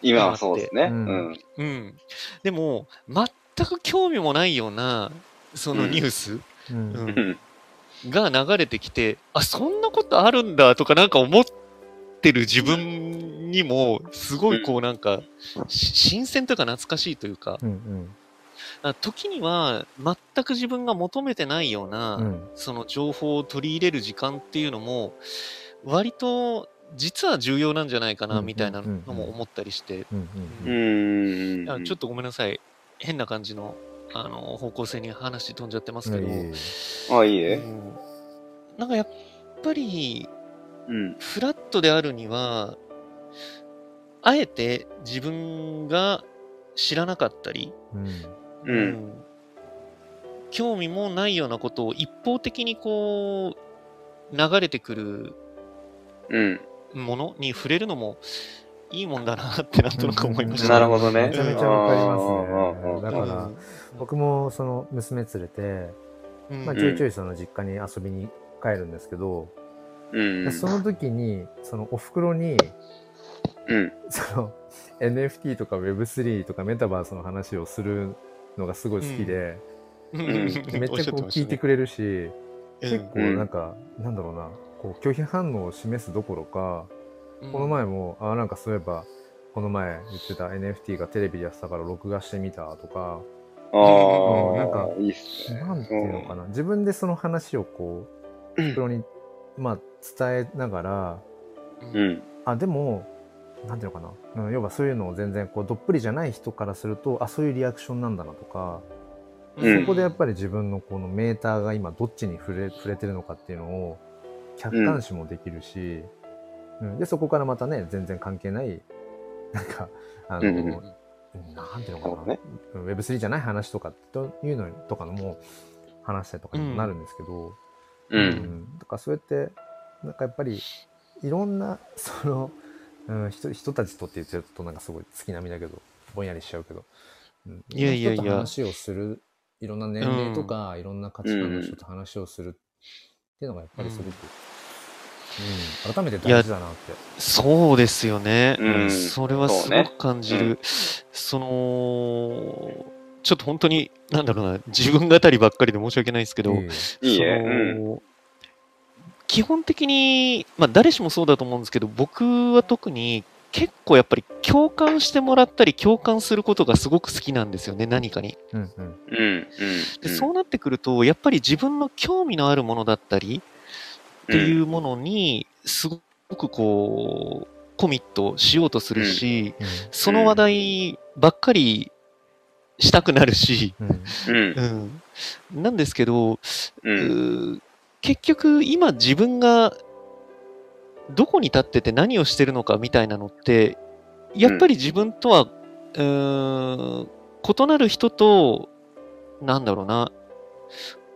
Speaker 3: 今はそうですね。う
Speaker 1: うん
Speaker 3: ん。
Speaker 2: うん。でも、全く興味もないような、その
Speaker 3: うん
Speaker 2: ニュース、
Speaker 1: うん。
Speaker 2: う
Speaker 1: うん。
Speaker 2: ん
Speaker 3: うん。
Speaker 2: が流れてきて、あ、そんなことあるんだとかなんか思ってる自分にも、すごいこうなんか、し新鮮というか懐かしいというか、
Speaker 1: うん。
Speaker 2: あ時には全く自分が求めてないような、
Speaker 1: うん。
Speaker 2: その情報を取り入れる時間っていうのも割と実は重要なんじゃないか
Speaker 1: うん
Speaker 2: な
Speaker 1: うん
Speaker 2: みたいなの
Speaker 1: うん
Speaker 2: も思ったりして、
Speaker 1: うん。
Speaker 3: うん。
Speaker 2: あちょっとごめんなさい変な感じのあの方向性に話飛んじゃってますけど、
Speaker 3: と。あ、いいえ。
Speaker 2: うんなんかやっぱり
Speaker 3: うん。
Speaker 2: フラットであるにはあえて自分が知らなかったり、
Speaker 3: うん
Speaker 2: 興味もないようなことを一方的にこう流れてくる
Speaker 3: うん。
Speaker 2: ものに触れるのもいいもんだなってなんとなく思いました。
Speaker 3: なるほどね
Speaker 1: めちゃめちゃわかりますね。だ
Speaker 3: ど
Speaker 1: か
Speaker 2: う
Speaker 1: ら
Speaker 2: ん、
Speaker 1: 僕もその娘連れて、
Speaker 2: うん
Speaker 1: まあ、ちょいちょいその実家に遊びに帰るんですけど、
Speaker 3: うん。
Speaker 1: でその時にそのおふくろに
Speaker 3: うん。
Speaker 1: その NFT とか Web3 とかメタバースの話をするのがすごい好きで、
Speaker 2: うん
Speaker 3: ん
Speaker 1: めっちゃこう聞いてくれるし、結構なんか、なんだろうなこう拒否反応を示すどころか、この、前もあなんかそういえばこの前言ってた NFT がテレビでやってたから録画してみたとか、
Speaker 3: ああ。
Speaker 1: なんか
Speaker 3: いいっすね。
Speaker 1: なんていうのかな自分でその話をこうおふくろに、まあ、伝えながら
Speaker 2: うん
Speaker 3: う
Speaker 2: うん
Speaker 3: ん。
Speaker 1: あでもなんていうのかな、うん、要はそういうのを全然こうどっぷりじゃない人からするとあそういうリアクションなんだなとか、
Speaker 3: うん
Speaker 1: そこでやっぱり自分のこのメーターが今どっちに触れ触れてるのかっていうのを客観視もできるし、うんでそこからまたね全然関係ないなんかあの、
Speaker 3: うんうん
Speaker 1: なんていうの
Speaker 3: なる
Speaker 1: か
Speaker 3: ほ
Speaker 1: な、
Speaker 3: どね。
Speaker 1: うん Web3 じゃない話とかというのとかのも話したりとかにもなるんですけど。
Speaker 3: う。
Speaker 1: うんん、だからそうやってなんかやっぱりいろんなその、うん、人人たちとって言っちゃうとなんかすごい月並みだけどぼんやりしちゃうけど、うん、
Speaker 2: いやいやいや
Speaker 1: ろんな人と話をするいろんな年齢とか、いろんな価値観の人と話をするっていうのがやっぱりすごく、うん改めて大事だなって。
Speaker 2: そうですよね、
Speaker 3: うん
Speaker 2: それはすごく感じる。そ,、の、ちょっと本当に、なんだろうな、自分語りばっかりで申し訳ないですけど、
Speaker 1: いい
Speaker 3: いい
Speaker 2: そ
Speaker 3: え。
Speaker 2: の基本的に、まあ、誰しもそうだと思うんですけど僕は特に結構やっぱり共感してもらったり共感することがすごく好きなんですよね何かに。
Speaker 1: うんうん
Speaker 3: うん。うん。
Speaker 2: でそうなってくるとやっぱり自分の興味のあるものだったりっていうものに、すごくこう、コミットしようとするし、その話題ばっかりしたくなるし、
Speaker 1: うんうん
Speaker 3: うん
Speaker 2: う。ん。なんですけど、
Speaker 3: う。
Speaker 2: うんー結局今自分がどこに立ってて何をしてるのかみたいなのってやっぱり自分とは、うーん異なる人となんだろうな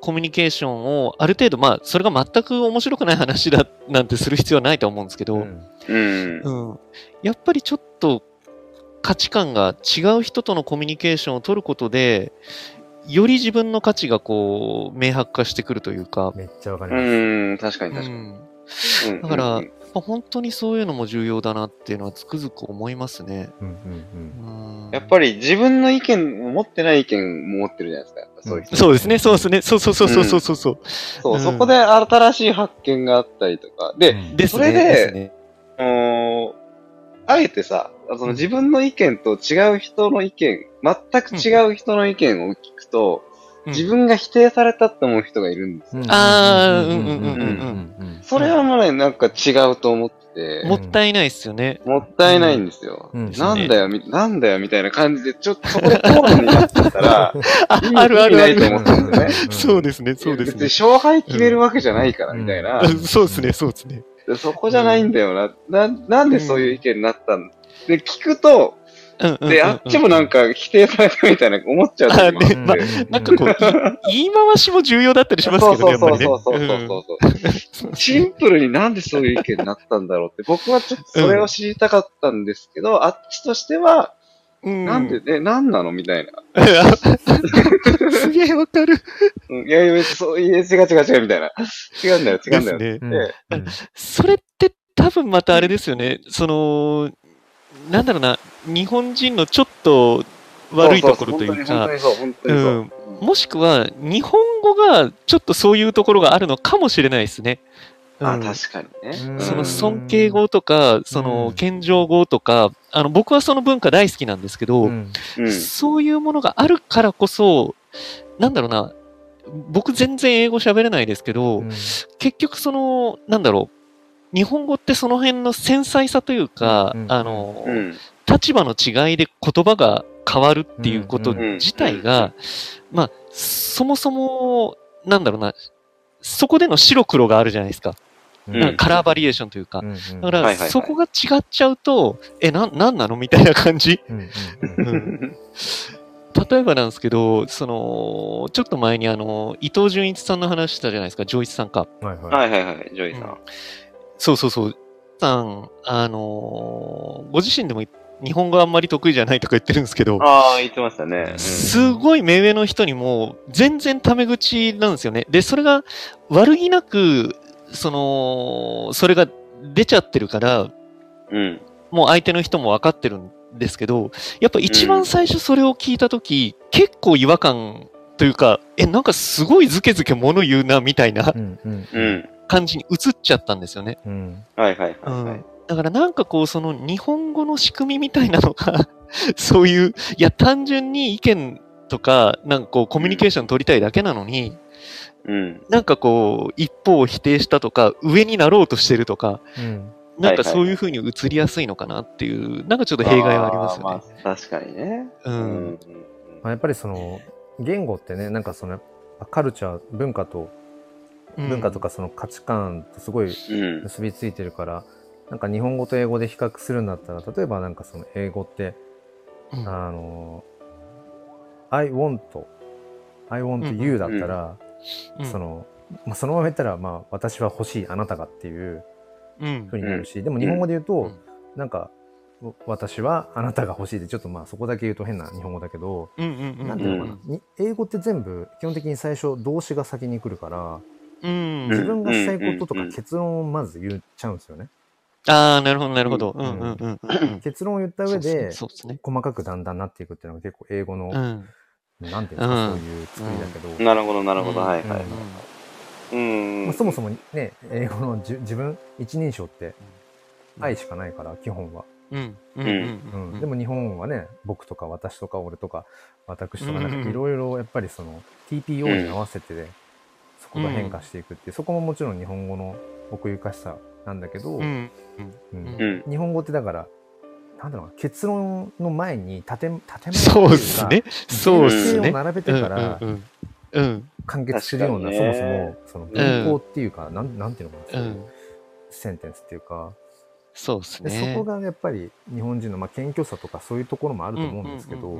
Speaker 2: コミュニケーションをある程度まあそれが全く面白くない話だなんてする必要はないと思うんですけど、
Speaker 1: うん
Speaker 3: うん。
Speaker 2: うん、やっぱりちょっと価値観が違う人とのコミュニケーションを取ることで、より自分の価値がこう、明白化してくるというか、
Speaker 1: めっちゃわかります。
Speaker 3: うん。確かに確か
Speaker 2: うん、
Speaker 3: に。うん
Speaker 2: だから
Speaker 3: うん
Speaker 2: まあ本当にそういうのも重要だなっていうのはつくづく思いますね。
Speaker 1: うんうん
Speaker 3: やっぱ
Speaker 2: り、
Speaker 3: り自分の意見を持ってない意見も持ってるじゃないですか。やっぱそういう人。
Speaker 2: そうですね、そうですね、そうそうそうそうそうそう。
Speaker 3: そう、
Speaker 2: うん
Speaker 3: そこで新しい発見があったりとか。
Speaker 1: う
Speaker 3: で、
Speaker 1: ん。
Speaker 2: です
Speaker 3: そ
Speaker 2: ね
Speaker 3: れで、
Speaker 2: ね
Speaker 3: あのあえてさ、その自分の意見と違う人の意見、全く違う人の意見を聞くと、
Speaker 2: うん
Speaker 3: 自分が否定されたって思う人がいるんです。
Speaker 2: あーうんうん
Speaker 3: うんうん
Speaker 1: うん
Speaker 3: それはもうね、なんか違うと思って
Speaker 2: もったいないですよね。
Speaker 3: て、もったいないんですよ。
Speaker 1: うん
Speaker 3: なんだよ、みなんだよ、みたいな感じで、ちょっとそこで討論になっちゃったら、
Speaker 2: あ、
Speaker 3: 意味
Speaker 2: あるあるあ
Speaker 3: 意味ないと
Speaker 2: る。
Speaker 3: 思ったんだよね。
Speaker 2: そうですね、そうです
Speaker 3: 別に
Speaker 2: ね。
Speaker 3: 勝敗決めるわけじゃないから、
Speaker 1: うん
Speaker 3: みたいな
Speaker 1: う。ん
Speaker 2: そうですね、そうですね。
Speaker 3: でそこじゃないんだよな。な、なんでそういう意見になったんで、聞くと、
Speaker 2: うんうんうんうん
Speaker 3: で、あっちもなんか否定されたみたいな思っちゃう時もあって
Speaker 2: あねまなんかこう、い言い回しも重要だったりします
Speaker 3: そ
Speaker 2: け
Speaker 3: う
Speaker 2: どね、
Speaker 3: そ
Speaker 2: やっ
Speaker 3: う
Speaker 2: ぱ
Speaker 3: そ
Speaker 2: り
Speaker 3: う
Speaker 2: ね。
Speaker 3: そうそうそうそう。シンプルになんでそういう意見になったんだろうって、僕はちょっとそれを知りたかったんですけど、あっちとしては、
Speaker 2: うん
Speaker 3: なんで、え、なんなのみたいな。
Speaker 2: うんすげえわかる。
Speaker 3: うん、いやいや、そう、いや、違う違う違うみたいな。違うんだよ、違うんだよ。
Speaker 2: ですね。
Speaker 3: で
Speaker 2: それって多分またあれですよね。その、なんだろうな、日本人のちょっと悪いところという
Speaker 3: 本
Speaker 2: か、
Speaker 3: 当にそう、本当
Speaker 2: う
Speaker 3: にそう。
Speaker 2: ん、もしくは日本語がちょっとそういうところがあるのかもしれないですね。うん
Speaker 3: あ、確かにね。
Speaker 2: そ
Speaker 1: うん
Speaker 2: の尊敬語とか、そうの
Speaker 1: ん
Speaker 2: 謙譲語とか、あの僕はその文化大好きなんですけど、
Speaker 3: うん。
Speaker 2: そういうものがあるからこそ、なんだろうな、僕全然英語喋れないですけど、結局その、なんだろう、日本語ってその辺の繊細さというか、
Speaker 1: うんうん
Speaker 2: あの、
Speaker 3: うん。
Speaker 2: 立場の違いで言葉が変わるっていうこと
Speaker 1: うんうん
Speaker 3: うん
Speaker 2: 自体が、まあ、そもそも、なんだろうな、そこでの白黒があるじゃないですか。
Speaker 3: うん
Speaker 2: なんかカラーバリエーションというか。だか
Speaker 3: はい
Speaker 2: ら、
Speaker 3: はいはい
Speaker 2: そこが違っちゃうと、え、な、なんなのみたいな感じ。うん例えばなんですけど、その、ちょっと前にあの、伊藤純一さんの話したじゃないですか、上一さんか。
Speaker 1: はいは。
Speaker 3: はいいはいはい、ジョイさん。
Speaker 2: そうそうそう。さん、あのーご自身でも日本語あんまり得意じゃないとか言ってるんですけど、
Speaker 3: ああ、言ってましたね。
Speaker 2: すごい目上の人にも全然タメ口なんですよね。で、それが悪気なく、その、それが出ちゃってるから、
Speaker 3: うん。
Speaker 2: もう相手の人も分かってるんですけど、やっぱ一番最初それを聞いたとき、結構違和感というか、え、なんかすごいズケズケ物言うな、みたいな
Speaker 1: うんうん
Speaker 3: うん。うん。
Speaker 2: 感じに映っちゃったんですよね。
Speaker 1: うん
Speaker 3: はいはい
Speaker 2: う
Speaker 3: はいはい。
Speaker 2: ん。だからなんかこう、その日本語の仕組みみたいなのが、 そういう、いや、単純に意見とか、なんかこう、コミュニケーション取りたいだけなのに、
Speaker 3: うん。
Speaker 2: なんかこう、一方を否定したとか、上になろうとしてるとか、
Speaker 1: うん
Speaker 2: なんかそういう風に映りやすいのかなっていう、なんかちょっと弊害はありますよね。
Speaker 3: あーまあ確かにね。
Speaker 2: う。。
Speaker 3: うん
Speaker 1: まあやっぱりその言語ってねなんかそのカルチャー文化と
Speaker 2: うん
Speaker 1: 文化とかその価値観とすごい
Speaker 3: うん。
Speaker 1: 結びついてるからなんか日本語と英語で比較するんだったら例えばなんかその英語って
Speaker 2: うん
Speaker 1: あの I want I want you だったら、
Speaker 2: うん
Speaker 1: その、まあ、そのまま言ったら、まあ、私は欲しいあなたがっていう
Speaker 2: うん
Speaker 1: ふうになるし、でも日本語で言うと、
Speaker 2: うん
Speaker 1: なんか、わ私はあなたが欲しいで、ちょっとまあそこだけ言うと変な日本語だけど、
Speaker 2: うんうんうん
Speaker 1: なんていうのかな、に英語って全部基本的に最初動詞が先に来るから、
Speaker 2: うん
Speaker 3: う
Speaker 1: 自
Speaker 3: ん
Speaker 1: 分がしたいことと
Speaker 3: う
Speaker 1: か
Speaker 3: ん
Speaker 1: 結論をまず言っちゃうんですよね。
Speaker 2: ああ、なるほど、なるほど。う
Speaker 1: うん
Speaker 2: んうんうんうん。
Speaker 1: 結論を言った
Speaker 2: そ
Speaker 1: 上
Speaker 2: うですね
Speaker 1: で、
Speaker 2: そうですね。
Speaker 1: 細かくだんだんなっていくっていうのが結構英語の、
Speaker 2: うん。
Speaker 1: なんていうんですか、
Speaker 2: う
Speaker 1: そ
Speaker 2: ん
Speaker 1: ういう作りだけど、
Speaker 3: なるほど、なるほど。
Speaker 2: うん
Speaker 3: はいはい。うん。
Speaker 1: まあ、そも
Speaker 3: も。
Speaker 1: そもね、英語のじゅ自分一人称って愛しかないから、基本は。
Speaker 2: うんうん
Speaker 1: うん
Speaker 2: う
Speaker 1: で
Speaker 2: ん
Speaker 1: も日本はね僕とか私とか俺とか私とか
Speaker 2: うん
Speaker 1: な
Speaker 2: う
Speaker 1: ん
Speaker 2: うん
Speaker 1: んかいろいろやっぱりその TPO に合わせてで、そこが変化していくっていう、そこももちろん日本語の奥ゆかしさなんだけど、
Speaker 2: うん。
Speaker 1: うん
Speaker 2: うん
Speaker 3: うん。
Speaker 1: 日本語ってだからなんだろうな結論の前に建て建
Speaker 2: そ
Speaker 1: 前といか
Speaker 2: うですね。そうで
Speaker 1: 前
Speaker 2: す
Speaker 1: 提
Speaker 2: ね
Speaker 1: を。並べ
Speaker 2: う
Speaker 1: て
Speaker 2: ん。
Speaker 1: から
Speaker 2: うん。うん。
Speaker 1: 完結するような、
Speaker 3: 確
Speaker 1: そ
Speaker 3: かに
Speaker 1: も
Speaker 3: ね
Speaker 1: そもその文法っていうか、なんなんていうのか
Speaker 2: う
Speaker 1: な、
Speaker 2: ん。
Speaker 1: センテンスっていうか
Speaker 2: そうです
Speaker 1: で、
Speaker 2: ね。
Speaker 1: そこがやっぱり日本人の、まあ、謙虚さとかそういうところもあ
Speaker 2: あ
Speaker 1: ると思うんですけど、
Speaker 2: う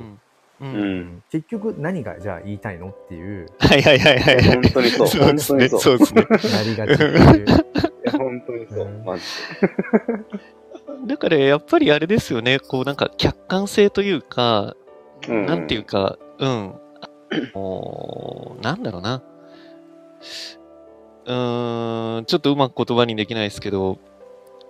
Speaker 2: ん。う
Speaker 3: うん
Speaker 2: うん
Speaker 3: ん。
Speaker 1: 結局何がじゃあ言いたいのって いう
Speaker 2: はいはいはいはいはい。
Speaker 3: 本当にそう
Speaker 2: そうですね。
Speaker 3: 本当にそう
Speaker 2: そうですね。
Speaker 1: なりがちっていう。
Speaker 3: いや、本当にそうう。
Speaker 1: ん
Speaker 3: マジ
Speaker 2: だからやっぱりあれですよね、こうなんか客観性というか、
Speaker 3: うん
Speaker 2: なんていうか、うん、もう、なんだろうな。うーん、ちょっとうまく言葉にできないですけど、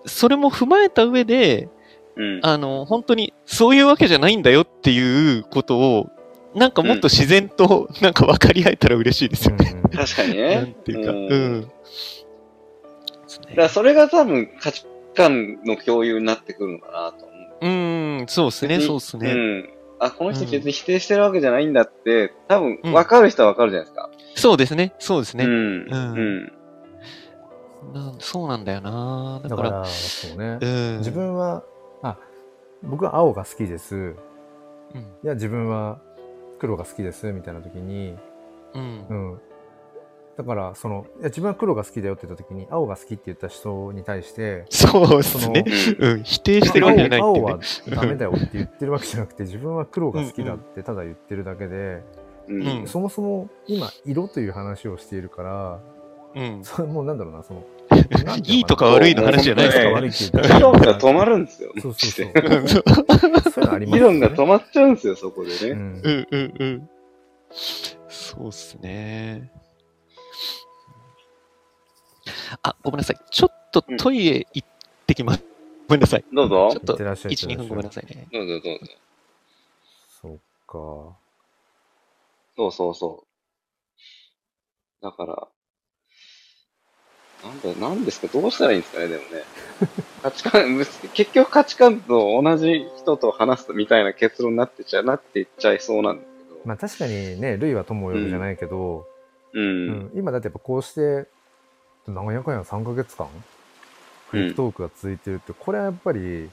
Speaker 2: それも踏まえた上で、
Speaker 3: で。うん。
Speaker 2: あの、本当にそういうわけじゃないんだよっていうことを、なんかもっと自然と、なんか分かり合えたら嬉しいですよね。
Speaker 1: うん
Speaker 3: 確かに
Speaker 2: な
Speaker 3: ね
Speaker 2: ん。ていうか、
Speaker 3: う
Speaker 2: うんん。です
Speaker 3: だから
Speaker 2: ね
Speaker 3: それが多分価値観の共有になってくるのかなと思う。
Speaker 2: うーん、そうですね、そうですね。
Speaker 3: うん。あ、この人別に否定してるわけじゃないんだって、多分
Speaker 2: うん
Speaker 3: 分かる人は分かるじゃないですか。
Speaker 2: そうですね、そうですね
Speaker 3: う。ん。
Speaker 2: うん
Speaker 3: うん。
Speaker 2: なんそうなんだよなだ
Speaker 1: だ
Speaker 2: か
Speaker 1: かららそうね、
Speaker 2: うん、
Speaker 1: 自分はあ僕は青が好きです
Speaker 2: うん
Speaker 1: いや自分は黒が好きですみたいな時に、
Speaker 2: うん
Speaker 1: うん、だからそのいや自分は黒が好きだよって言った時に青が好きって言った人に対して
Speaker 2: そうで
Speaker 1: そ
Speaker 2: す
Speaker 1: の
Speaker 2: ね、うん、否定してるわけじゃない
Speaker 1: 青
Speaker 2: ってい
Speaker 1: 青
Speaker 2: うね
Speaker 1: はダメだよって言ってるわけじゃなくて自分は黒が好きだってただ言ってるだけで、
Speaker 3: う
Speaker 2: うん
Speaker 3: ん。
Speaker 1: そもそも今色という話をしているから
Speaker 2: うん
Speaker 1: それもうなんだろうなそのなんていうのかない
Speaker 2: いとか悪いの話じゃないです
Speaker 1: い
Speaker 2: か
Speaker 1: いとか悪いっていう
Speaker 2: らね
Speaker 1: か
Speaker 3: 議論が止まるんです よ。
Speaker 1: そうそうそう
Speaker 3: マジで
Speaker 2: うんそう
Speaker 1: そういうのあります
Speaker 3: 議論が止まっちゃうんですよ、そこで
Speaker 1: う
Speaker 3: ね。
Speaker 1: ん
Speaker 2: うんうんうんそうっすねあごめんなさいちょっとトイレ行ってきます、ごめんなさい
Speaker 3: どうぞ
Speaker 2: ちょっ
Speaker 1: いっ
Speaker 2: と
Speaker 1: てらっしゃい
Speaker 2: 12分ごめんな
Speaker 1: さ
Speaker 2: さいね
Speaker 3: どうぞどうぞ。
Speaker 1: いそ
Speaker 3: そうそうそう。だから、なんだ、なんですか、どうしたらいいんですか ね、でもね。価値観、む結局価値観と同じ人と話すみたいな結論になってちゃ、なっていっちゃいそうなんだけど
Speaker 1: っ。かまあ確かにねルイは友を呼ぶじゃないけど、
Speaker 3: う。
Speaker 1: うんん今だってやっぱこうして長やかんや3ヶ月間クリプトークが続いてるって、これはやっぱり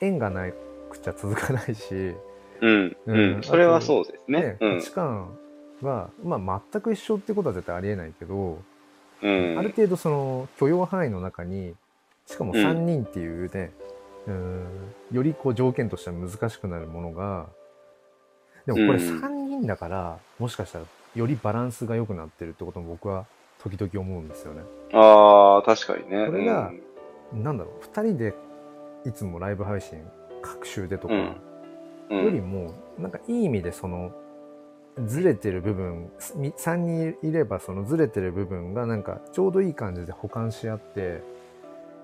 Speaker 1: 縁がないくちゃ続かないし、
Speaker 3: うん。
Speaker 1: う
Speaker 3: うんん。それはそうですね
Speaker 1: ね。
Speaker 3: うん
Speaker 1: 価値観は、まあ、全く一緒ってことは絶対ありえないけど、
Speaker 3: うん。
Speaker 1: ある程度その許容範囲の中にしかも
Speaker 3: うん
Speaker 1: 3人っていうね、うーんよりこう条件としては難しくなるものがでもこれ
Speaker 3: うん
Speaker 1: 3人だから、もしかしたらよりバランスが良くなってるってことも僕は時々思うんですよね。
Speaker 3: ああ、確かにね。
Speaker 1: これが
Speaker 3: うん
Speaker 1: なんだろう2人でいつもライブ配信各週でとか、
Speaker 3: うんう
Speaker 1: より
Speaker 3: ん。
Speaker 1: もなんかいい意味でそのずれてる部分3人いればそのずれてる部分がなんかちょうどいい感じで補完し合って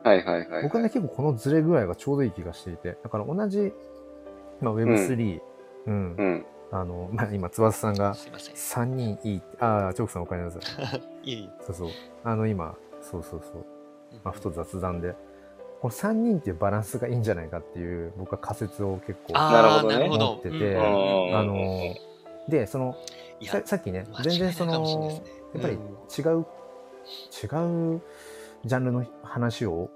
Speaker 3: はいはいはい。
Speaker 1: 僕はね結構このずれ具合がちょうどいい気がしていてだから同じ、まあ、Web3、うん
Speaker 3: うん。
Speaker 1: あのまあ、今翼さんが
Speaker 2: すいません
Speaker 1: 3人いいってああチョークさんおかえりなさい
Speaker 2: いい、
Speaker 1: そうそうあの今そうそうそう、まあ、ふと雑談でこの3人っていうバランスがいいんじゃないかっていう僕は仮説を結構
Speaker 2: あー
Speaker 3: なる
Speaker 1: ど
Speaker 3: ほ
Speaker 1: ね
Speaker 2: なるほど
Speaker 1: 持ってて
Speaker 2: うん
Speaker 3: うん
Speaker 1: あのでその
Speaker 2: いや
Speaker 1: ささっきね
Speaker 2: 間
Speaker 1: 全
Speaker 2: 違いな
Speaker 1: 然
Speaker 2: い
Speaker 1: そ
Speaker 2: かもしれない
Speaker 1: の
Speaker 2: ですね
Speaker 1: やっぱり
Speaker 2: うん
Speaker 1: 違う、違うジャンルの話を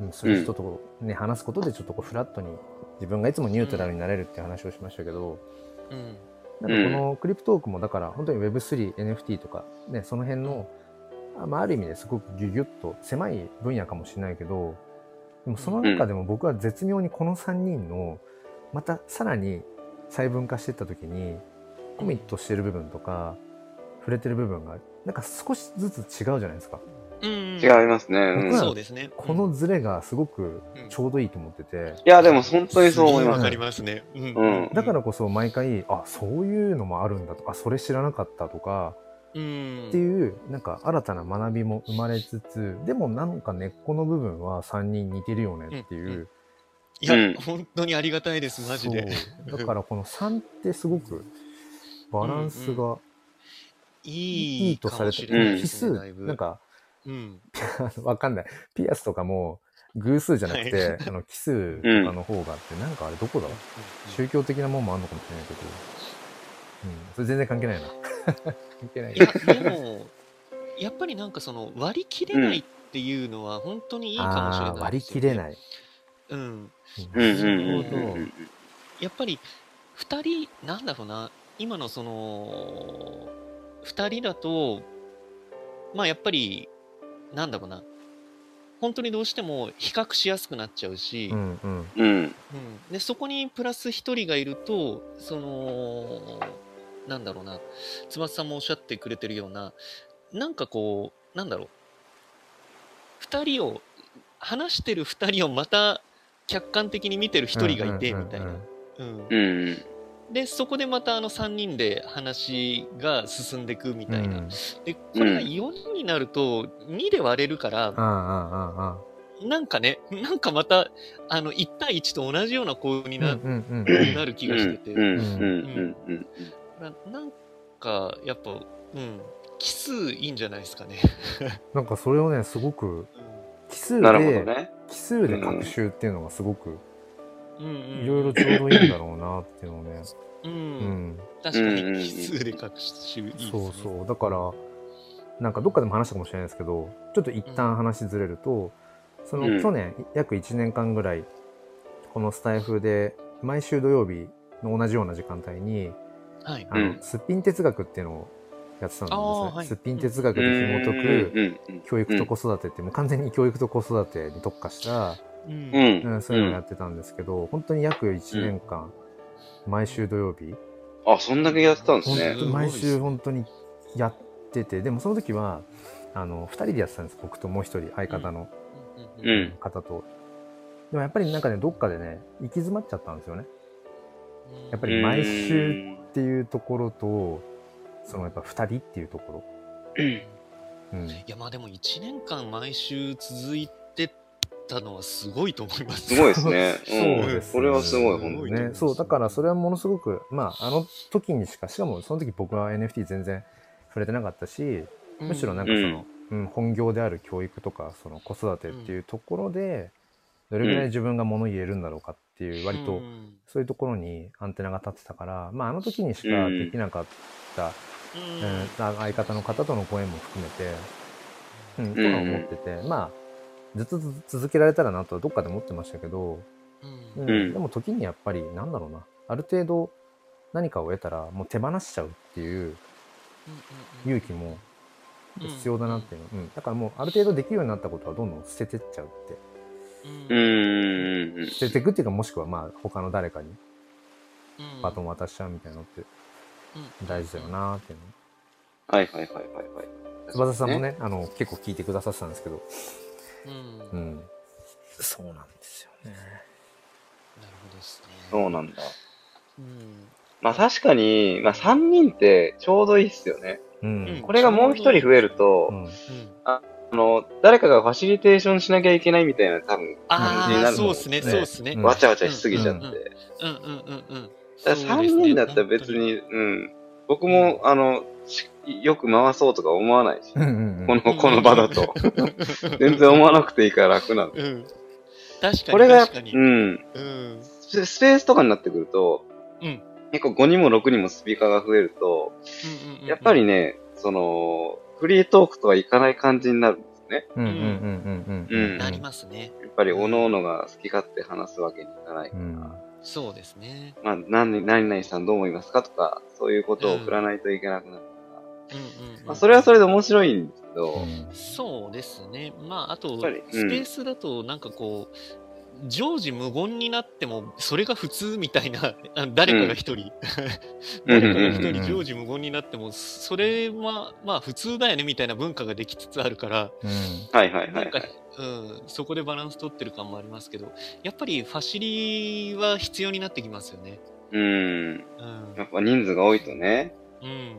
Speaker 1: うんする人とね、話すことでちょっとこうフラットに自分がいつもニュートラルになれるっていう話をしましたけど、
Speaker 2: うん
Speaker 1: なんかこのクリプトークもだから本当に Web3NFT とかねその辺の、あまあ、ある意味ですごくギュギュッと狭い分野かもしれないけどでもその中でも僕は絶妙にこの3人のまたさらに細分化していった時にコミットしてる部分とか触れてる部分がなんか少しずつ違うじゃないですか。
Speaker 2: うん
Speaker 3: 違いますね。うん。
Speaker 1: 僕ら
Speaker 2: そうですね
Speaker 1: このズレがすごく
Speaker 2: うん
Speaker 1: ちょうどいいと思ってて、
Speaker 3: いや、でも本当にそう思いま
Speaker 2: わ
Speaker 3: す
Speaker 2: か。りますね。うん
Speaker 3: うん
Speaker 1: だから、こそ毎回あそういうのもあるんだとかそれ知らなかったとか
Speaker 2: うん、
Speaker 1: っていうなんか新たな学びも生まれつつでもなんか根っこの部分は3人似てるよねっていう、
Speaker 2: いや、
Speaker 3: うん
Speaker 2: 本当にありがたいです、マジで。
Speaker 1: そうだからこの3ってすごくバランスが
Speaker 2: いい
Speaker 1: いいとされて
Speaker 3: うん
Speaker 1: る比数
Speaker 2: だいぶ
Speaker 1: なん、か
Speaker 2: うん、
Speaker 1: あのわかんないピアスとかも偶数じゃなくて、あの奇数とかの方があって、なんかあれどこだ宗教的なもんもあるのかもしれない けど、うん、それ全然関係ないな関係ない
Speaker 2: いや、でも、やっぱりなんかその割り切れないっていうのは本当にいいかもしれ
Speaker 1: あ
Speaker 2: な
Speaker 1: ー
Speaker 2: い、
Speaker 1: 割り切れ
Speaker 2: い。
Speaker 1: ない。
Speaker 2: うん。
Speaker 3: うんうんうん
Speaker 1: なるほど
Speaker 2: やっぱり2人、なんだろうな、今のその、2人だと、まあやっぱり、なんだろうな、本当にどうしても比較しやすくなっちゃうし、
Speaker 1: うんうん。
Speaker 3: うんうん。
Speaker 2: うん、でそこにプラス1人がいるとそのなんだろうな翼さんもおっしゃってくれてるようななんかこうなんだろう2人を話してる2人をまた客観的に見てる1人がいて
Speaker 1: うんうんうんうん
Speaker 2: みたいな、うん
Speaker 3: うんうん。
Speaker 2: でそこでまたあの3人で話が進んでいくみたいな、
Speaker 1: うん
Speaker 2: でこれが4人になると2で割れるから、
Speaker 1: ああ
Speaker 2: なんかね、なんかまた、あの、1対1と同じような構図に
Speaker 1: ああああ。
Speaker 2: な,、
Speaker 1: うんうん うん
Speaker 2: なる気がしてて、
Speaker 3: うんうんうんうん
Speaker 2: ななんか、やっぱ、うん、奇数いいんじゃないですかね。
Speaker 1: なんかそれをね、すごく奇
Speaker 3: う
Speaker 1: 数
Speaker 3: ん。なるほど
Speaker 1: で、
Speaker 3: ね。
Speaker 1: 奇数で学習っていうのがすごく
Speaker 2: うん、うん、
Speaker 1: いろいろちょうどいいんだろうなっていうのをね。
Speaker 2: う、
Speaker 1: うんん。
Speaker 2: 確か
Speaker 3: うんうんうん
Speaker 2: に奇数で隠しいいですね。
Speaker 1: そうそう。だから、なんかどっかでも話したかもしれないですけど、ちょっと一旦話ずれると、その
Speaker 3: うん
Speaker 1: 去年、約1年間ぐらい、このスタイフで、毎週土曜日の同じような時間帯に、
Speaker 2: はい。
Speaker 1: あの、
Speaker 3: うん
Speaker 1: すっぴん哲学っていうのをやってたんですね。
Speaker 2: あーはい
Speaker 1: すっぴん哲学
Speaker 3: う
Speaker 1: で紐解く、
Speaker 3: んうん
Speaker 1: 教育と子育てって、もう完全に教育と子育てに特化した、
Speaker 2: う。
Speaker 3: うんん。
Speaker 1: う、
Speaker 3: うんん。
Speaker 1: そういうのをやってたんですけど、本当に約1年間、毎週土曜日、
Speaker 3: あ、そんだけやってたんです
Speaker 1: 本
Speaker 3: ね。
Speaker 1: 当毎週本当にやってて、でもその時は、あの、2人でやってたんです、僕ともう1人、相方の
Speaker 2: うんうん
Speaker 3: ん
Speaker 1: 方と。でもやっぱりなんかね、どっかでね、行き詰まっちゃったんですよね。
Speaker 2: うん
Speaker 1: やっぱり毎週っていうところと、そのやっぱ2人っていうところ。うん。
Speaker 2: いや、まあでも1年間毎週続いてたのはすごいと思います。
Speaker 3: すごいですね。
Speaker 1: そう
Speaker 3: う
Speaker 2: で
Speaker 3: ん。
Speaker 2: すね
Speaker 3: これはすごい、本
Speaker 2: す
Speaker 3: 当
Speaker 2: ご
Speaker 3: に。
Speaker 2: いと思い
Speaker 1: ね
Speaker 2: ま、す
Speaker 1: そうだからそれはものすごくまああの時にしかしかもその時僕は NFT 全然触れてなかったし
Speaker 2: うん。
Speaker 1: むしろなんかその、うん本業である教育とかその子育てっていうところでどれぐらい自分が物言えるんだろうかっていう割
Speaker 2: う
Speaker 1: と
Speaker 2: ん
Speaker 1: そういうところにアンテナが立ってたから、まあ、あの時にしかできなかった、
Speaker 2: うん
Speaker 1: うん相方の方とのご縁も含めて、うん、とは思ってて、まあずっと続けられたらなとはどっかで思ってましたけど、
Speaker 2: うん
Speaker 1: う
Speaker 2: うんん
Speaker 3: うん
Speaker 1: でも時にやっぱりなんだろうなある程度何かを得たらもう手放しちゃうっていう勇気も必要だなっていうの、うんだからもうある程度できるようになったことはどんどん捨ててっちゃうって
Speaker 3: うんうんうん。
Speaker 1: 捨てていくっていうかもしくはまあ他の誰かに
Speaker 2: うん
Speaker 1: バトン渡しちゃうみたいなのって大事だよ。なっていうの、
Speaker 3: はいはいはいはいはい。
Speaker 1: 翼さんも。ねあの結構聞いてくださってたんですけど、
Speaker 2: うんうんうん
Speaker 1: う
Speaker 2: なる
Speaker 1: ん、そうなんですよね
Speaker 2: ほどですね。
Speaker 3: そうなんだ。
Speaker 2: うん
Speaker 3: まあ確かに、まあ3人ってちょうどいいっすよね。
Speaker 1: うん、
Speaker 2: うん
Speaker 3: これがもう1人増えると、
Speaker 1: うん
Speaker 2: うん
Speaker 3: あの、誰かがファシリテーションしなきゃいけないみたいな多分感じに
Speaker 2: あ
Speaker 3: な
Speaker 2: あ、
Speaker 3: る
Speaker 2: そう
Speaker 3: の
Speaker 2: ですね、
Speaker 1: ね
Speaker 2: そうですね。
Speaker 1: う
Speaker 2: うんん
Speaker 3: わちゃわちゃしすぎちゃって。
Speaker 2: うんうんうんうんうん。
Speaker 3: だから3人だったら別
Speaker 2: そうですね。
Speaker 3: に、うん。僕も、あの、しよく回そうとか思わないし、
Speaker 1: うんうん
Speaker 3: こ
Speaker 1: うん
Speaker 3: の、この場だと。全然思わなくていいから楽なの。
Speaker 2: うん。確か
Speaker 3: これ
Speaker 2: に、
Speaker 3: が
Speaker 2: 確か、に。
Speaker 3: うん。
Speaker 2: うん。
Speaker 3: ススペースとかになってくると、
Speaker 2: うん
Speaker 3: 結構5人も6人もスピーカーが増えると、やっぱ
Speaker 2: ね、
Speaker 3: りね、その、フリートークとはいかない感じになるんですね。
Speaker 1: うんうんうんうん
Speaker 3: うん
Speaker 2: なりますね。
Speaker 3: やっぱり、各々が好き勝手話すわけにいかない。
Speaker 1: うん
Speaker 2: そうですね。
Speaker 3: まあ、何、何々さんどう思いますかとか、そういうことを振らないといけなくなる。
Speaker 2: うんうん。
Speaker 3: まあ、それはそれで面白いんですけど、
Speaker 2: そうですね。まあ、あと、
Speaker 3: ぱりうん
Speaker 2: スペースだと、なんかこう、常時無言になっても、それが普通みたいな、あ誰かが一人、
Speaker 3: うん
Speaker 2: 誰かが一
Speaker 1: うんうんうん
Speaker 2: 人常時無言になっても、それは、まあ、普通だよねみたいな文化ができつつあるから、
Speaker 1: うん
Speaker 3: はいはいは
Speaker 2: ないん
Speaker 3: は
Speaker 2: か
Speaker 3: い。、
Speaker 2: うん、そこでバランス取ってる感もありますけど、やっぱりファシリは必要になってきますよね。
Speaker 3: うん。
Speaker 2: うん。
Speaker 3: やっぱ人数が多いとね、
Speaker 2: うん。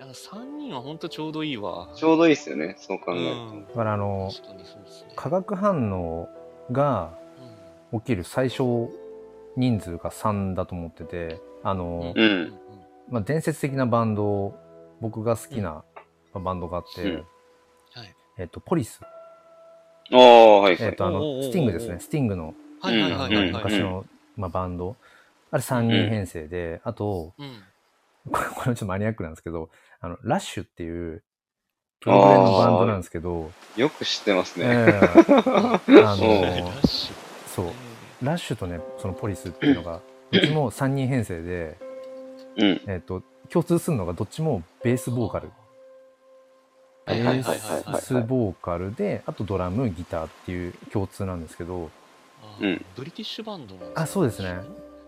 Speaker 2: だから3人は本当ちょうどいいわ。
Speaker 3: ちょうどいいっすよね、そう考
Speaker 2: う
Speaker 3: える
Speaker 2: ん。
Speaker 1: だからあの
Speaker 2: 確かにそうですね。
Speaker 1: 化学反応が起きる最小人数が3だと思っててあ
Speaker 2: うん
Speaker 1: の、
Speaker 3: うん
Speaker 1: まあ、伝説的なバンド僕が好きなまあバンドがあって、
Speaker 3: うん
Speaker 2: はい。
Speaker 1: えっと、ポリス、
Speaker 3: と。ああ、はいは
Speaker 1: えっ
Speaker 3: い。
Speaker 1: と、あの
Speaker 2: おうおうおうおう
Speaker 1: スティングですねスティングの
Speaker 2: はいはいはいはい、はい。
Speaker 1: 昔の、まあ、バンドあれ3人編成で、あと
Speaker 2: うん。
Speaker 1: これこれちょっとマニアックなんですけどあのラッシュっていうこれぐらいのバンドなんですけど、
Speaker 3: よく知ってます
Speaker 1: え
Speaker 3: ね。
Speaker 1: えあ
Speaker 3: うん
Speaker 1: の、そう、ラッシュとね、そのポリスっていうのが、どっちも3人編成で、
Speaker 3: うん。
Speaker 1: えっ、と、共通するのがどっちもベースボーカル。
Speaker 3: はいはいはいはいはい
Speaker 1: ベースボーカルで、あとドラム、ギターっていう共通なんですけど、
Speaker 3: うん
Speaker 2: ブリティッシュバンドの
Speaker 1: あそうですね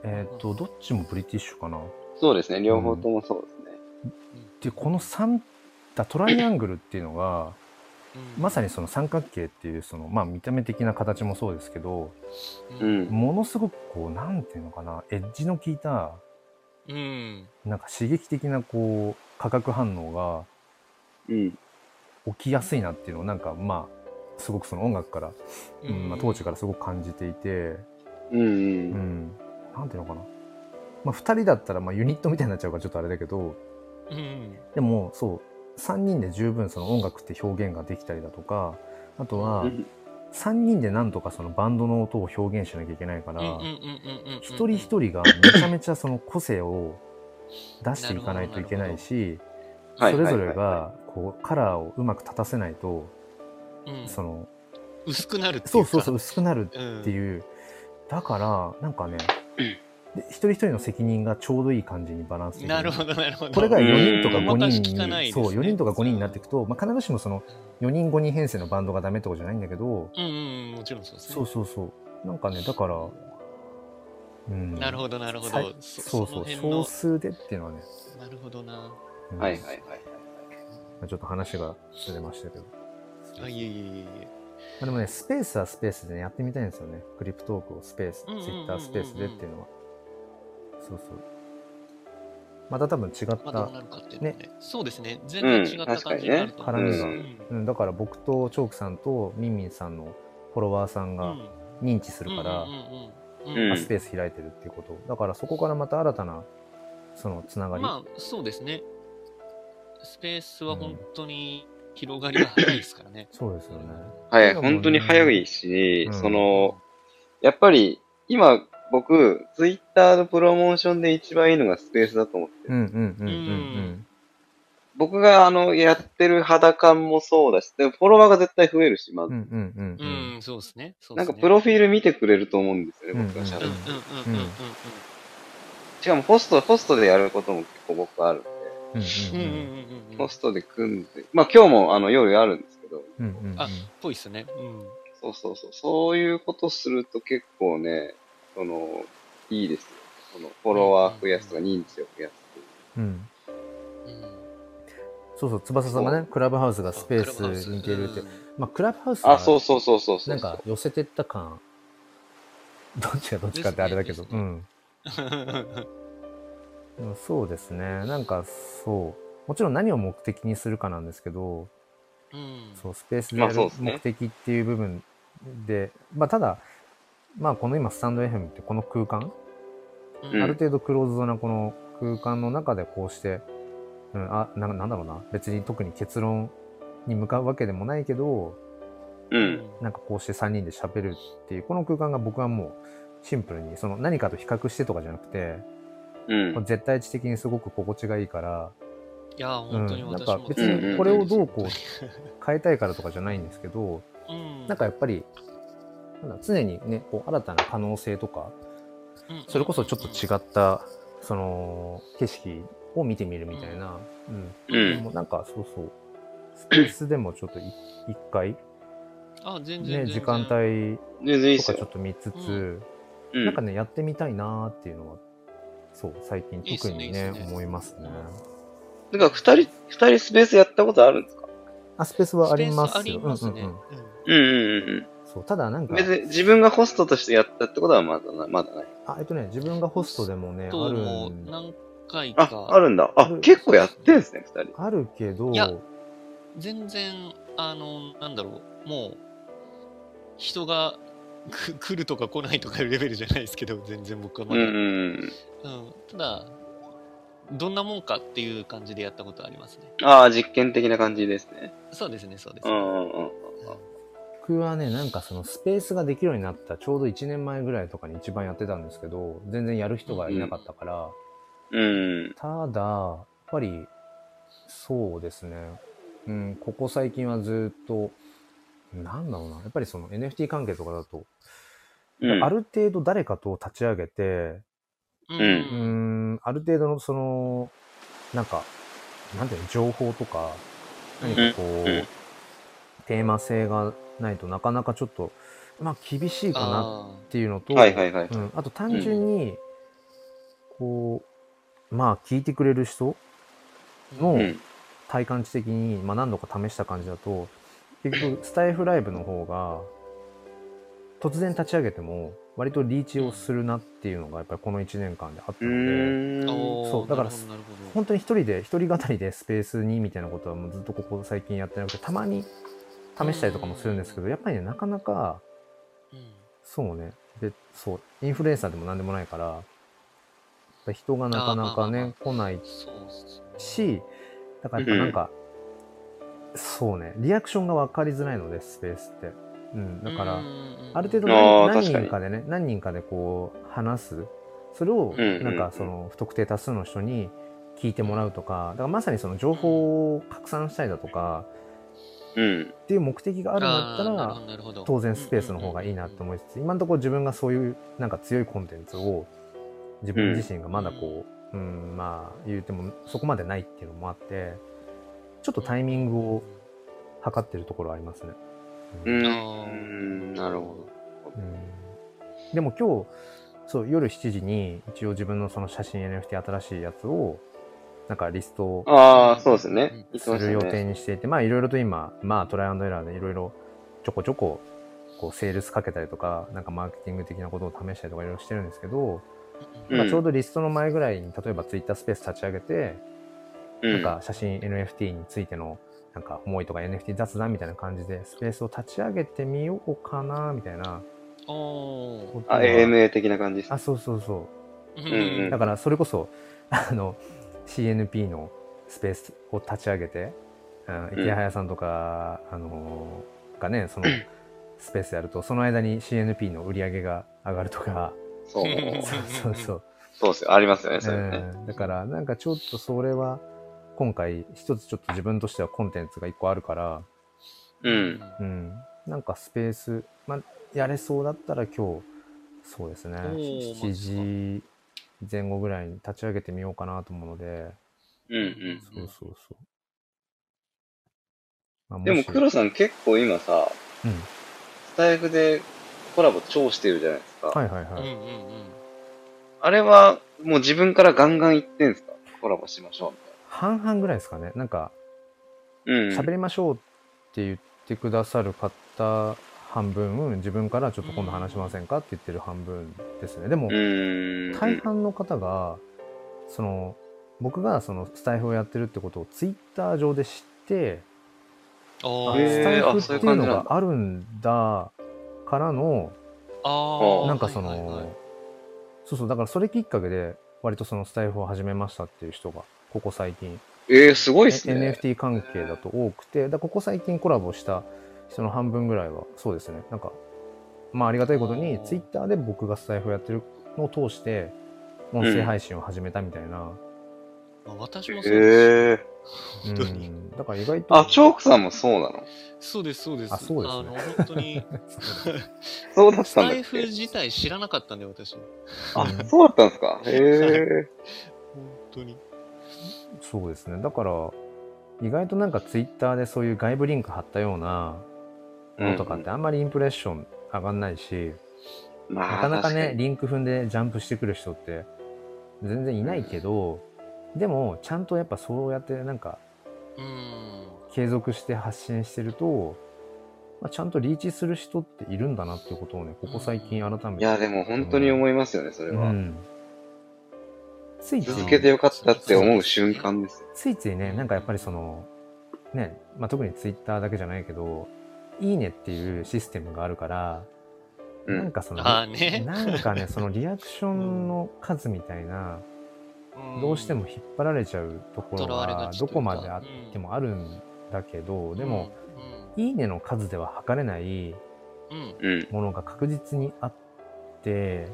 Speaker 1: えっ、と、どっちもブリティッシュかな。
Speaker 3: そうですね。両方ともそうですね。
Speaker 1: で、この3、だトライアングルっていうのが、まさ
Speaker 2: に、
Speaker 1: にその三角形っていう、その、まあ見た目的な形もそうですけど、
Speaker 3: う
Speaker 2: うん
Speaker 3: ん。
Speaker 1: ものすごくこう、なんていうのかな、エッジの効いた、
Speaker 2: うん
Speaker 1: なんか刺激的なこう、化学反応が、
Speaker 3: うん。
Speaker 1: 起きやすいなっていうのをなんかまあすごくその音楽から、
Speaker 2: う
Speaker 1: うん
Speaker 2: ん
Speaker 1: まあ、当時からすごく感じていて、
Speaker 3: うん
Speaker 1: う
Speaker 3: うん。
Speaker 1: ん、なんていうのかな、まあ、2人だったらまあユニットみたいになっちゃうからちょっとあれだけど
Speaker 2: うん
Speaker 1: でもそう3人で十分その音楽って表現ができたりだとかあとは
Speaker 3: うん
Speaker 1: 3人でなんとかそのバンドの音を表現しなきゃいけないか
Speaker 2: う
Speaker 1: ら、
Speaker 2: んうんうんうんうん
Speaker 1: 一人一人がめちゃめちゃその個性を出していかないといけないし、
Speaker 3: なる
Speaker 1: それ
Speaker 3: ほどなるほど
Speaker 1: ぞれがこうカラーをうまく立たせないと、
Speaker 2: うん
Speaker 1: その
Speaker 2: 薄くなるってい
Speaker 1: そうう
Speaker 2: か
Speaker 1: そうそう薄くなる
Speaker 2: うん
Speaker 1: っていう、だからなんかねで一人一人の責任がちょうどいい感じにバランス的に
Speaker 2: なるほどなるほど
Speaker 1: これが4人とか
Speaker 3: うん
Speaker 1: 5
Speaker 2: 細
Speaker 1: 人
Speaker 2: かく聞かない
Speaker 1: に、
Speaker 2: ですね
Speaker 1: そう4人とか5人になっていくと、まあ、必ずしもその4人5人編成のバンドがダメってことじゃないんだけど、
Speaker 2: うんうんもちろんそうですね
Speaker 1: そうそうそうなんかねだから、うん、
Speaker 2: なるほどなるほ
Speaker 1: さい
Speaker 2: ど
Speaker 1: そうそう
Speaker 2: そ
Speaker 1: 少
Speaker 2: の
Speaker 1: 数でっていうのはね、
Speaker 2: 辺のなるほどな
Speaker 1: うん
Speaker 3: はいはいはいはい。
Speaker 1: まあちょっと話がずれましたけど、ま
Speaker 2: あいえいえいえいえ
Speaker 1: あ、でもねスペースはスペースでねやってみたいんですよねクリプトークをスペースツ
Speaker 2: う
Speaker 1: イ
Speaker 2: んうんうんうんうん
Speaker 1: ッタースペースでっていうのはそうそうまた多分違っ
Speaker 2: まあ
Speaker 1: た、
Speaker 2: どうなるかっていうのはねそうですね全然違った
Speaker 3: うん
Speaker 2: 感じになると思
Speaker 1: 確かにね
Speaker 2: う
Speaker 1: 絡
Speaker 2: ん
Speaker 1: うん、だから僕とチョークさんとミンミンさんのフォロワーさん
Speaker 2: う
Speaker 1: が
Speaker 2: ん
Speaker 1: 認知するから、
Speaker 2: うんうんうん
Speaker 3: う
Speaker 2: うん
Speaker 3: ん
Speaker 1: あスペース開いてるっていうことだからそこからまた新たなそのつながり、
Speaker 2: まあそうですねスペースは本当に広がりが早いですからね、
Speaker 1: そうですよね
Speaker 3: はい、本当に早いし
Speaker 1: う、ん
Speaker 3: その、やっぱり、今、僕、ツイッターのプロモーションで一番いいのがスペースだと思ってる。
Speaker 1: うんうんうんうん
Speaker 3: 僕が、あの、やってる肌感もそうだし、でもフォロワーが絶対増えるし、ま
Speaker 1: うんう
Speaker 3: ず。
Speaker 1: んうんうん
Speaker 2: う
Speaker 1: うん
Speaker 2: ん、そうですね。そうで
Speaker 3: なん
Speaker 2: す
Speaker 3: か
Speaker 2: ね
Speaker 3: プロフィール見てくれると思うんですよね、
Speaker 1: うん
Speaker 3: 僕が
Speaker 2: う
Speaker 3: 喋
Speaker 2: ん
Speaker 3: る
Speaker 2: う
Speaker 1: うんん
Speaker 2: うんうんうんう
Speaker 3: しかもホスト、ホストでやることも結構僕あるんで、
Speaker 1: うん
Speaker 2: んう
Speaker 1: う
Speaker 2: んうんうんうんうん。
Speaker 3: ホ
Speaker 2: っ
Speaker 3: ストで組んで、まあ今日もあの夜あるんですけど、
Speaker 1: んうんうん
Speaker 2: あぽいですね。うん。
Speaker 3: そうそうそう、そういうことすると結構ね、その、いいですよ。その、フォロワー増やすとか認知を増やすっ
Speaker 1: う
Speaker 3: ていう。
Speaker 1: ん
Speaker 2: うん
Speaker 1: そうそう翼さんがねクラブハウスがスペース似てるって、まあクラブハウスは
Speaker 3: あ、そうそうそうそうそう。
Speaker 1: なんか寄せてった感どっちがどっちかってあれだけど、
Speaker 2: です
Speaker 1: う
Speaker 2: ね
Speaker 1: ん
Speaker 2: う
Speaker 1: でもそうですねなんかそうもちろん何を目的にするかなんですけど
Speaker 2: ん。
Speaker 1: そうスペースで
Speaker 3: ま
Speaker 1: や
Speaker 3: あ
Speaker 1: る
Speaker 3: そうですね
Speaker 1: 目的っていう部分で、まあただまあこの今スタンド FM ってこの空間、
Speaker 2: うん。
Speaker 3: うん
Speaker 1: ある程度クローズドなこの空間の中でこうして、うん、あななんだろうな別に特に結論に向かうわけでもないけど
Speaker 2: う
Speaker 3: う。。
Speaker 2: ん
Speaker 1: なんかこうして3人で喋るっていうこの空間が僕はもうシンプルにその何かと比較してとかじゃなくて、こ
Speaker 3: う。
Speaker 1: うん絶対値的にすごく心地がいいから
Speaker 2: いや、本当に
Speaker 1: うんなん
Speaker 2: 私
Speaker 1: か
Speaker 2: も。
Speaker 1: 別
Speaker 3: にこ
Speaker 1: れをどうこ変えたいからとかじゃないんですけど
Speaker 2: うん。
Speaker 1: なんかやっぱりなんだ常にねこう新たな可能性とか
Speaker 2: うん、
Speaker 1: それこそちょっと
Speaker 2: う
Speaker 1: 違ったその景色を見てみるみたいな、うん
Speaker 3: う
Speaker 1: で
Speaker 3: ん。
Speaker 1: もなんかそう そうスペースでもちょっとい一回
Speaker 2: ん。あ、全
Speaker 1: ね
Speaker 2: 然。全然
Speaker 1: 時間。帯
Speaker 3: 全然いいっ
Speaker 1: と
Speaker 3: す
Speaker 1: かちょ
Speaker 3: よ
Speaker 1: っ。と見つ
Speaker 2: う
Speaker 1: つ、
Speaker 3: う
Speaker 1: なんか
Speaker 3: ん。
Speaker 1: ねやってみたいなーっていうのはそう最近
Speaker 2: いいっす
Speaker 1: 特
Speaker 2: ね
Speaker 1: に
Speaker 2: いい
Speaker 1: ね
Speaker 2: っすね
Speaker 1: 思いますね
Speaker 3: だから二人、二人スペースやったことあるんですか
Speaker 1: あスペースはあります
Speaker 2: スペースありますね。
Speaker 1: う
Speaker 2: う
Speaker 1: うん
Speaker 2: ん
Speaker 1: うん、
Speaker 2: ん
Speaker 3: うんうんうん
Speaker 1: そうただなん
Speaker 3: うん。
Speaker 1: か
Speaker 3: 別に自分がホストとしてやったってことはまだな、まだない。
Speaker 1: あえっとね自分がホストでもね
Speaker 2: と
Speaker 1: ある
Speaker 2: も
Speaker 1: ん
Speaker 2: 何回か。
Speaker 3: あ、あるんだ。あ
Speaker 1: あ、る
Speaker 3: 結構やってんすね、二人。
Speaker 1: あるけど
Speaker 2: いや全然あのなんだろうもう人がく来るとか来ないとかいうレベルじゃないですけど全然僕はま
Speaker 3: うん
Speaker 2: だ、
Speaker 3: うんうん。
Speaker 2: うんただどんなもんかっていう感じでやったことありますね
Speaker 3: ああ、実験的な感じですね。
Speaker 2: そうですねそうです
Speaker 3: う
Speaker 2: ね
Speaker 3: んうんうん。
Speaker 1: 僕はねなんかそのスペースができるようになったちょうど1年前ぐらいとかに一番やってたんですけど全然やる人がいなかったから、
Speaker 3: うん。
Speaker 1: ただやっぱりそうですねうん、ここ最近はずっと、なんだろうな、やっぱりその NFT 関係とかだと、
Speaker 3: うん。
Speaker 1: ある程度誰かと立ち上げて、
Speaker 2: うん
Speaker 1: うーん、ある程度のその、なんか、なんていうの、情報とか、何かこう、
Speaker 3: うん
Speaker 1: テーマ性がないとなかなかちょっと、まあ厳しいかな
Speaker 2: あ
Speaker 1: っていうのと、
Speaker 3: はいはいはい。
Speaker 1: うん、あと単純に、こう、まあ聞いてくれる人
Speaker 2: ー
Speaker 1: の
Speaker 3: うん。
Speaker 1: 体感値的に、まあ何度か試した感じだと、結局スタイフライブの方が、突然立ち上げても、割とリーチをするなっていうのが、やっぱりこの1年間であった
Speaker 3: う
Speaker 1: ので、
Speaker 3: ーん。
Speaker 2: おー
Speaker 1: そうだから
Speaker 2: なるほどなるほど
Speaker 1: 本当に一人で一人語りでスペースにみたいなことはもうずっとここ最近やってなくてたまに試したりとかもするんですけどやっぱりねなかなか
Speaker 2: うん
Speaker 1: そうねでそうインフルエンサーでも何でもないからやっぱ人がなかなか
Speaker 2: あーまあま
Speaker 1: ね来ない
Speaker 2: そうっすね
Speaker 1: しだからやっぱなんか、そうねリアクションが分かりづらいのでスペースって、うん、だから、ある程度
Speaker 2: の
Speaker 3: あ
Speaker 1: 何何
Speaker 3: ー確かに
Speaker 1: 人かでね何人かでこう話すそれを
Speaker 2: うんうんうん
Speaker 1: なんかその不特定多数の人に聞いてもらうとかだからまさにその情報を拡散したりだとか
Speaker 3: うん。
Speaker 1: っていう目的があるんだったら
Speaker 2: なるほど
Speaker 1: 当然スペースの方がいいなと思いつつ今のところ自分がそういうなんか強いコンテンツを自分自身がまだこう、うんまあ言うてもそこまでないっていうのもあってちょっとタイミングを測ってるところはありますね。
Speaker 2: う
Speaker 3: う。
Speaker 2: んん
Speaker 3: う
Speaker 2: うん
Speaker 3: ーんなるほ
Speaker 1: うんでも今日そう夜7時に一応自分のその写真 NFT 新しいやつをなんかリストを
Speaker 3: ど。ああ、そうですね。言って
Speaker 1: す
Speaker 3: ました
Speaker 1: る予定
Speaker 3: ね。
Speaker 1: にしていてまあいろいろと今まあトライアンドエラーでいろいろちょこちょここうセールスかけたりとかなんかマーケティング的なことを試したりとかいろいろしてるんですけど、
Speaker 3: うん
Speaker 1: まあ、ちょうどリストの前ぐらいに例えばツイッタースペース立ち上げて
Speaker 3: う
Speaker 1: なん
Speaker 3: ん。
Speaker 1: か写真 NFT についてのなんか思いとか NFT 雑談みたいな感じでスペースを立ち上げてみようかなみたいな
Speaker 2: お
Speaker 1: こと
Speaker 3: あ、
Speaker 1: は
Speaker 3: AMA 的な感じです
Speaker 1: あ。そうそうそ
Speaker 2: ー
Speaker 3: うん
Speaker 1: うだからそれこそあの CNP のスペースを立ち上げて、うん、池谷さんとか、あのがねそのスペースやるとその間に CNP の売り上げが上がるとか、
Speaker 3: そう。
Speaker 1: そう そうそう、
Speaker 3: そうですよ。ありますよね、そうれね。
Speaker 1: ん、だからなんかちょっとそれは今回一つちょっと自分としてはコンテンツが一個あるから、
Speaker 3: うん。
Speaker 1: うん、なんかスペース、まあ、やれそうだったら今日そうですね
Speaker 2: ーマジか
Speaker 1: 7時前後ぐらいに立ち上げてみようかなと思うので
Speaker 3: うんうん。
Speaker 1: そうそうそう、まあ
Speaker 3: でも、
Speaker 1: し
Speaker 3: 黒さん結構今さ、
Speaker 1: うん、
Speaker 3: スタイフでコラボ超してるじゃないですか。
Speaker 1: はいはいは
Speaker 2: うん
Speaker 1: い、
Speaker 2: うんうん
Speaker 3: あれは、もう自分からガンガン言ってんすかコラボしましょ
Speaker 1: 半々ぐらいですかねなんか
Speaker 3: う。うん。
Speaker 1: 喋りましょうって言ってくださる方半分自分からちょっと今度話しませんかって言ってる半分ですねでも、
Speaker 3: うーん。
Speaker 1: 大半の方がその僕がそのスタイフをやってるってことをツイッター上で知ってあ
Speaker 2: あ
Speaker 1: ス
Speaker 3: へ
Speaker 1: タイ
Speaker 3: ー
Speaker 1: フ
Speaker 3: あ
Speaker 1: って
Speaker 3: そういう
Speaker 1: いう
Speaker 3: 感
Speaker 1: の
Speaker 3: じなんだ
Speaker 1: があるんだからの
Speaker 2: あー
Speaker 1: なんかその、
Speaker 2: はいはいはい
Speaker 1: そうそうだからそれきっかけで割とそのスタイフを始めましたっていう人がここ最近、
Speaker 3: えー、すごいっすね。
Speaker 1: NFT 関係だと多くてだからここ最近コラボした人の半分ぐらいはそうですねなんかまあありがたいことに
Speaker 2: あー
Speaker 1: ツイッターで僕がスタイフをやってるのを通して音声配信を始めたみたいな、
Speaker 2: まあ私もそうです
Speaker 3: え
Speaker 1: う
Speaker 3: ー。
Speaker 1: ん
Speaker 2: 本当に
Speaker 1: だから意外と
Speaker 3: あ、チョークさんもそうなの
Speaker 2: そうですそうです
Speaker 1: あそうですね
Speaker 2: の本当に
Speaker 3: そうだっ
Speaker 2: ス
Speaker 3: たん
Speaker 2: タ
Speaker 3: だ
Speaker 2: イ
Speaker 3: っ
Speaker 2: フ
Speaker 3: け
Speaker 2: 自体知らなかったんで私本
Speaker 3: あ、そうだったんですかへえ。
Speaker 2: 当に
Speaker 1: そうですねだから意外となんかツイッターでそういう外部リンク貼ったようなものとかってあんまりインプレッション上がんないし、
Speaker 3: ま
Speaker 1: な
Speaker 3: あ、
Speaker 1: かなかね
Speaker 3: 確に
Speaker 1: リンク踏んでジャンプしてくる人って全然いないけど、でもちゃんとやっぱそうやってなんか
Speaker 2: うん
Speaker 1: 継続して発信してると、まあ、ちゃんとリーチする人っているんだなっていうことをねここ最近改め
Speaker 3: い
Speaker 1: て
Speaker 3: や、でも本当に思いますよね、それ
Speaker 1: う
Speaker 3: は。
Speaker 1: んついつい
Speaker 3: 続けてよかったって思う瞬間ですよ。
Speaker 1: ついついねなんかやっぱりそのね、まあ、特にツイッターだけじゃないけど「いいね」っていうシステムがあるから、
Speaker 3: う
Speaker 1: なん
Speaker 3: ん。
Speaker 1: かその
Speaker 2: ああね
Speaker 1: なんかねそのリアクションの数みたいな、どうしても引っ張られちゃうところ
Speaker 2: とらわれが
Speaker 1: が
Speaker 2: ちと
Speaker 1: ど
Speaker 2: いうか
Speaker 1: こまであってもあるんだけど、
Speaker 2: うん
Speaker 1: でも「いいね」の数では測れない
Speaker 2: うんうん
Speaker 3: うん。
Speaker 1: ものが確実にあって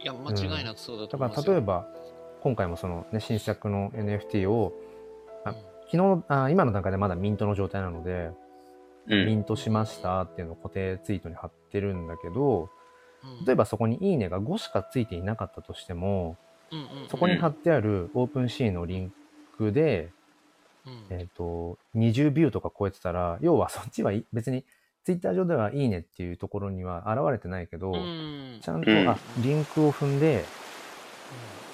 Speaker 2: いや間違いなくそうだと
Speaker 1: だ
Speaker 2: 思
Speaker 1: か
Speaker 2: います
Speaker 1: ら例
Speaker 2: よ
Speaker 1: えば今回もその、ね、新作の NFT をあ昨日、あ今の段階でまだミントの状態なので、
Speaker 3: う
Speaker 1: ミ
Speaker 3: ん。
Speaker 1: ントしましたっていうのを固定ツイートに貼ってるんだけど、
Speaker 2: うん
Speaker 1: 例えばそこにいいねが5しかついていなかったとしても、
Speaker 2: うんうんうん
Speaker 1: そこに貼ってあるオープンシーのリンクで、
Speaker 2: うん
Speaker 1: えっ、と、20ビューとか超えてたら、要はそっちはい別に、ツイッター上ではいいねっていうところには現れてないけど、
Speaker 2: うん
Speaker 1: ちゃんと、
Speaker 3: うん
Speaker 1: あ、リンクを踏んで、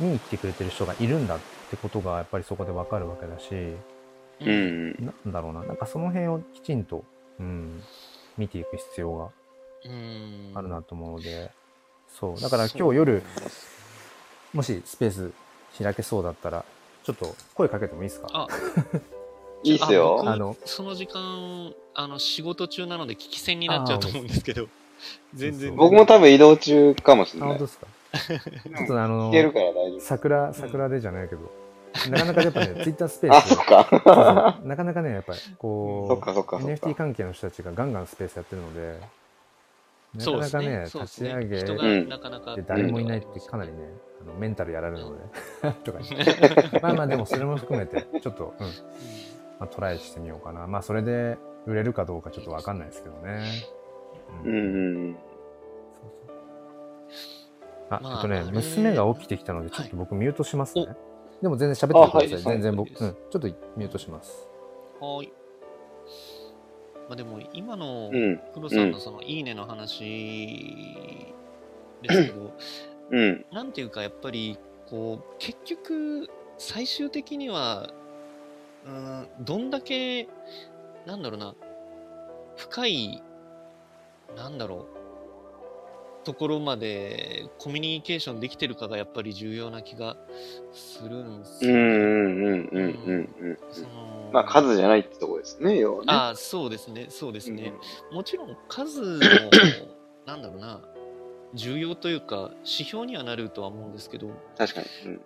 Speaker 1: 見に来てくれてる人がいるんだってことが、やっぱりそこでわかるわけだし、
Speaker 3: う
Speaker 2: うん
Speaker 3: ん。
Speaker 1: なんだろうな、なんかその辺をきちんと、うん、見ていく必要
Speaker 2: うん
Speaker 1: があるなと思うので、そう、だから
Speaker 2: そう
Speaker 1: 今日夜、もしスペース開けそうだったら、ちょっと声かけてもいいですか
Speaker 2: あ
Speaker 3: いいっすよ。
Speaker 2: 僕
Speaker 1: あの
Speaker 2: その時間あの仕事中なので聞き戦になっちゃうと思うんですけど全然
Speaker 3: 僕も多分移動中かもしれ
Speaker 1: あ、
Speaker 3: な
Speaker 1: 本当
Speaker 3: い。聞
Speaker 1: ですかちょっとあの
Speaker 3: け、るから大丈
Speaker 1: 桜、桜でじゃないけど、なかなかやっぱね、 ツイッタースペ
Speaker 3: 夫。
Speaker 1: ー
Speaker 3: あ、
Speaker 1: ス
Speaker 3: そっ、か。
Speaker 1: なかなかね、やっぱり、
Speaker 3: そっ
Speaker 1: こう
Speaker 3: か、そっか、そっ
Speaker 1: NFT
Speaker 3: か。
Speaker 1: 関係の人たちがガンガンスペースやってるので、な
Speaker 2: そ
Speaker 1: か
Speaker 2: うで
Speaker 1: な
Speaker 2: す
Speaker 1: か
Speaker 2: ね
Speaker 1: ね、
Speaker 2: そうで
Speaker 1: 立
Speaker 2: す
Speaker 1: ち
Speaker 2: ね
Speaker 1: 上げ
Speaker 2: 人
Speaker 1: で
Speaker 2: がなかなか
Speaker 1: 誰もいないってかなりね、あのメンタルやられるので、 とか言っ
Speaker 2: う
Speaker 1: てまあまあでもそれも含めて、ちょっと、うん、
Speaker 2: ん
Speaker 1: まあ、トライしてみようかな。まあそれで売れるかどうかちょっとわかんないですけどね。
Speaker 3: うんうん。
Speaker 1: そうそうあ、
Speaker 2: まあ
Speaker 1: えっとね、
Speaker 2: あれ
Speaker 1: 娘が起きてきたので、ちょっと僕ミュートしますね。
Speaker 2: は
Speaker 1: でも全然喋っててください。
Speaker 3: あは
Speaker 1: 全
Speaker 3: い
Speaker 1: 然僕、
Speaker 2: は
Speaker 1: うん、
Speaker 2: い
Speaker 1: ちょっとミュートします。
Speaker 2: はーいまあでも今の
Speaker 3: うん。
Speaker 2: 黒さんのその「いいね」の話ですけど
Speaker 3: うん。
Speaker 2: なんていうかやっぱりこう結局最終的にはうーんどんだけなんだろうな深いなんだろうところまでコミュニケーションできてるかがやっぱり重要な気がするんです
Speaker 3: うんう
Speaker 2: よ
Speaker 3: ん
Speaker 2: ね
Speaker 3: うんうんうんうん。
Speaker 2: その
Speaker 3: まあ、数じゃないってとこですね、要はね。
Speaker 2: ああそうですねそうですね、もちろん数もなんだろうな重要というか指標にはなるとは思うんですけど、
Speaker 3: うん確かに。うん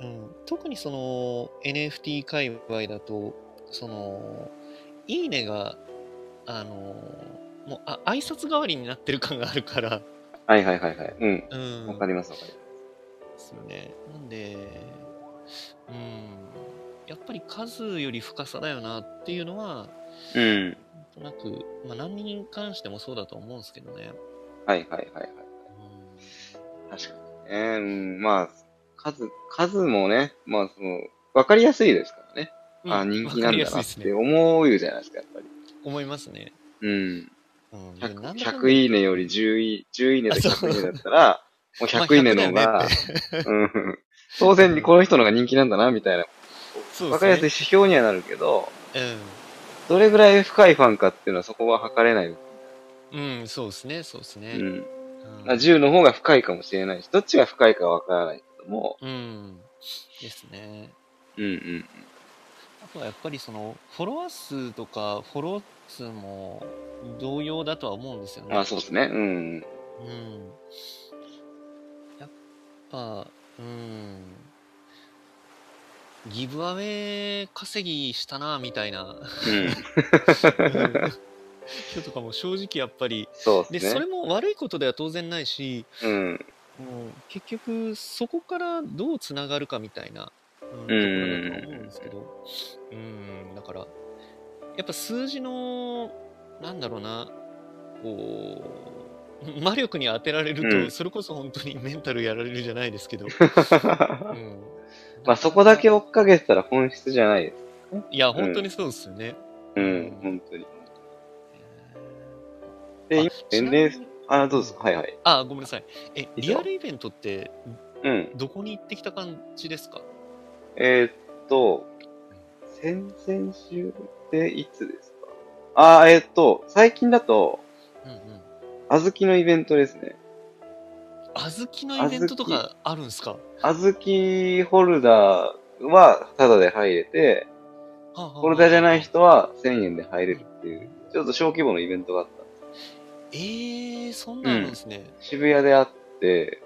Speaker 2: うん、特にその NFT 界隈だとその「いいねが」あのもうあ挨拶代わりになってる感があるから、
Speaker 3: はいはいはいはい。うん。
Speaker 2: うん、
Speaker 3: わかりますわかり
Speaker 2: ですよね。なんで、うん、やっぱり数より深さだよなっていうのは、
Speaker 3: ます。う
Speaker 2: な
Speaker 3: ん。
Speaker 2: んとなく、まあ、難民に関してもそうだと思うんですけどね。
Speaker 3: はいはいはいは
Speaker 2: うん
Speaker 3: い。確かにね。うん。まあ、数、数もね、まあ、その、わかりやすいですからね。あ、人気
Speaker 2: わか
Speaker 3: なんだなっ
Speaker 2: りやすいです
Speaker 3: て
Speaker 2: ね。
Speaker 3: 思うじゃないですか、やっぱり。
Speaker 2: 思いますね。
Speaker 3: うん。
Speaker 2: うん、いやなんだ
Speaker 3: 100,
Speaker 2: かんだ
Speaker 3: 100いいねより10いい、10いいねと100いいねだっ たら、もう100いいねの方
Speaker 2: まあ
Speaker 3: が
Speaker 2: 100だよね、
Speaker 3: うん。当然この人のが人気なんだな、みたいな。
Speaker 2: そうですね
Speaker 3: わかりやすい指標にはなるけど、
Speaker 2: う
Speaker 3: どれぐらい深いファンかっていうのはそこは測れない。
Speaker 2: ん、うん、そうですね、そうですね。
Speaker 3: うん。
Speaker 2: うん
Speaker 3: あ10の方が深いかもしれないし、どっちが深いかわからないけども、
Speaker 2: うん、ですね。
Speaker 3: うんうん。
Speaker 2: あとはやっぱりその、フォロワー数とか、フォロー数も同様だとは思うんですよね。
Speaker 3: まあそうですね。
Speaker 2: う
Speaker 3: うん。
Speaker 2: ん。やっぱ、うん。ギブアウェイ稼ぎしたな、みたい な。
Speaker 3: うん。
Speaker 2: うん人とかも正直やっぱり。
Speaker 3: そう
Speaker 2: で、
Speaker 3: です
Speaker 2: それ。
Speaker 3: ね
Speaker 2: も悪いことでは当然ないし、
Speaker 3: うん。
Speaker 2: うん結局そこからどうつながるかみたいな、うん、ところだとは思うんですけど、うん、だから、やっぱ数字の、なんだろうな、こう、魔力に当てられると、
Speaker 3: うん
Speaker 2: それこそ本当に メンタルやられるじゃないですけど、うん
Speaker 3: まあそこだけ追っかけてたら本質じゃないです。
Speaker 2: いや、本当にそうですよね。
Speaker 3: うん、本当に。
Speaker 2: えー
Speaker 3: で、今、
Speaker 2: あち
Speaker 3: 全
Speaker 2: なみに
Speaker 3: 然、あ、どうぞ。はいはい。
Speaker 2: あ、ごめんなさい。え、
Speaker 3: いいです
Speaker 2: リ
Speaker 3: よ
Speaker 2: アルイベントって、
Speaker 3: うん。
Speaker 2: どこに行ってきた感じですか
Speaker 3: えーっと、先々週でいつですかあー、えーっと、最近だと、
Speaker 2: うんうん。
Speaker 3: あずきのイベントですね。
Speaker 2: 小豆のイベントとかあるんですかは
Speaker 3: あずきホルダーはタダで入れて、
Speaker 2: あはあはあ
Speaker 3: ホルダーじゃない人は1000円で入れるっていう、ちょっと小規模のイベントがあった。
Speaker 2: ええそんなんあるんですね。
Speaker 3: 渋谷であって、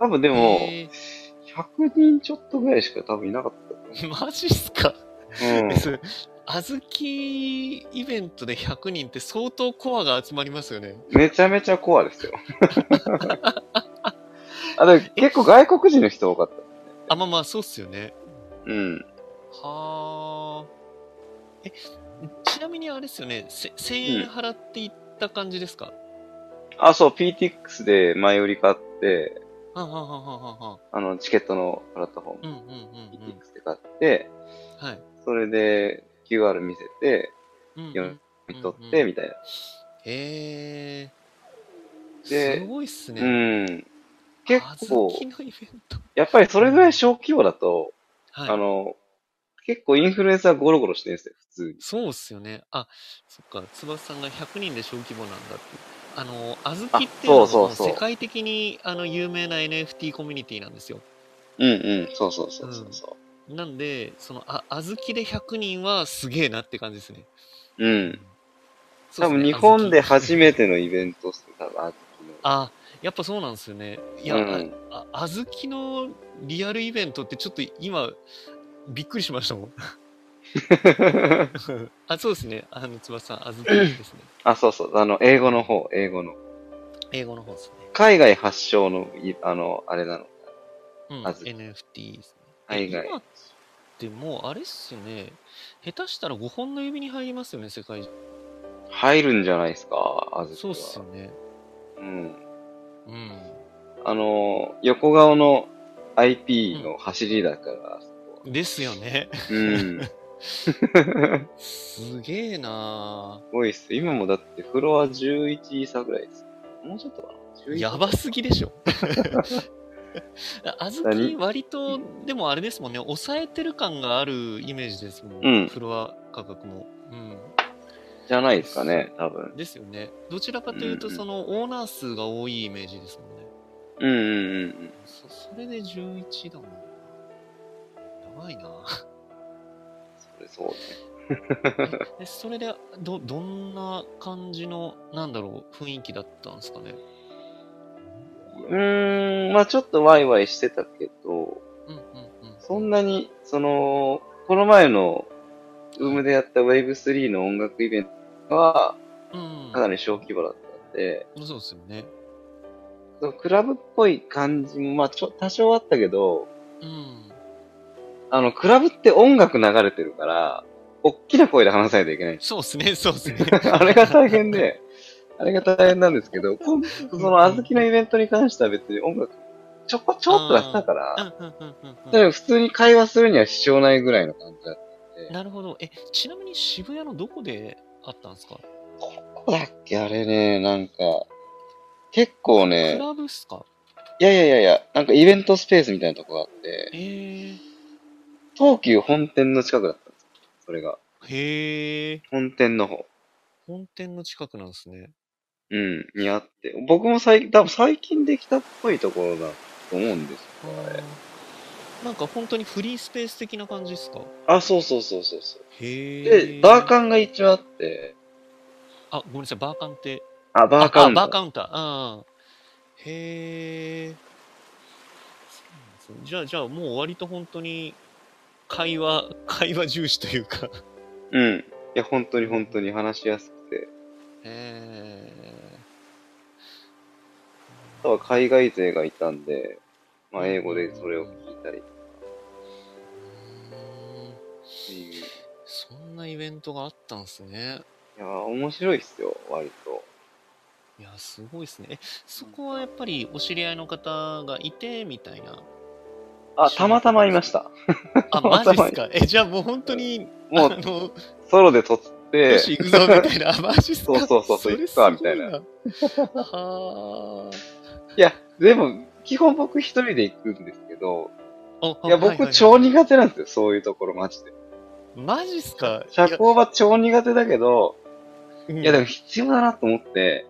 Speaker 3: 多分でも、
Speaker 2: え
Speaker 3: 100人ちょっとぐらいしか多分いなかったと思う。
Speaker 2: ー マジっすか、。
Speaker 3: うん
Speaker 2: それ小豆イベントで100人って相当コアが集まりますよね。
Speaker 3: めちゃめちゃコ アですよ。あでも結構外国人の人多かった。
Speaker 2: あ、まあまあ、そうっすよね。
Speaker 3: うん。
Speaker 2: はあ。ちなみにあれですよね、せ1000円払っていった感じですか、
Speaker 3: あ、そう、PTX で前売り買って、
Speaker 2: はんはんはんはんはんはん
Speaker 3: あの、チケットのプラットフォーム
Speaker 2: うんうんうんうん
Speaker 3: PTX で買って、
Speaker 2: はい
Speaker 3: それで QR 見せて、
Speaker 2: うんう
Speaker 3: よ
Speaker 2: ん。
Speaker 3: 見とっ
Speaker 2: うんう
Speaker 3: て、
Speaker 2: ん
Speaker 3: みたいな。
Speaker 2: へ
Speaker 3: で
Speaker 2: ー。すごいっすね。
Speaker 3: うん。結構
Speaker 2: 小、豆のイベント。
Speaker 3: やっぱりそれぐらい小規模だと、
Speaker 2: はい。
Speaker 3: あの、結構インフルエンサーゴロゴロしてるんですよ、普通に。
Speaker 2: そうっすよね。あ、そっか、翼さんが100人で小規模なんだって。あの、あずきっていうの
Speaker 3: あそう
Speaker 2: は
Speaker 3: そうそう
Speaker 2: 世界的にあの有名な NFT コミュニティなんですよ。
Speaker 3: うんうん、そうそうそうそうそ
Speaker 2: なんで、その、あ、あずきで100人はすげえなって感じですね。
Speaker 3: う。うん。
Speaker 2: そうっすね
Speaker 3: 多分日本で
Speaker 2: 小豆
Speaker 3: 初めてのイベントっすね、多分、あ
Speaker 2: あ、やっぱそうなんですよね。いや、
Speaker 3: うん
Speaker 2: ああずきのリアルイベントってちょっと今、びっくりしましたもん。
Speaker 3: の
Speaker 2: あ、そうですね。あの、翼さん、あずきですね。
Speaker 3: あ、そうそう、あの、英語の方、英語の。
Speaker 2: 英語の方ですね。
Speaker 3: 海外発祥のい、あの、あれなの。
Speaker 2: うん、
Speaker 3: あずき
Speaker 2: NFT ですね。
Speaker 3: 海外。
Speaker 2: 今ってもうあれっすよね。下手したら5本の指に入りますよね、世界中。
Speaker 3: 入るんじゃないですか、あずき
Speaker 2: そう
Speaker 3: は。
Speaker 2: っすよね。
Speaker 3: うん。
Speaker 2: う
Speaker 3: あの、横顔の IP の走りだから、
Speaker 2: ん。ですよね。
Speaker 3: うん。す
Speaker 2: すげえな
Speaker 3: ごいっす。今もだってフロア11イーサーぐらいです。もうちょっとかな
Speaker 2: ぁ。
Speaker 3: 11
Speaker 2: やばすぎでしょ。あずき、
Speaker 3: 何
Speaker 2: 割と、でもあれですもんね、抑えてる感があるイメージですもん。
Speaker 3: うん
Speaker 2: フロア価格も。うん。
Speaker 3: じゃないですかね、多分。
Speaker 2: ですよね。どちらかというと、
Speaker 3: うんうん
Speaker 2: その、オーナー数が多いイメージですもんね。
Speaker 3: うんうんうんうん。
Speaker 2: そそれで11だもんな。やばいなぁ。
Speaker 3: それそうね。
Speaker 2: えそれでどどんな感じのなんだろう雰囲気だったんですかね
Speaker 3: うーん、まあちょっとワイワイしてたけど、
Speaker 2: うんうんうん
Speaker 3: そんなに、その、この前の、ウームでやった Wave3 の音楽イベントは、
Speaker 2: うん
Speaker 3: かなり小規模だったんで、
Speaker 2: そうですよね
Speaker 3: そのクラブっぽい感じも、まあちょ、多少あったけど、
Speaker 2: うん
Speaker 3: あの、クラブって音楽流れてるから、おっきな声で話さないといけないんです
Speaker 2: そうですね そうですね
Speaker 3: よ。 あれが大変で、あれが大変なんですけど、こんその小豆のイベントに関しては別に音楽、ちょこちょこっとやってたから、
Speaker 2: うんうんうんうんうん
Speaker 3: だから普通に会話するには支障ないぐらいの感じだった。
Speaker 2: なるほどえちなみに渋谷のどこであったんですか
Speaker 3: どこだっけあれね、なんか、結構
Speaker 2: ク
Speaker 3: ね、
Speaker 2: ラブっすか
Speaker 3: いやいやいやいや、なんかイベントスペースみたいなとこがあって、
Speaker 2: えー、
Speaker 3: 東急本店の近くだったんですよそれが。
Speaker 2: へえ
Speaker 3: 本店の方。
Speaker 2: 本店の近くなんですね
Speaker 3: うん、にあって。僕も最近、多分最近できたっぽいところだと思うんです
Speaker 2: あ
Speaker 3: よあれ
Speaker 2: ーなんか本当にフリースペース的な感じですか
Speaker 3: あ、そうそうそうそうそう。
Speaker 2: へえ
Speaker 3: で、バーカンが一応あって、
Speaker 2: あごめんなさいバーカンって
Speaker 3: あ、バーカン
Speaker 2: ああバーカ
Speaker 3: ン。
Speaker 2: ウンター。うん。へえ。そうなんですねじゃあ、じゃあもう割と本当に会話、会話重視というか。
Speaker 3: うん。いや、本当に本当に話しやすくて。
Speaker 2: へえ。
Speaker 3: あとは海外勢がいたんで、まあ、英語でそれを聞いたりっ
Speaker 2: うーん
Speaker 3: ていう。
Speaker 2: そんなイベントがあったんですね。
Speaker 3: いや、面白いっすよ、割と。
Speaker 2: いや、すごいですね。えそこはやっぱりお知り合いの方がいて、みたいな。
Speaker 3: あ、たまたまいました。
Speaker 2: あ、マジですか。え、じゃあもう本当に、
Speaker 3: も
Speaker 2: あ
Speaker 3: う、
Speaker 2: の、
Speaker 3: ソロでと って、
Speaker 2: よし、行くぞ、みたいな。あマジっすか。
Speaker 3: そうそうそうそう
Speaker 2: れ
Speaker 3: 行くかみたいな
Speaker 2: すごいな。はあ。
Speaker 3: いや、でも、基本僕一人で行くんですけど、
Speaker 2: い
Speaker 3: いや、僕超苦手なんですよ、そういうところ、マジで。
Speaker 2: マジっすか
Speaker 3: 社交場超苦手だけど、
Speaker 2: い
Speaker 3: いや、で
Speaker 2: も、
Speaker 3: も必要だなと思って、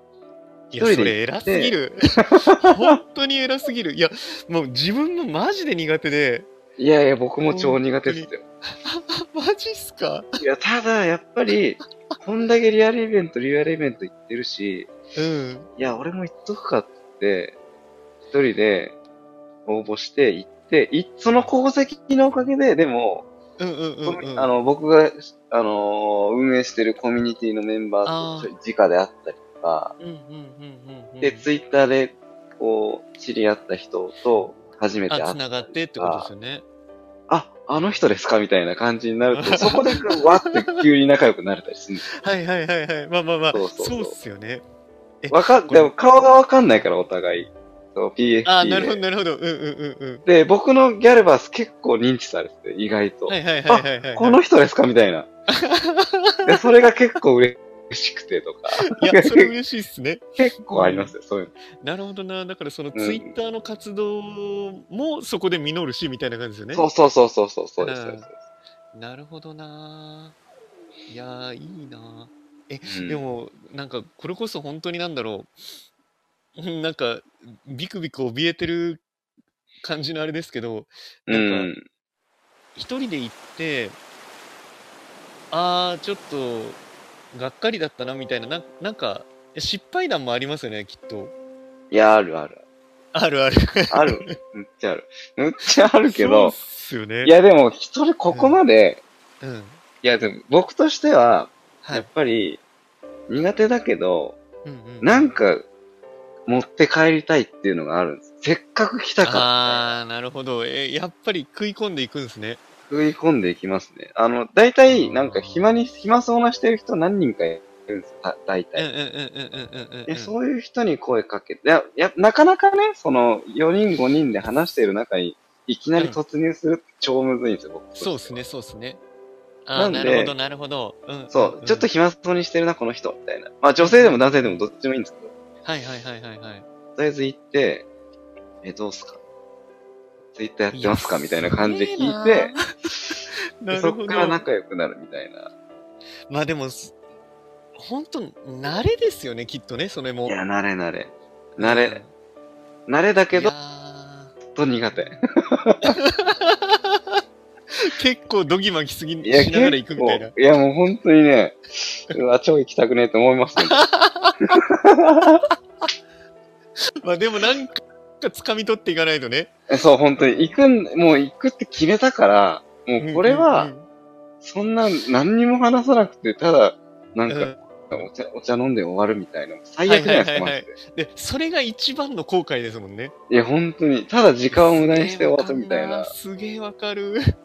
Speaker 2: いや、
Speaker 3: 一人で
Speaker 2: それ偉すぎる。 本当に偉すぎる。いや、もう自分もマジで苦手で。
Speaker 3: いやいや、僕も超苦手っすよ。
Speaker 2: マジっすか
Speaker 3: いや、ただ、やっぱり、こんだけリアルイベント、リアルイベント行ってるし、
Speaker 2: うん。
Speaker 3: いや、俺も行っとくかって一人で応募して行って、いその功績のおかげで、でも、
Speaker 2: うんうんうん、うん。
Speaker 3: あの、僕が、あのー運営してるコミュニティのメンバーと直であったりとか、
Speaker 2: うんうんうんうんうん。
Speaker 3: で、ツイッターで、こう、知り合った人と初めて
Speaker 2: あ、
Speaker 3: 会っ
Speaker 2: つながってってことですよね。
Speaker 3: あ、あの人ですかみたいな感じになると、そこでこうわって急に仲良くなれたりするんですよ。
Speaker 2: はいはいはいはい。まあまあまあ、そう
Speaker 3: そ
Speaker 2: う
Speaker 3: そうそう
Speaker 2: っすよね。え
Speaker 3: わか、
Speaker 2: これ
Speaker 3: でも顔がわかんないから、お互い。そう、PFP で。
Speaker 2: ああ、なるほどなるほど。うんうんうんう
Speaker 3: で、僕のギャルバス結構認知されてて、意外と。
Speaker 2: ん。はいはいはいはい、はい。
Speaker 3: この人ですかみた いな。で、それが結構嬉しくてとか。
Speaker 2: いや、それ嬉しいっすね。
Speaker 3: 結構ありますよ、そういうの。
Speaker 2: なるほどな。だからその
Speaker 3: うん
Speaker 2: ツイッターの活動もそこで実るし、みたいな感じですよね。
Speaker 3: そうそうそうそうそう、そうで
Speaker 2: う
Speaker 3: す。
Speaker 2: ん
Speaker 3: そうです
Speaker 2: なるほどな。いやー、いいな。
Speaker 3: うん
Speaker 2: でも、なんか、これこそ本当になんだろう。うん なんか、ビクビク怯えてる感じのあれですけど、
Speaker 3: う
Speaker 2: なんか
Speaker 3: ん。
Speaker 2: 一人で行って、あー、ちょっと、がっかりだったな、みたいな、なんなんか、失敗談もありますよね、きっと。
Speaker 3: いや、あるある。
Speaker 2: あるある。
Speaker 3: ある。むっちゃある。むっちゃあるけ
Speaker 2: そうっ
Speaker 3: ど、
Speaker 2: すよね。
Speaker 3: いや、でも、一人ここまで、
Speaker 2: うん。
Speaker 3: いや、でも、僕としては、
Speaker 2: は
Speaker 3: やっ
Speaker 2: い。
Speaker 3: ぱり、苦手だけど、
Speaker 2: うんうん、
Speaker 3: なんか、持って帰りたいっていうのがあるんです。せっかく来たから、
Speaker 2: あー、なるほど。え、やっぱり食い込んでいくんですね。
Speaker 3: 食い込んでいきますね。あの、大体、なんか暇に、暇そうなしてる人何人かいるんですよ、た大
Speaker 2: うんうん
Speaker 3: 体。
Speaker 2: うんうんうんうんうん。
Speaker 3: で、そういう人に声かけて、いや、いやなかなかね、その、4人5人で話している中に、いきなり突入するって超むずいんですよ、僕。
Speaker 2: そうですね、そうですね。あ
Speaker 3: な
Speaker 2: あ、
Speaker 3: んで
Speaker 2: なるほど、なるほど。うんんん
Speaker 3: そう、ちょっと暇そうにしてるな、この人、みたいな。まあ、女性でも男性でもどっちでもいいんですけど、
Speaker 2: はいはいはいはいはい。
Speaker 3: とりあえず行って、え、どうすかツイッターやってますか
Speaker 2: いや
Speaker 3: みたいな感じで聞い
Speaker 2: すげえ、
Speaker 3: て
Speaker 2: な
Speaker 3: で
Speaker 2: な
Speaker 3: そ
Speaker 2: る
Speaker 3: っ
Speaker 2: ほ
Speaker 3: から
Speaker 2: ど。
Speaker 3: 仲良くなるみたいな。
Speaker 2: まあでも、す本当慣れですよね、きっとね、それも。
Speaker 3: いや、慣れ慣れ。
Speaker 2: うん、
Speaker 3: 慣れ、慣れだけど、
Speaker 2: い
Speaker 3: ちょ
Speaker 2: やー
Speaker 3: っと苦手。
Speaker 2: 結構ドギマギすぎ
Speaker 3: いや、
Speaker 2: しながら行く
Speaker 3: 結
Speaker 2: みた
Speaker 3: 構、
Speaker 2: いな。
Speaker 3: いや、もう本当にね、うわ、超行きたくねえって思いますね。
Speaker 2: まあでもなんか、掴み取っていかないとね。
Speaker 3: えそう、本当に。行くん、もう行くって決めたから、もうこれ
Speaker 2: うんう
Speaker 3: は
Speaker 2: ん、うん
Speaker 3: そんな何にも話さなくて、ただ、なん
Speaker 2: うん
Speaker 3: か、お茶、お茶飲んで終わるみたいな。最悪じゃないですか、
Speaker 2: はいはいはいは
Speaker 3: マ
Speaker 2: い
Speaker 3: ジで。
Speaker 2: で、それが一番の後悔ですもんね。
Speaker 3: いや、本当に。ただ時間を無駄にして終わったみたいな。
Speaker 2: すげえわかるな。すげえわか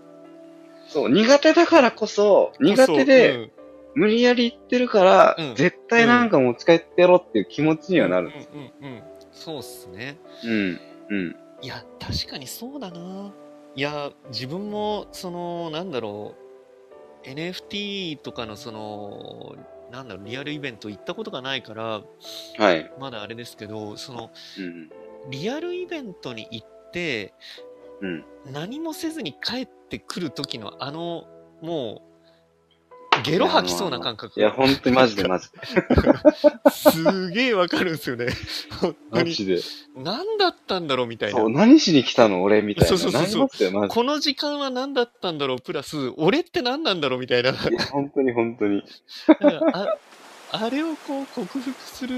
Speaker 2: る。
Speaker 3: そう、苦手だからこそ、苦手で、
Speaker 2: そう、
Speaker 3: 無理やり言ってるから、
Speaker 2: うん
Speaker 3: 絶対なんか持ち帰ってやろうっていう気持ちにはなる。
Speaker 2: うんうんうんうん。そうっすね。
Speaker 3: うん。うん。
Speaker 2: いや、確かにそうだな。いや、自分も、その、なんだろう、NFT とかの、その、なんだろう、リアルイベント行ったことがないから、
Speaker 3: はい。
Speaker 2: まだあれですけど、その、
Speaker 3: うん。
Speaker 2: リアルイベントに行って、
Speaker 3: うん。
Speaker 2: 何もせずに帰ってくる時の、あの、もう、ゲロ吐きそうな感覚。
Speaker 3: いや、ほんとにマ ジでマジで。
Speaker 2: すげえわかるんです よね。本当
Speaker 3: マ
Speaker 2: に。
Speaker 3: ジで。
Speaker 2: 何だったんだろうみたいな
Speaker 3: そ。う、何しに来たの俺みたいな。
Speaker 2: そうそうそうそう
Speaker 3: なりますよ、マジ
Speaker 2: この時間は何だったんだろうプラス、俺って何なんだろうみたい な。
Speaker 3: で。いや、ほんとにほんとに。
Speaker 2: だからああれをこう克服する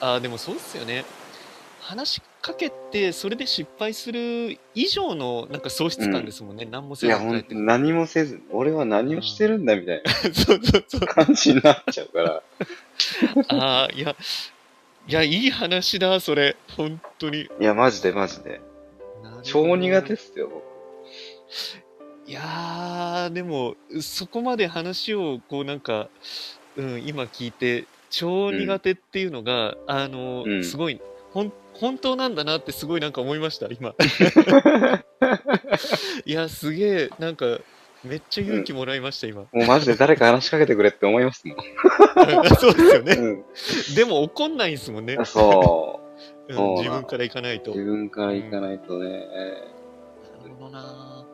Speaker 2: あーでもそうっすよね話しかけてそれで失敗する以上のなんか喪失感ですもんね、何も
Speaker 3: い
Speaker 2: せず
Speaker 3: や、
Speaker 2: に
Speaker 3: ほ
Speaker 2: 帰っ
Speaker 3: ん
Speaker 2: て
Speaker 3: と
Speaker 2: く
Speaker 3: に
Speaker 2: る
Speaker 3: 何もせず、俺は何をしてるんだみたいな
Speaker 2: そうそうそう
Speaker 3: 感じになっちゃうから。
Speaker 2: ああいやいやいい話だそれ本当に
Speaker 3: いや、マジでマジで。超苦手っすよ、僕。
Speaker 2: いやーでもそこまで話をこうなんか、うん、今聞いて超苦手っていうのが、あの、
Speaker 3: うん
Speaker 2: すごいほん本当なんだなってすごいなんか思いました 今いやすげえなんかめっちゃ勇気もらいました、 今
Speaker 3: もうマジで誰か話しかけてくれって思いますもん。
Speaker 2: そうですよね
Speaker 3: う
Speaker 2: でも怒んないんですもんね
Speaker 3: ん。、
Speaker 2: う
Speaker 3: そう。
Speaker 2: ん
Speaker 3: そう
Speaker 2: 自分から行かないと
Speaker 3: 自分から行かないとね。
Speaker 2: なるほどな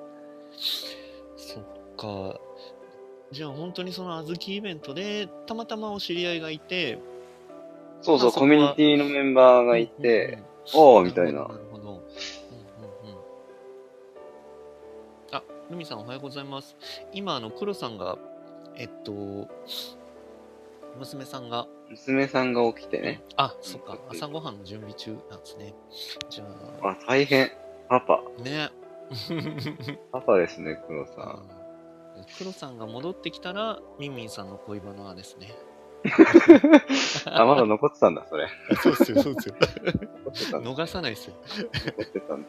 Speaker 2: そっかじゃあ本当にその小豆イベントでたまたまお知り合いがいて
Speaker 3: そうそう、
Speaker 2: あそこは
Speaker 3: コミュニティのメンバーがいて、おーみたい
Speaker 2: な。る
Speaker 3: な
Speaker 2: ほどなるほどうんうんうんあルミさんおはようございます今あの黒さんがえっと娘さんが
Speaker 3: 娘さんが起きてね。
Speaker 2: あそっか朝ごはんの準備中なんですねじゃあ
Speaker 3: あ、大変。パパ。
Speaker 2: ね
Speaker 3: パパですね、黒さん。
Speaker 2: 黒さんが戻ってきたらミンミンさんの恋バナですね
Speaker 3: あ、まだ残ってたんだ、それ。
Speaker 2: そうっすよそうっすよ
Speaker 3: 残ってたんだ、
Speaker 2: 逃さないっすよ
Speaker 3: 残ってたんだ。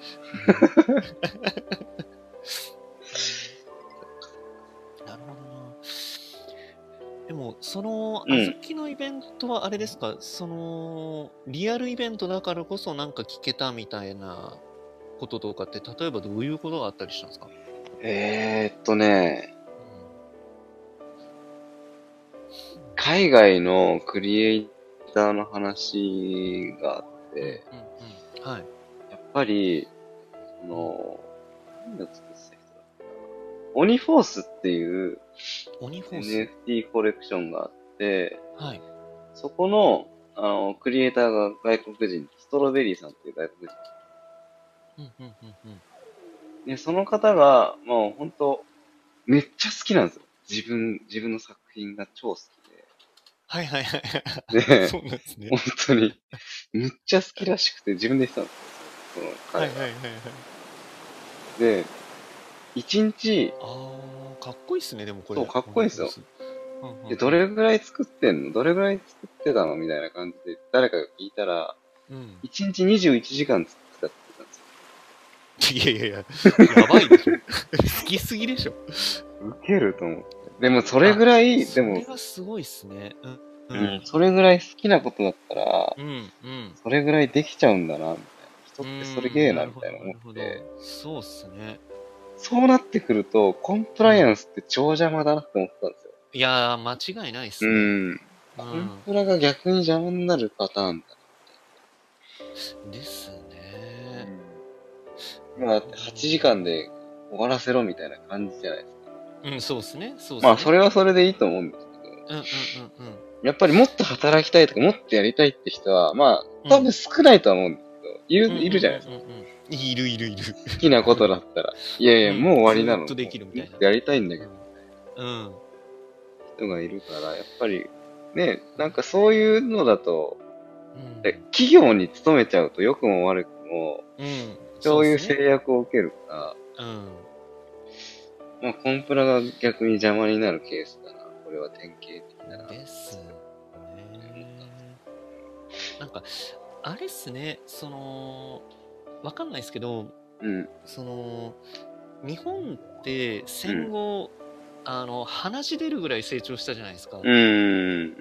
Speaker 2: も、その、
Speaker 3: うん
Speaker 2: あずきのイベントはあれですか、その、リアルイベントだからこそなんか聞けたみたいなこととかって、例えばどういうことがあったりしたんですか、
Speaker 3: えーっとね、海外のクリエイターの話があって、
Speaker 2: うんうんうん、はい。
Speaker 3: やっぱり、あの、何を作ってた人だったかなオニフォースっていう
Speaker 2: 鬼フォー
Speaker 3: NFT コレクションがあって、
Speaker 2: ス。はい。
Speaker 3: そこの、あの、クリエイターが外国人、ストロベリーさんっていう外国人
Speaker 2: うんうんうんうん。
Speaker 3: で、その方が、もう本当めっちゃ好きなんですよ。自分、自分の作品が超好
Speaker 2: はいはいはいは
Speaker 3: きで。
Speaker 2: い。
Speaker 3: で、
Speaker 2: そうなんですね。
Speaker 3: 本当に、めっちゃ好きらしくて、自分で言ってたんですよ。その
Speaker 2: はい
Speaker 3: 彼
Speaker 2: はい
Speaker 3: は
Speaker 2: はいはい。
Speaker 3: で、一日、
Speaker 2: ああ、かっこいいっすね、でもこれ。
Speaker 3: そうかっこいいっすよ
Speaker 2: うんうん。
Speaker 3: でどれぐらい作ってんのどれぐらい作ってたのみたいな感じで、誰かが聞いたら、
Speaker 2: うん。
Speaker 3: 一日21時間作ってたって言ったんですよ。
Speaker 2: いやいやいや、やばいでしょ。 好きすぎでしょ。
Speaker 3: ウケると思って。でも、それぐらい、で
Speaker 2: そ
Speaker 3: も
Speaker 2: れ、はすごいっすね。うん。
Speaker 3: うんそれぐらい好きなことだったら、
Speaker 2: うんうん。
Speaker 3: それぐらいできちゃうんだな、みたいな。人ってそれゲーな、みたいな
Speaker 2: うんる
Speaker 3: 思
Speaker 2: ほ
Speaker 3: っ
Speaker 2: ど
Speaker 3: て。
Speaker 2: るほどそうっすね。
Speaker 3: そうなってくると、コンプライアンスって超邪魔だなって思ってたんですよ。
Speaker 2: いやー、間違いないっす
Speaker 3: う
Speaker 2: ね。
Speaker 3: ん。
Speaker 2: う
Speaker 3: コンプラが逆に邪魔になるパターン
Speaker 2: んです
Speaker 3: だ。
Speaker 2: ね。
Speaker 3: うん、まあ、だって8時間で終わらせろみたいな感じじゃないですか。
Speaker 2: うん、そうっすね。そうっすね。
Speaker 3: まあ、それはそれでいいと思うんですけど、
Speaker 2: うんうんうんうん。
Speaker 3: やっぱりもっと働きたいとか、もっとやりたいって人は、まあ、多分少ないとは思うんですけど、いる、いるじゃないですか。
Speaker 2: か。うんうんいるいるいる。
Speaker 3: 好きなことだったら。いやいや、
Speaker 2: うん
Speaker 3: もう終わりなの。
Speaker 2: ずっとできるみたいな
Speaker 3: もっとやりたいんだけど。
Speaker 2: うん。
Speaker 3: 人がいるから、やっぱり、ね、なんかそういうのだと、
Speaker 2: うん
Speaker 3: え企業に勤めちゃうと良くも悪くも、
Speaker 2: うん。
Speaker 3: そういう
Speaker 2: せ
Speaker 3: 制約を受けるか
Speaker 2: うん。
Speaker 3: ら、まあ、コンプラが逆に邪魔になるケースだな。これは典型的だな。
Speaker 2: ですね。なんか、あれっすね、その、わかんないですけど、
Speaker 3: うん。
Speaker 2: その、日本って戦後、あの、鼻血出るぐらい成長したじゃないですか。
Speaker 3: うーん。
Speaker 2: うん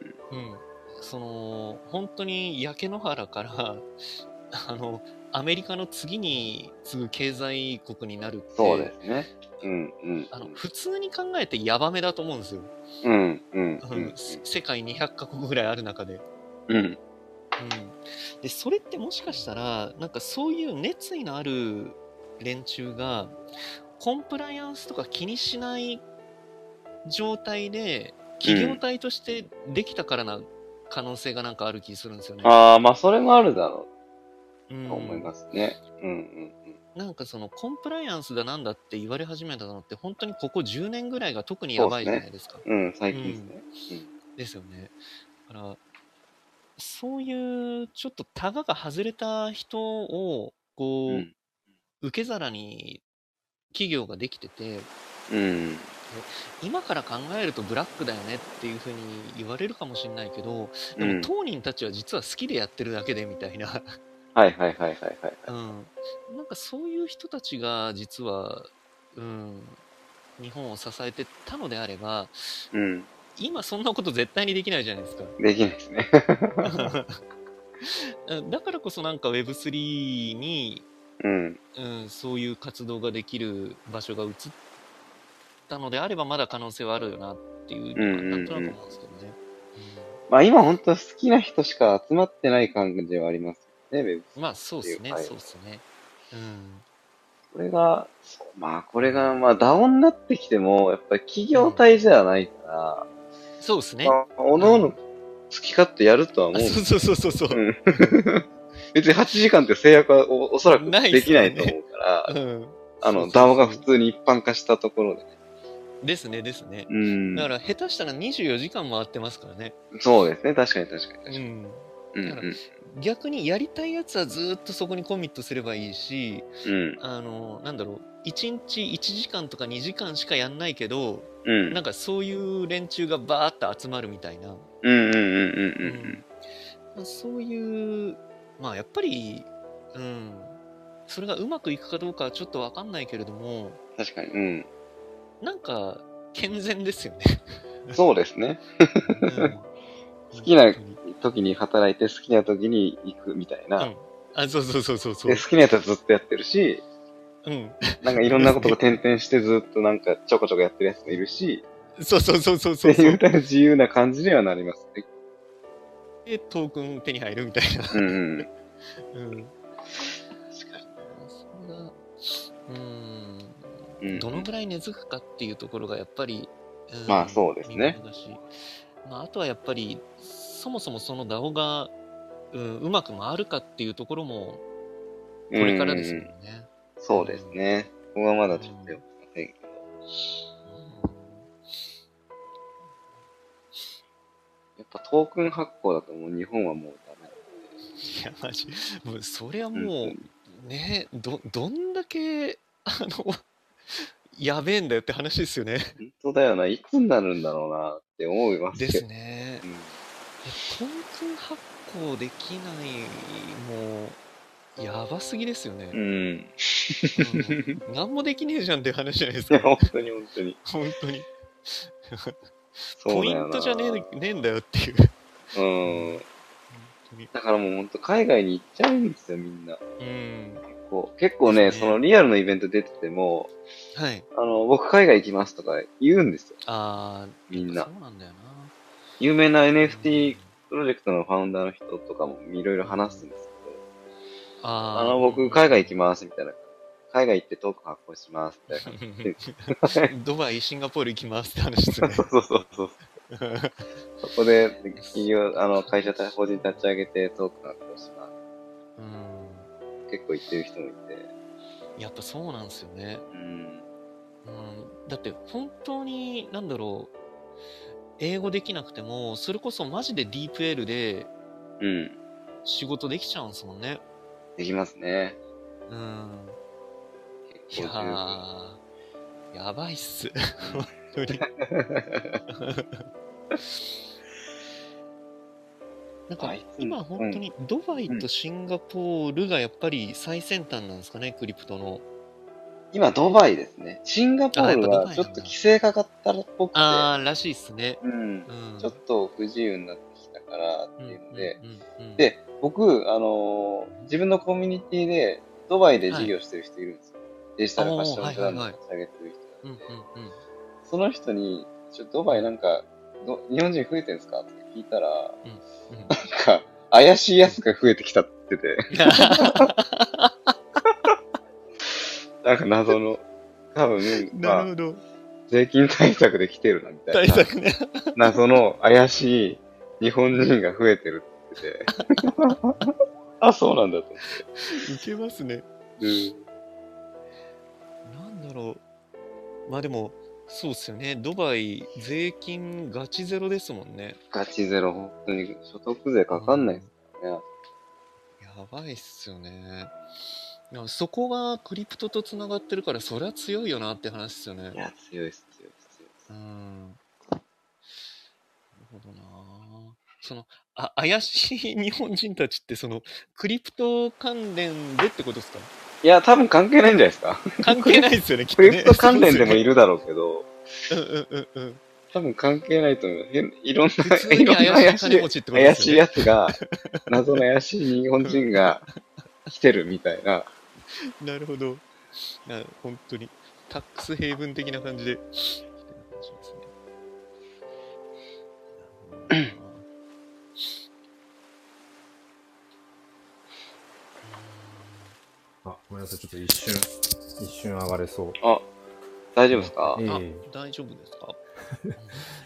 Speaker 2: その、本当に焼け野原から、 あの、アメリカの次に次ぐ経済国になるって、
Speaker 3: そうですね。うん、うん。
Speaker 2: あの普通に考えてヤバめだと思うんですよ。
Speaker 3: うん、うん、
Speaker 2: うん世界200カ国ぐらいある中で。うん
Speaker 3: うん。うん。
Speaker 2: でそれってもしかしたらなんかそういう熱意のある連中がコンプライアンスとか気にしない状態で企業体としてできたからな可能性がなんかある気するんですよね。
Speaker 3: ああ、まあ、それもあるだろ
Speaker 2: うん
Speaker 3: うと思いますね。うん、うん、
Speaker 2: なんかそのコンプライアンスだなんだって言われ始めたのって本当にここ10年ぐらいが特にやばいじゃないですか。
Speaker 3: うん。うん、最近ですね。
Speaker 2: ですよね。だからそういうちょっとタガが外れた人をこ
Speaker 3: う
Speaker 2: う、
Speaker 3: ん。
Speaker 2: 受け皿に企業ができてて
Speaker 3: うん。
Speaker 2: 今から考えるとブラックだよねっていうふうに言われるかもしれないけどで
Speaker 3: う
Speaker 2: も
Speaker 3: ん。
Speaker 2: 当人たちは実は好きでやってるだけでみたい な。
Speaker 3: はい、はい、はい、はい、はい。
Speaker 2: うん、なんかそういう人たちが実は、うん、日本を支えてたのであれば
Speaker 3: うん。
Speaker 2: 今そんなこと絶対にできないじゃないですか
Speaker 3: できないですね。
Speaker 2: うんだからこそなんか Web3 に、
Speaker 3: うん。
Speaker 2: うん、そういう活動ができる場所が移ったのであればまだ可能性はあるよなっていうのは
Speaker 3: うんうんう
Speaker 2: なんんとなく思うんですけどね、
Speaker 3: まあ今本当好きな人しか集まってない感じはありますよね、
Speaker 2: うんまあそうですね
Speaker 3: はい
Speaker 2: そうですねうん
Speaker 3: これが、そうまあこれが、まあ DAO になってきても、やっぱり企業体じゃないから、
Speaker 2: そうですね、
Speaker 3: まあ、おのおの好き勝手やるとは思
Speaker 2: あ
Speaker 3: う。
Speaker 2: そうそうそうそうそう
Speaker 3: うん 別に8時間って制約はおおそらく
Speaker 2: ないで
Speaker 3: ですき
Speaker 2: よ
Speaker 3: な
Speaker 2: ね
Speaker 3: いと思うから、
Speaker 2: うん
Speaker 3: あ
Speaker 2: そう
Speaker 3: の、
Speaker 2: そうそう
Speaker 3: DAO が普通に一般化したところで。
Speaker 2: ですねですね
Speaker 3: うん。
Speaker 2: だから下手したら24時間回ってますからね。
Speaker 3: そうですね。確かに確かに確かに。うん。う
Speaker 2: だから
Speaker 3: ん。
Speaker 2: 逆にやりたいやつはずーっとそこにコミットすればいいし、
Speaker 3: うん。
Speaker 2: あの、なんだろう、1日1時間とか2時間しかやんないけど、
Speaker 3: うん。
Speaker 2: なんかそういう連中がバーッと集まるみたいな、
Speaker 3: うん。うん。うん。うん。う
Speaker 2: うん
Speaker 3: ん
Speaker 2: まあそういう、まあやっぱり、うん、それがうまくいくかどうかはちょっとわかんないけれども、
Speaker 3: 確かに。うん。
Speaker 2: なんか健全ですよね。
Speaker 3: そうですね。
Speaker 2: うん
Speaker 3: 好きな時に働いて好きな時に行くみたいな。
Speaker 2: うんあ、そうそうそうそうそう
Speaker 3: で、。好きなやつはずっとやってるし、
Speaker 2: うん。
Speaker 3: なんかいろんなことが転々してずっとなんかちょこちょこやってるやつもいるし、
Speaker 2: そうそうそうそう
Speaker 3: って
Speaker 2: そうそ
Speaker 3: いう
Speaker 2: う。
Speaker 3: たら自由な感じにはなりますね。
Speaker 2: で、トークン手に入るみたいな。
Speaker 3: うんうん。
Speaker 2: うん。
Speaker 3: 確か
Speaker 2: それが、うん。
Speaker 3: に。うん、
Speaker 2: どのぐらい根付くかっていうところがやっぱり、うん
Speaker 3: まあそうですね
Speaker 2: 微妙だしまあ、あとはやっぱりそもそもその DAO が、うん、うまく回るかっていうところも
Speaker 3: こ
Speaker 2: これからですもん
Speaker 3: うん
Speaker 2: ね
Speaker 3: うん。そうですね。ここはまだちょっとよくわかりませんけど。やっぱトークン発行だともう日本はもうダメ。
Speaker 2: いやマジもうそれは
Speaker 3: 本
Speaker 2: も
Speaker 3: 当に
Speaker 2: うねどどんだけあのやべえんだよって話ですよね。
Speaker 3: 本当だよな。いつになるんだろうなって思います
Speaker 2: で
Speaker 3: け
Speaker 2: す
Speaker 3: ど。
Speaker 2: ね
Speaker 3: う。ん
Speaker 2: トンツン発行できないもうやばすぎですよね。
Speaker 3: うん。
Speaker 2: うん何もできねえじゃんっていう話じゃないです
Speaker 3: いや、
Speaker 2: か
Speaker 3: 本当に本当に。
Speaker 2: 本当に
Speaker 3: そ
Speaker 2: ポ
Speaker 3: う
Speaker 2: イ
Speaker 3: だよ
Speaker 2: ン
Speaker 3: な。
Speaker 2: トじゃねえねえんだよっていう
Speaker 3: うん。
Speaker 2: 本当に
Speaker 3: だからもう本当海外に行っちゃうんですよ、みんな。
Speaker 2: うん
Speaker 3: こう結構ね、
Speaker 2: です
Speaker 3: そ
Speaker 2: ね
Speaker 3: のリアルのイベント出てても、
Speaker 2: はい
Speaker 3: あの、僕海外行きますとか言うんですよ、
Speaker 2: あ
Speaker 3: みん
Speaker 2: あ
Speaker 3: な
Speaker 2: そ。うなんだよな
Speaker 3: 有名な
Speaker 2: うん
Speaker 3: NFT プロジェクトのファウンダーの人とかもいろいろ話すんですけど、
Speaker 2: あ
Speaker 3: あの、僕海外行きますみたいな。海外行ってトーク発行しますみたいな。
Speaker 2: きドバイシンガポール行きますって話ですね
Speaker 3: そうそうそうそう。そこで、企業、あの、会社、法人立ち上げてトーク発行しま
Speaker 2: うん
Speaker 3: す。結構行ってる人もいて。
Speaker 2: やっぱそうなんですよね、
Speaker 3: うん。
Speaker 2: うん、だって本当になんだろう英語できなくてもそれこそマジでディープエールで
Speaker 3: うん。
Speaker 2: 仕事できちゃうんですもんね
Speaker 3: できますね。
Speaker 2: うんい
Speaker 3: 結
Speaker 2: や
Speaker 3: 構十分。
Speaker 2: ー、やばいっす。 本当に。なん
Speaker 3: あ
Speaker 2: か
Speaker 3: いつ
Speaker 2: 今本当にドバイとシンガポールがやっぱり最先端なんですかね、クリプトの。
Speaker 3: 今、ドバイですね。シンガポール
Speaker 2: あやっぱドバ
Speaker 3: は
Speaker 2: イ
Speaker 3: ち
Speaker 2: なん
Speaker 3: ょ
Speaker 2: だ
Speaker 3: っと規制かかったっぽくて、
Speaker 2: あー、らしいっすね。
Speaker 3: うん
Speaker 2: う、ん。
Speaker 3: ちょっと不自由になってきたからっていうので、
Speaker 2: うんうんうん、
Speaker 3: で、僕、あのー自分のコミュニティで、ドバイで事業してる人いるんですよ。デジタルファッションブランドを立ち上げてる人。
Speaker 2: うんうんうん。
Speaker 3: その人に、ちょドバイなんか、ど日本人増えてるんですかって聞いたら、
Speaker 2: うん
Speaker 3: なんか、怪しいやつが増えてきたって言って て、なんか謎の、多分、
Speaker 2: なる
Speaker 3: まあ、
Speaker 2: ほど。
Speaker 3: 税金対策で来てるな、みたい
Speaker 2: 対
Speaker 3: な。
Speaker 2: 策ね。
Speaker 3: 謎の怪しい日本人が増えてるって言ってて。 あ、そうなんだと思
Speaker 2: いけますね。
Speaker 3: って。
Speaker 2: なんだろう。まあでも、そうっすよね。ドバイ、税金ガチゼロですもんね。
Speaker 3: ガチゼロ、本当に所得税かかんないですからね。
Speaker 2: やばいっすよね。でもそこがクリプトとつながってるから、そりゃ強いよなって話ですよね
Speaker 3: い。や、強いです、強いです、強いです
Speaker 2: う。ん。なるほどなぁその、あ、怪しい日本人たちって、その、クリプト関連でってことですか
Speaker 3: いや、多分関係ないんじゃないですか。
Speaker 2: 関係ないですよね、きっ
Speaker 3: ク
Speaker 2: とね。
Speaker 3: リプト関連でもい
Speaker 2: る。
Speaker 3: るだろうけど、
Speaker 2: うんうんうんうん。
Speaker 3: 多分関係ないと思う。変いろん
Speaker 2: 普
Speaker 3: な、
Speaker 2: 通
Speaker 3: い
Speaker 2: に
Speaker 3: ろんな
Speaker 2: 怪
Speaker 3: 怪
Speaker 2: しい
Speaker 3: し
Speaker 2: 金持
Speaker 3: い、
Speaker 2: ちってことで
Speaker 3: 怪
Speaker 2: す
Speaker 3: しい
Speaker 2: よね。
Speaker 3: やつが、謎の怪しい日本人が来てるみたいな。
Speaker 2: なるほど。な本当に。タックスヘイブン的な感じで。なるほどな
Speaker 1: あ、ごめんなさい、ちょっと一瞬、一瞬上がれそう。
Speaker 3: あ、大丈夫ですか
Speaker 1: ええ
Speaker 2: あ大丈夫ですか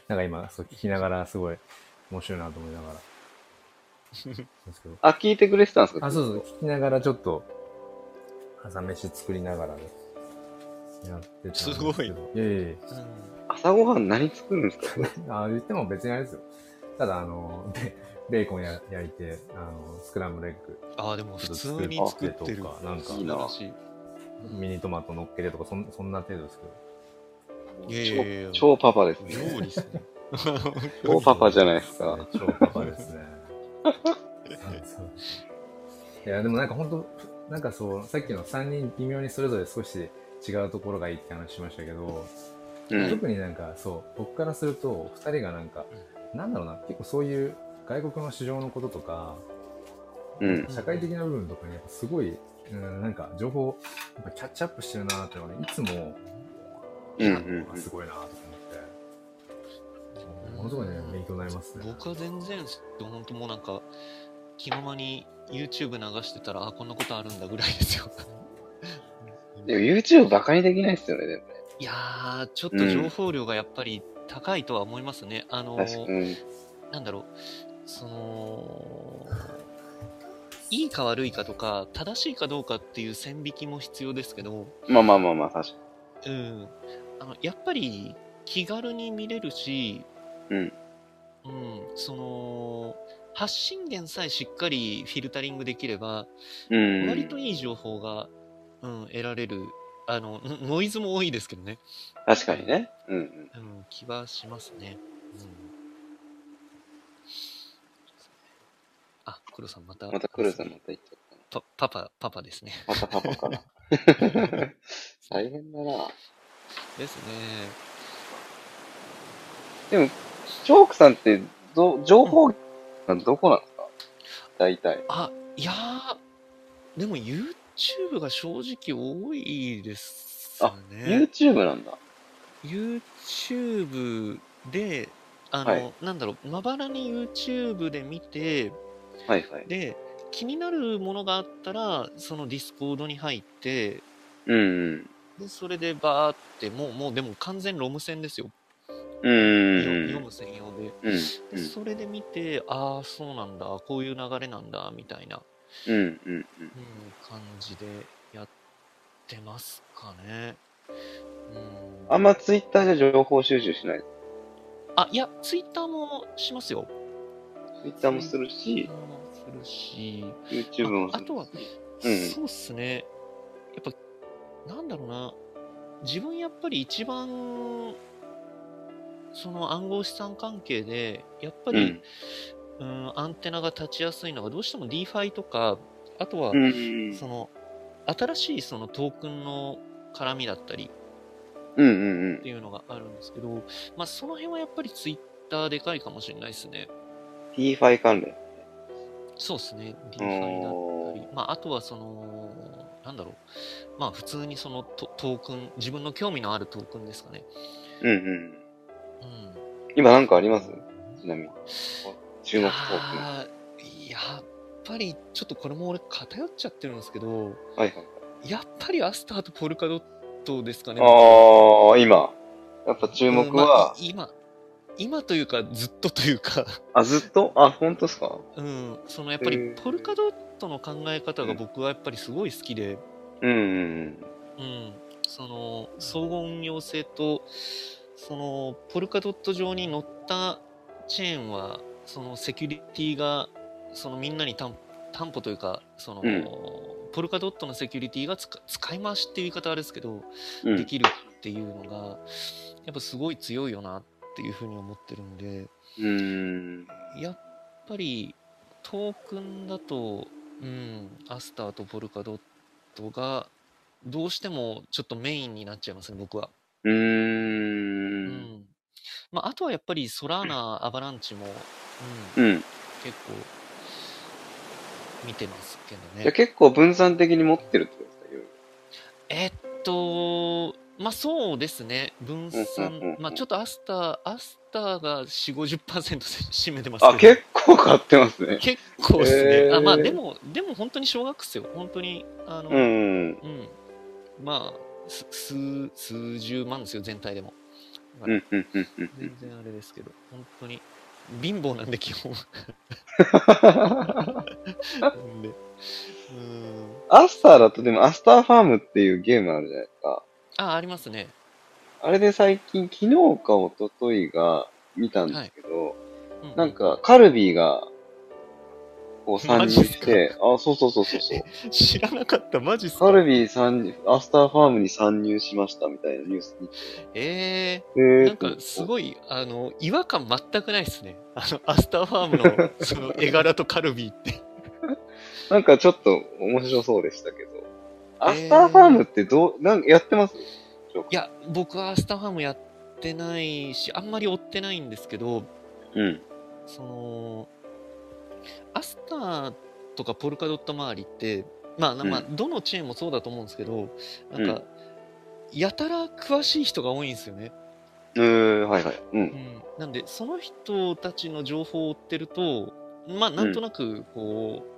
Speaker 1: なんか今、そう聞きながら、すごい面白いなと思いながら。ですけど
Speaker 3: あ、聞いてくれてたんですか
Speaker 1: あ、そうそう、聞きながらちょっと、朝飯作りながらね、やってたんですけど。
Speaker 2: すごい
Speaker 1: いやいやい
Speaker 2: うん
Speaker 3: 朝ごはん何作るんですか
Speaker 1: やあ言っても別にあれですよ。ただ、あの、ベベーコンや焼いて、あの、スクランブルエッグ、
Speaker 2: ああ、でも普通に作ってる
Speaker 1: と。か、なんか
Speaker 2: 素、
Speaker 3: いい
Speaker 2: 晴
Speaker 3: な
Speaker 2: らしい。
Speaker 1: ミニトマト乗っけてとか、そんそんな程度ですけど。
Speaker 2: いやいやいや
Speaker 3: 超超パパですね。
Speaker 2: 料理っすね。
Speaker 3: 超パパじゃないですか。
Speaker 1: 超パパですね。 そうそういや、でもなんか本当、なんかそう、さっきの3人微妙にそれぞれ少し違うところがいいって話しましたけど、
Speaker 3: うん。
Speaker 1: 特になんかそう僕からすると2人がなんか、なんだろうな結構そういう外国の市場のこととか
Speaker 3: うん。
Speaker 1: 社会的な部分とかにやっぱすごい、うん、なんか情報やっぱキャッチアップしてるなーっていうのはねいつも
Speaker 3: うんうん
Speaker 1: なんかすごいなーと思って、ものすごいね勉強になりますね。
Speaker 2: 僕は全然、本当もうなんか、気ままに YouTube 流してたら、あ、こんなことあるんだぐらいですよ。
Speaker 3: でも YouTube バカにできないですよね、でもね。
Speaker 2: いやー、ちょっと情報量がやっぱり高いとは思いますね。あの
Speaker 3: 確か
Speaker 2: ー、
Speaker 3: に。
Speaker 2: なんだろう、その、いいか悪いかとか、正しいかどうかっていう線引きも必要ですけど、
Speaker 3: まあまあまあまあ、確か
Speaker 2: うん、あのやっぱり気軽に見れるし、
Speaker 3: うん
Speaker 2: うんその発信源さえしっかりフィルタリングできれば、
Speaker 3: に。うん。
Speaker 2: 割といい情報が、うん、得られるあのんノイズも多いですけどね、
Speaker 3: 確かにね。うんうん。
Speaker 2: うん、気はしますね、うん、あ黒さんまた
Speaker 3: また黒さんまた行っちゃったな。
Speaker 2: パパパパパですね
Speaker 3: またパパ かな。大変だな。
Speaker 2: ですね
Speaker 3: チョークさんって、ど、情報がどこなんですか大体。
Speaker 2: あ、いやー、でも YouTube が正直多いですね。
Speaker 3: YouTube なんだ。
Speaker 2: YouTube で、あの、
Speaker 3: はい
Speaker 2: なんだろう、まばらに YouTube で見て、
Speaker 3: はいはい。
Speaker 2: で、気になるものがあったら、そのディスコードに入って、
Speaker 3: うんうん。
Speaker 2: で、それでバーって、もう、もう、でも完全ロム線ですよ。
Speaker 3: うんうん
Speaker 2: よ
Speaker 3: う
Speaker 2: 読
Speaker 3: ん。
Speaker 2: む専用で。
Speaker 3: うん
Speaker 2: でそれで見て、ああ、そうなんだ、こういう流れなんだ、みたいな。
Speaker 3: うんうんうん。
Speaker 2: うん、感じでやってますかね。うん、
Speaker 3: あんま Twitter じゃ情報収集しない。
Speaker 2: あいや、ツイッターもしますよ。
Speaker 3: Twitter もする
Speaker 2: ツイッ
Speaker 3: し
Speaker 2: タ、ーもするし、
Speaker 3: YouTube も
Speaker 2: あ
Speaker 3: するし。
Speaker 2: あとは、
Speaker 3: うん
Speaker 2: そうっすね。やっぱ、なんだろうな、自分やっぱり一番、その暗号資産関係で、やっぱ
Speaker 3: う
Speaker 2: り
Speaker 3: ん、。
Speaker 2: うん、アンテナが立ちやすいのが、どうしても DeFi とか、あとは、
Speaker 3: うんうん
Speaker 2: その、新しいそのトークンの絡みだったり、
Speaker 3: うんうんうん
Speaker 2: っ。ていうのがあるんですけど、まあ、その辺はやっぱりツイッターでかいかもしれないですね。
Speaker 3: DeFi 関連。
Speaker 2: そうですね、DeFi だった
Speaker 3: お
Speaker 2: り
Speaker 3: ー、
Speaker 2: まあ、あとはその、なんだろう、まあ、普通にそのトトークン、自分の興味のあるトークンですかね。
Speaker 3: うんうん。
Speaker 2: うん、
Speaker 3: 今なんかありますちなみに。注目トークン。は
Speaker 2: あーやっぱり、ちょっとこれも俺、偏っちゃってるんですけど、
Speaker 3: いはい。
Speaker 2: やっぱりアスターとポルカドットですかね。
Speaker 3: ああ、今。やっぱ注目
Speaker 2: うんまあ
Speaker 3: は、
Speaker 2: い今、今というか、ずっとというか。
Speaker 3: あ、ずっとあ、本当ですか
Speaker 2: うん、そのやっぱ
Speaker 3: へ
Speaker 2: り
Speaker 3: ー
Speaker 2: ポルカドットの考え方が僕はやっぱりすごい好きで、
Speaker 3: うんうん
Speaker 2: うん、その総合運用性とそのポルカドット上に乗ったチェーンはそのセキュリティがそのみんなに担担保というかその、
Speaker 3: うん
Speaker 2: ポルカドットのセキュリティが使使い回しっていう言い方はあれですけど、
Speaker 3: うん。うん
Speaker 2: できるっていうのがやっぱすごい強いよなっていうふうに思ってるんで。
Speaker 3: うーん。
Speaker 2: やっぱりトークンだと、うん、アスターとポルカドットがどうしてもちょっとメインになっちゃいますね、僕は。
Speaker 3: う
Speaker 2: う
Speaker 3: ーん。
Speaker 2: ん。まあ、あとはやっぱりソラーナ、アバランチも、うん、
Speaker 3: うん。
Speaker 2: 結構見てますけど
Speaker 3: じゃあ
Speaker 2: ね。
Speaker 3: 結構分散的に持ってるってことですかよ
Speaker 2: えっと、まあそうですね、分
Speaker 3: うんうんう
Speaker 2: 散
Speaker 3: んう、ん
Speaker 2: まあちょっとアスター、アスターが4、50%占めてますけど。
Speaker 3: あ、結構買ってますね。
Speaker 2: 結構ですね、
Speaker 3: へー
Speaker 2: あまあでもでも本当に小学生よ本当にあの、
Speaker 3: うんうん。
Speaker 2: うんまあす数数十万ですよ全体でも
Speaker 3: うんうんうんうんうん。
Speaker 2: 全然あれですけど本当に貧乏なんで基本なんでうーん
Speaker 3: アスターだと、でもアスターファームっていうゲームあるじゃないですか。
Speaker 2: あありますね
Speaker 3: あれで最近、昨日か一昨日が見たんですけど、
Speaker 2: うう
Speaker 3: なんかカルビーが、こう参
Speaker 2: マ
Speaker 3: 入
Speaker 2: ジっす
Speaker 3: し
Speaker 2: か
Speaker 3: て、あ、そうそうそうそうそう。
Speaker 2: 知らなかったマジっすか
Speaker 3: カルビー参入、アスターファームに参入しましたみたいなニュースに。
Speaker 2: え
Speaker 3: え
Speaker 2: ー、
Speaker 3: ー、
Speaker 2: なんかすごいあの違和感全くないですねあのアスターファーム のその絵柄とカルビーって
Speaker 3: なんかちょっと面白そうでしたけど。アスターファームってどう、なんやってます
Speaker 2: いや、僕はアスターファームやってないし、あんまり追ってないんですけど、
Speaker 3: うん。
Speaker 2: その、アスターとかポルカドット周りって、まあ、なまあ、
Speaker 3: う
Speaker 2: どのチェーンもそうだと思うんですけど、なんか、やたら詳しい人が多いんですよね。
Speaker 3: うー、はいはい。う。
Speaker 2: うんん、なんで、その人たちの情報を追ってると、まあ、なんとなく、こう、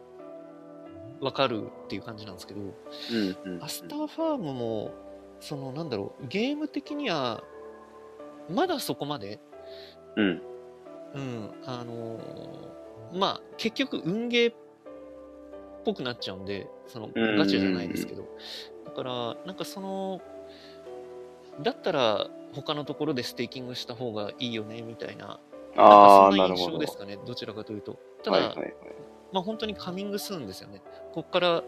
Speaker 2: わ、かるっていう感じなんですけど、
Speaker 3: うん。うん
Speaker 2: アスターファームも、その、なんだろう、ゲーム的には、まだそこまで、
Speaker 3: うん。
Speaker 2: うん、あのーまあ、結局、運ゲーっぽくなっちゃうんで、その、
Speaker 3: うん
Speaker 2: ガチャじゃないですけど。だから、なんかその、だったら、他のところでステーキングした方がいいよね、みたいな、
Speaker 3: あ
Speaker 2: なんか
Speaker 3: ー、
Speaker 2: そ
Speaker 3: なんる
Speaker 2: な印
Speaker 3: ほ
Speaker 2: 象
Speaker 3: ど。
Speaker 2: ですかね、どちらかというと。ただ、
Speaker 3: はいはいはい。
Speaker 2: まあ本当にカミングスーンですよね。こっから、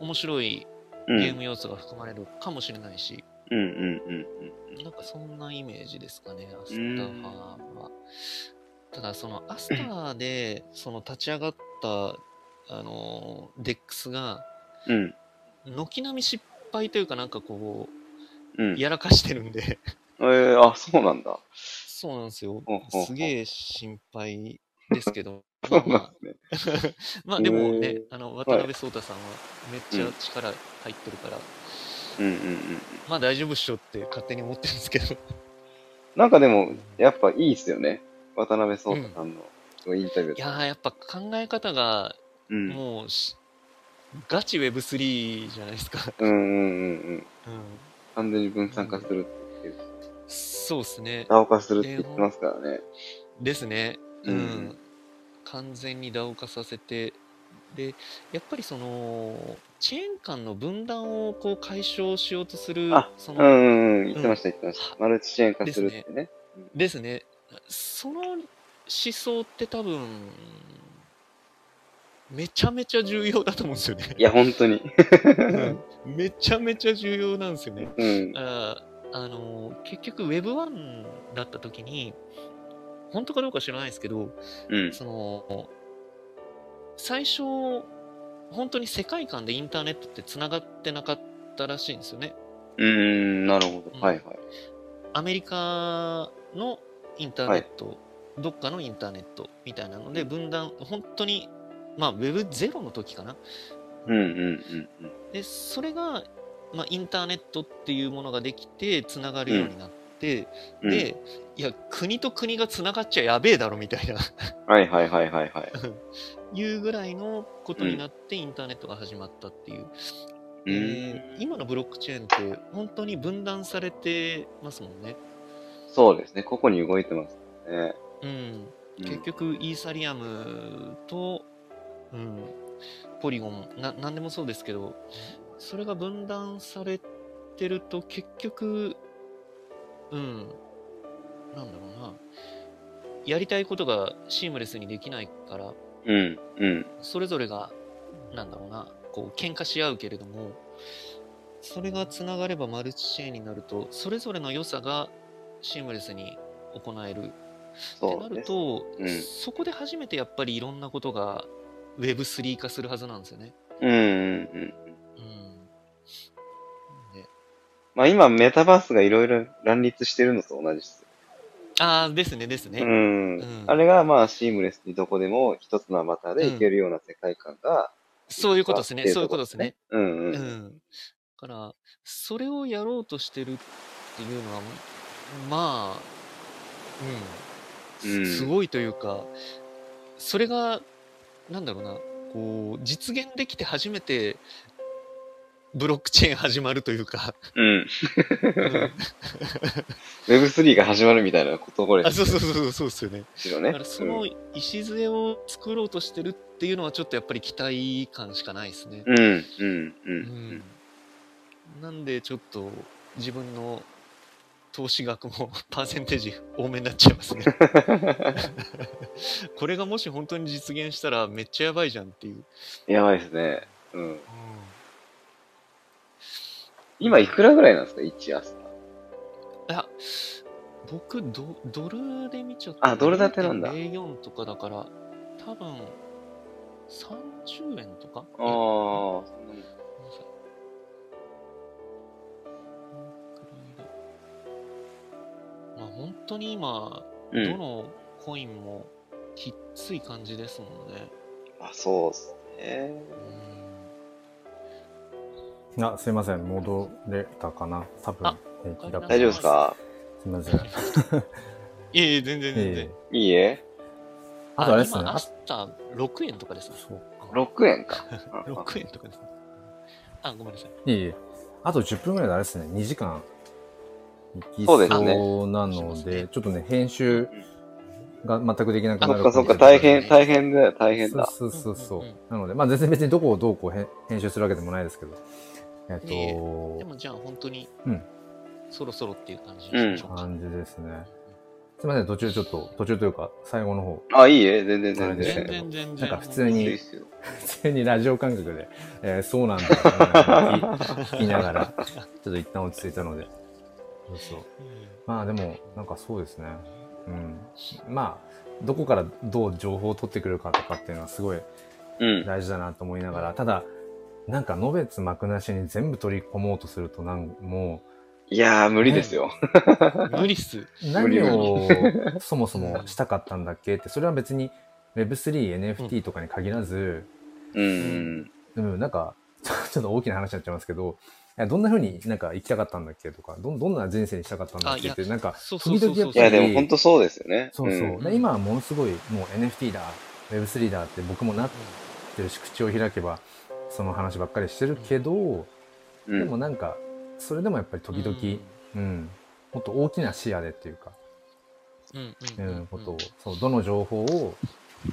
Speaker 2: 面白いゲ
Speaker 3: うん。
Speaker 2: ーム要素が含まれるかもしれないし、
Speaker 3: うんうんうん
Speaker 2: なんかそんなイメージですかね、アスターは。ただ、そのアスターでその立ち上がった、あのーデックスが、
Speaker 3: うん。うん。
Speaker 2: 軒並み失敗というか、なんかこ
Speaker 3: うん。
Speaker 2: う、やらかしてるんで、
Speaker 3: えー、あ、そうなんだ。
Speaker 2: そうなんですよ
Speaker 3: ほうほうほ。う
Speaker 2: すげえ心配ですけど、ま
Speaker 3: そう
Speaker 2: あま
Speaker 3: なん
Speaker 2: あ、
Speaker 3: ですね。
Speaker 2: まあでも
Speaker 3: へ
Speaker 2: ね
Speaker 3: え、
Speaker 2: あの渡辺聡太さんはめっちゃ力入ってるから、
Speaker 3: うんうんうん。
Speaker 2: まあ大丈夫っしょって勝手に思ってるんですけ ど、
Speaker 3: なんかでも、やっぱいいっすよね。渡辺聡太さんの、インタビュー
Speaker 2: い
Speaker 3: と
Speaker 2: や
Speaker 3: か。
Speaker 2: ー、やっぱ考え方が
Speaker 3: うん。
Speaker 2: もうし、ガチ Web3 じゃないですか。
Speaker 3: うんうんうんうん。
Speaker 2: うん、
Speaker 3: 完全に分散化するって言ってる。
Speaker 2: そうですね。
Speaker 3: 多様化するって言ってますからね。
Speaker 2: ですね。うん。
Speaker 3: うん
Speaker 2: 完全に DAO 化させて。で、やっぱりその、チェーン間の分断をこう解消しようとする
Speaker 3: あ、
Speaker 2: そうの、
Speaker 3: んうんうん。言ってました言ってました。マルチチェーン化するってね。
Speaker 2: ですね。その思想って多分、めちゃめちゃ重要だと思うんですよね。
Speaker 3: いや、本当に。
Speaker 2: うん めちゃめちゃ重要なんですよね。
Speaker 3: うん。
Speaker 2: あーあのー結局 Web1 だった時に本当かどうか知らないですけど
Speaker 3: うん。
Speaker 2: その最初本当に世界観でインターネットってつながってなかったらしいんですよね
Speaker 3: うーん、なるほど。はいはい。
Speaker 2: アメリカのインターネット、どっかのインターネットみたいなので分断本当にまあ Web0 の時かな
Speaker 3: うんうんうんうん。
Speaker 2: でそれが、まあ、インターネットっていうものができてつながるようになって、
Speaker 3: うん、
Speaker 2: で、いや、国と国がつながっちゃやべえだろみたいな、
Speaker 3: はいはいはいはいはい。
Speaker 2: いうぐらいのことになってインターネットが始まったっていう。
Speaker 3: う
Speaker 2: え
Speaker 3: ーん、
Speaker 2: ー今のブロックチェーンって本当に分断されてますもんね。
Speaker 3: そうですね。ここに動いてますね。
Speaker 2: うん。
Speaker 3: うん
Speaker 2: 結、局、イーサリアムと、うん、ポリゴン、な、なんでもそうですけど、それが分断されてると結局、うん、なんだろうな。やりたいことがシームレスにできないから、
Speaker 3: うん、うん、
Speaker 2: それぞれが、なんだろうな、こう、喧嘩し合うけれども、それがつながればマルチチェーンになると、それぞれの良さがシームレスに行えるって
Speaker 3: そ
Speaker 2: な
Speaker 3: うで
Speaker 2: る
Speaker 3: す。
Speaker 2: と、
Speaker 3: うん
Speaker 2: そこで初めてやっぱりいろんなことが Web3 化するはずなんですよね。
Speaker 3: うん、うん、うん。
Speaker 2: うん。で
Speaker 3: まあ今、メタバースがいろいろ乱立してるのと同じです。
Speaker 2: ああ、ですね、ですね。
Speaker 3: う。
Speaker 2: うん
Speaker 3: あれがまあシームレスにどこでも一つのアバターでいけるような世界観が、
Speaker 2: そういうことですね、
Speaker 3: って
Speaker 2: そういうことですね。。
Speaker 3: うんう。
Speaker 2: うんん。だから、それをやろうとしてるっていうのは、まあ、うん、
Speaker 3: うん
Speaker 2: すすごいというか、それが、なんだろうな、こう、実現できて初めて、ブロックチェーン始まるという か、
Speaker 3: うん。
Speaker 2: うん
Speaker 3: Web3 が始まるみたいなことこれ
Speaker 2: あ、、そうそうそうそう、そうですよね。
Speaker 3: しろ
Speaker 2: だ
Speaker 3: ね
Speaker 2: から、。その礎を作ろうとしてるっていうのは、ちょっとやっぱり期待感しかないですね。
Speaker 3: うん、うん、うん、う
Speaker 2: うんん。なんでちょっと自分の投資額もパーセンテージ多めになっちゃい ますね。これがもし本当に実現したらめっちゃやばいじゃんっていう。
Speaker 3: やばいですね。うん。今いくらぐらいなんですか ?1 アス
Speaker 2: あ僕ド、ドルで見ちゃった。
Speaker 3: あドル建てなんだ
Speaker 2: 0.04とかだから、多分30円とか
Speaker 3: ター。ああ、そんなもん。
Speaker 2: ごめんなさいこのくらいだ当に今、
Speaker 3: う
Speaker 2: ど
Speaker 3: ん。
Speaker 2: のコインもきっつい感じですもんね。
Speaker 3: あ、そうっすね。
Speaker 2: うん
Speaker 1: あ、すいません。戻れたかな多分
Speaker 2: あ、
Speaker 1: 平気だと思います
Speaker 3: 大丈夫ですか
Speaker 1: すいません。
Speaker 2: いえいえ、全然 全然
Speaker 1: え。
Speaker 3: いいえ
Speaker 1: あとあれですね
Speaker 2: 今
Speaker 1: あ
Speaker 2: 明日6円とかで
Speaker 1: え
Speaker 2: すね。
Speaker 1: そうか。
Speaker 3: ?6 円か。
Speaker 2: 6円とかですね。あ、ごめんなさい。
Speaker 1: いえいえあと10分ぐらいであれですね、2時間行き
Speaker 3: そう
Speaker 1: そ
Speaker 3: ですね
Speaker 1: うなの
Speaker 2: そう
Speaker 1: で、
Speaker 2: ですね
Speaker 1: ちょっとね、編集が全くできなく
Speaker 3: そ
Speaker 1: な
Speaker 3: っ
Speaker 1: る
Speaker 3: かそっか、
Speaker 1: もしれ
Speaker 3: 大
Speaker 1: ない
Speaker 3: 変、大変だよ、大変だ。
Speaker 1: そうそうそうそう。
Speaker 2: うんうん
Speaker 1: なので、まあ全然別にどこをどうこう編編集するわけでもないですけど、えっ、
Speaker 2: いえいえで
Speaker 1: と、
Speaker 2: もじゃあ本当に
Speaker 1: うん、
Speaker 2: そろそろっていう感じにしましょうか。
Speaker 1: 感じですね。すいません、途中ちょっと、途中というか、最後の方、
Speaker 3: あ、いいえ全然全
Speaker 1: 全
Speaker 3: 然。
Speaker 1: 然
Speaker 2: 全然全
Speaker 1: な
Speaker 2: 然。
Speaker 1: んか普通
Speaker 3: い
Speaker 1: に
Speaker 3: いっすよ
Speaker 1: 普通にラジオ感覚で、えーそうなんだよね、聞き聞きながら、ちょっと一旦落ち着いたので。そうそう。まあでも、なんかそうですね。うん。まあ、どこからどう情報を取ってくるかとかっていうのはすごい
Speaker 3: うん。
Speaker 1: 大事だなと思いながら、ただ、なんか、のべつ幕なしに全部取り込もうとすると、なんも
Speaker 3: いやー、無理です
Speaker 2: う
Speaker 3: よ。
Speaker 2: ん無理っす。
Speaker 1: う、
Speaker 3: 無理
Speaker 1: 何をそもそもしたかったんだっけって、それは別に Web3、NFT とかに限らず、
Speaker 3: うん。
Speaker 1: うん、なんか、ちょ ちょっと大きな話になっちゃいますけど、いやどんな風になんか生きたかったんだっけとか、どんどんな人生にしたかったんだっけっ
Speaker 2: あ
Speaker 1: て、なんか、
Speaker 2: そうそう
Speaker 1: 時
Speaker 2: そう
Speaker 1: 々
Speaker 2: そ
Speaker 1: やっ
Speaker 2: う
Speaker 3: い
Speaker 1: ぱ
Speaker 3: や、
Speaker 1: り、
Speaker 3: でも本当そうですよね。
Speaker 1: そうそう。
Speaker 3: ん
Speaker 1: で今はものすごい、もう NFT だ、Web3 だって僕もなってるし、口を開けば、その話ばっかりしてるけど、
Speaker 3: う
Speaker 1: で
Speaker 3: ん
Speaker 1: もなんか、それでもやっぱり時々、うん、もっと大きな視野でっていうか、
Speaker 2: うん
Speaker 1: う、
Speaker 2: うんんうん
Speaker 1: ことを、そう、どの情報を、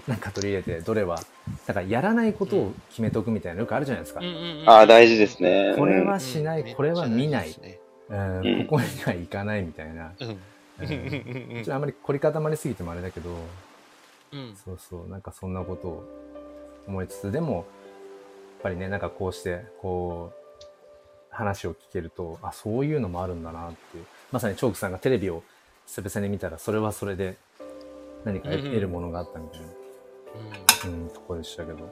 Speaker 1: なんか取り入れて、どれは、だからやらないことを決めとくみたいなのよくあるじゃないですか。
Speaker 3: あー、大事です。ね。
Speaker 1: これ
Speaker 3: うん
Speaker 1: はしない、これは見ない、うん
Speaker 3: うん
Speaker 1: ここには行かないみたいな。
Speaker 2: う
Speaker 1: う
Speaker 2: ん。
Speaker 1: ん
Speaker 2: う
Speaker 1: ち
Speaker 2: んうんうん
Speaker 1: ょっとあんまり凝り固まりすぎてもあれだけど、
Speaker 2: うん
Speaker 1: そうそう、なんかそんなことを思いつつ、でも、やっぱりね、なんかこうして、こう、話を聞けると、あ、そういうのもあるんだなっていう。まさにチョークさんがテレビを久々に見たら、それはそれで何か得
Speaker 2: うんうん
Speaker 1: 得るものがあったみたいな、うん、とこでしたけど。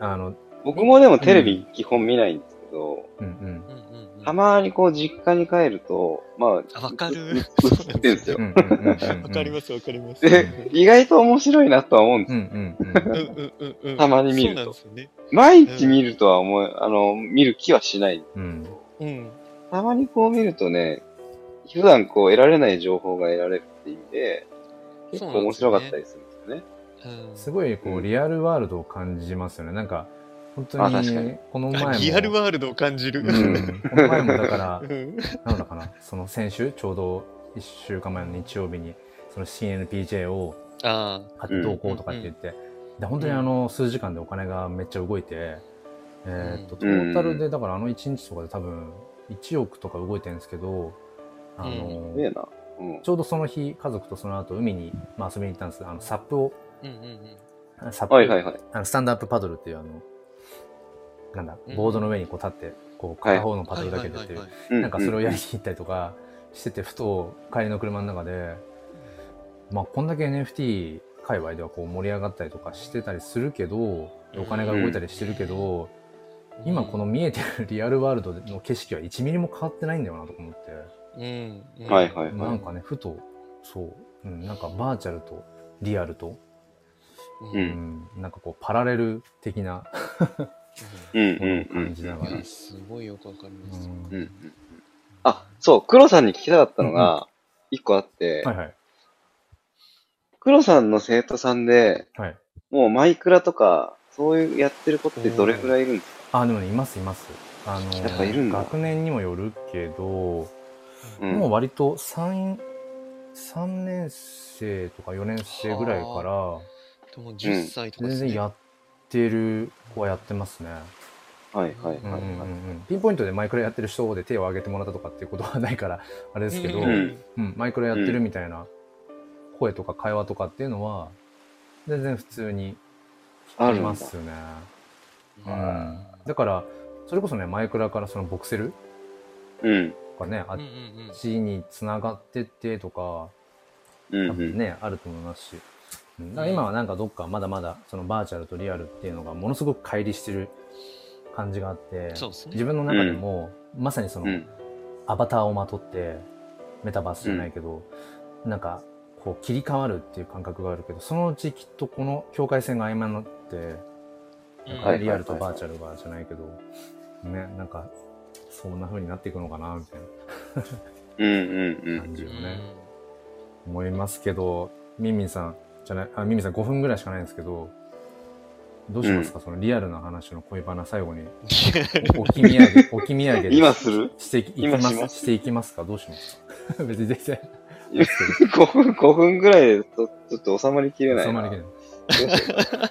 Speaker 1: あの、
Speaker 3: 僕もでもテレビ基本見ないんですけど、
Speaker 1: うんうん。
Speaker 2: うんうんうん
Speaker 3: たまにこう実家に帰ると、まあ、
Speaker 2: あわかる
Speaker 3: う映ってんですよ
Speaker 1: う。んうんうんうんうん
Speaker 2: わかりますわかります。
Speaker 3: で、意外と面白いなとは思うん
Speaker 1: う
Speaker 3: です。
Speaker 1: んうんうん
Speaker 2: う。んうんうんうん
Speaker 3: たまに見
Speaker 2: そう
Speaker 3: る
Speaker 2: なん
Speaker 3: と
Speaker 2: ですよね。
Speaker 3: 毎日見るとは思い、あの、見る気はしない。
Speaker 1: うん。
Speaker 2: うん。
Speaker 3: たまにこう見るとね、普段こう得られない情報が得られるって意味で、結
Speaker 2: そう
Speaker 3: 構
Speaker 2: なん
Speaker 3: 面
Speaker 2: ですよね
Speaker 3: 白かったりするんですよね。
Speaker 2: うん
Speaker 1: すごいこ
Speaker 3: う
Speaker 1: うんリアルワールドを感じますよね。なんか本当
Speaker 3: あ確か
Speaker 1: に
Speaker 3: に
Speaker 1: この前も
Speaker 2: あ リアルワールドを感じ
Speaker 1: う
Speaker 2: る。
Speaker 1: ん、この前もだ から
Speaker 2: うん
Speaker 1: なんだかなその先週ちょうど1週間前の日曜日にその CNPJ を
Speaker 2: あ
Speaker 1: 買ってどうこうとかって言って、で本当にあの数時間でお金がめっちゃ動いて、えーっとトータルでだからあの1日とかで多分1億とか動いてるんですけどあの、
Speaker 3: すげえな。うん。
Speaker 1: ちょうどその日家族とその後海に、まあ、遊びに行ったんですあのサップを
Speaker 2: ーうんうん
Speaker 1: サップ、
Speaker 3: はいはいはい。
Speaker 1: あのスタンドアップパドルっていうあのなんだ
Speaker 2: うん
Speaker 1: ボードの上にこう立ってこう
Speaker 3: はい
Speaker 1: 片方の
Speaker 2: うん。
Speaker 1: パドルだけでって
Speaker 2: はいはいはいはい
Speaker 3: うん
Speaker 1: なんかそれをやりに行ったりとかしててふと帰りの車の中でまあこんだけ NFT 界隈ではこう盛り上がったりとかしてたりするけどお金が動いたりしてるけど、今この見えてるリアルワールドの景色は1ミリも変わってないんだよなとか思って、
Speaker 2: うんうん
Speaker 3: はいはいはい。
Speaker 1: なんかねふとそう、うん、なんかバーチャルとリアルと、
Speaker 2: う
Speaker 1: うんん、なんかこうパラレル的な
Speaker 3: うん
Speaker 1: ものを
Speaker 3: うんう
Speaker 1: 感
Speaker 3: ん
Speaker 1: じなが
Speaker 2: い
Speaker 1: ら
Speaker 2: や。すごいよくわかります。
Speaker 1: うん
Speaker 3: うんうん。あ、そう、黒さんに聞きたかったの
Speaker 1: うん
Speaker 3: が、一個あって、
Speaker 1: はいはい。
Speaker 3: 黒さんの生徒さんで、
Speaker 1: はい。
Speaker 3: もうマイクラとか、そういうやってる子ってどれくらいいるんですか
Speaker 1: あ、でもね、いますいます。あの
Speaker 3: やっぱいるんだ
Speaker 1: 学年にもよるけど、
Speaker 3: う。
Speaker 1: もうん割と3、三年生とか4年生ぐらいか
Speaker 2: でも10歳と
Speaker 1: ら、
Speaker 2: か
Speaker 1: 全
Speaker 2: です
Speaker 1: 然
Speaker 2: ね。
Speaker 1: やってる子はやってますね。
Speaker 3: はいはいはい
Speaker 1: うんうんうん
Speaker 3: は
Speaker 1: うんピンポイントでマイクラやってる人で手を挙げてもらったとかっていうことはないから、 あれですけど、
Speaker 2: う
Speaker 1: うん
Speaker 2: うん
Speaker 1: んマイクラやってるみたいな声とか会話とかっていうのは、全然普通に
Speaker 3: あ
Speaker 1: い
Speaker 3: るんだ
Speaker 1: ますね。
Speaker 2: う
Speaker 1: うんん、だからそれこそねマイクラからそのボクセル
Speaker 3: い。うん。
Speaker 1: とかねあ
Speaker 2: う
Speaker 1: っ
Speaker 2: んうんうん
Speaker 1: ちに繋がってってとか
Speaker 3: うん
Speaker 1: 多
Speaker 3: うん
Speaker 1: 分。ね、あると思いますし、うん、だから今はなんかどっかまだまだそのバーチャルとリアルっていうのがものすごく乖離してる感じがあって、
Speaker 2: そうですね。
Speaker 1: 自分の中でも、まさにその、
Speaker 3: うん
Speaker 1: アバターをまとってメタバースじゃないけど、なんかこう切り替わるっていう感覚があるけどそのうちきっとこの境界線が曖昧になって
Speaker 2: うん
Speaker 1: なんか
Speaker 3: はい
Speaker 1: リアルとバーチャルがじゃないけど、ね、なんかそんな風になっていくのかなみたい
Speaker 3: うんうんう。
Speaker 1: なん 感じよね、
Speaker 2: うん
Speaker 1: 思いますけどみんみんさんじゃないあみんみんさん5分ぐらいしかないんですけどどうしますか、そのリアルな話の恋バナ最 後にお気見上げお気見上げ
Speaker 3: 今する
Speaker 1: していき
Speaker 3: 今
Speaker 1: ます
Speaker 3: します
Speaker 1: していきますかどうします か別に全然
Speaker 3: 今 ?5 分、5分ぐらいでとちょっと収まりきれない
Speaker 1: 収
Speaker 3: な。
Speaker 1: まりきれない
Speaker 3: どうしよ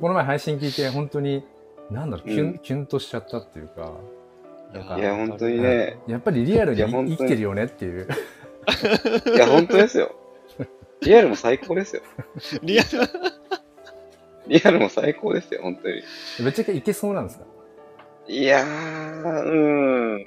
Speaker 1: この前配信聞いて本当になんだろう、キュ
Speaker 3: う
Speaker 1: ンキュンとしちゃったっていうかなんか
Speaker 3: ういや、本当にね。
Speaker 1: やっぱりリアル
Speaker 3: い
Speaker 1: に
Speaker 3: や本当
Speaker 1: 生き
Speaker 3: に
Speaker 1: てるよねっていう
Speaker 3: いや、本当ですよ。リアルも最高ですよ。
Speaker 2: リアル
Speaker 3: リアルも最高ですよ、本当に。
Speaker 1: ぶっちゃけいけそうなんですか
Speaker 3: いやー、うーん。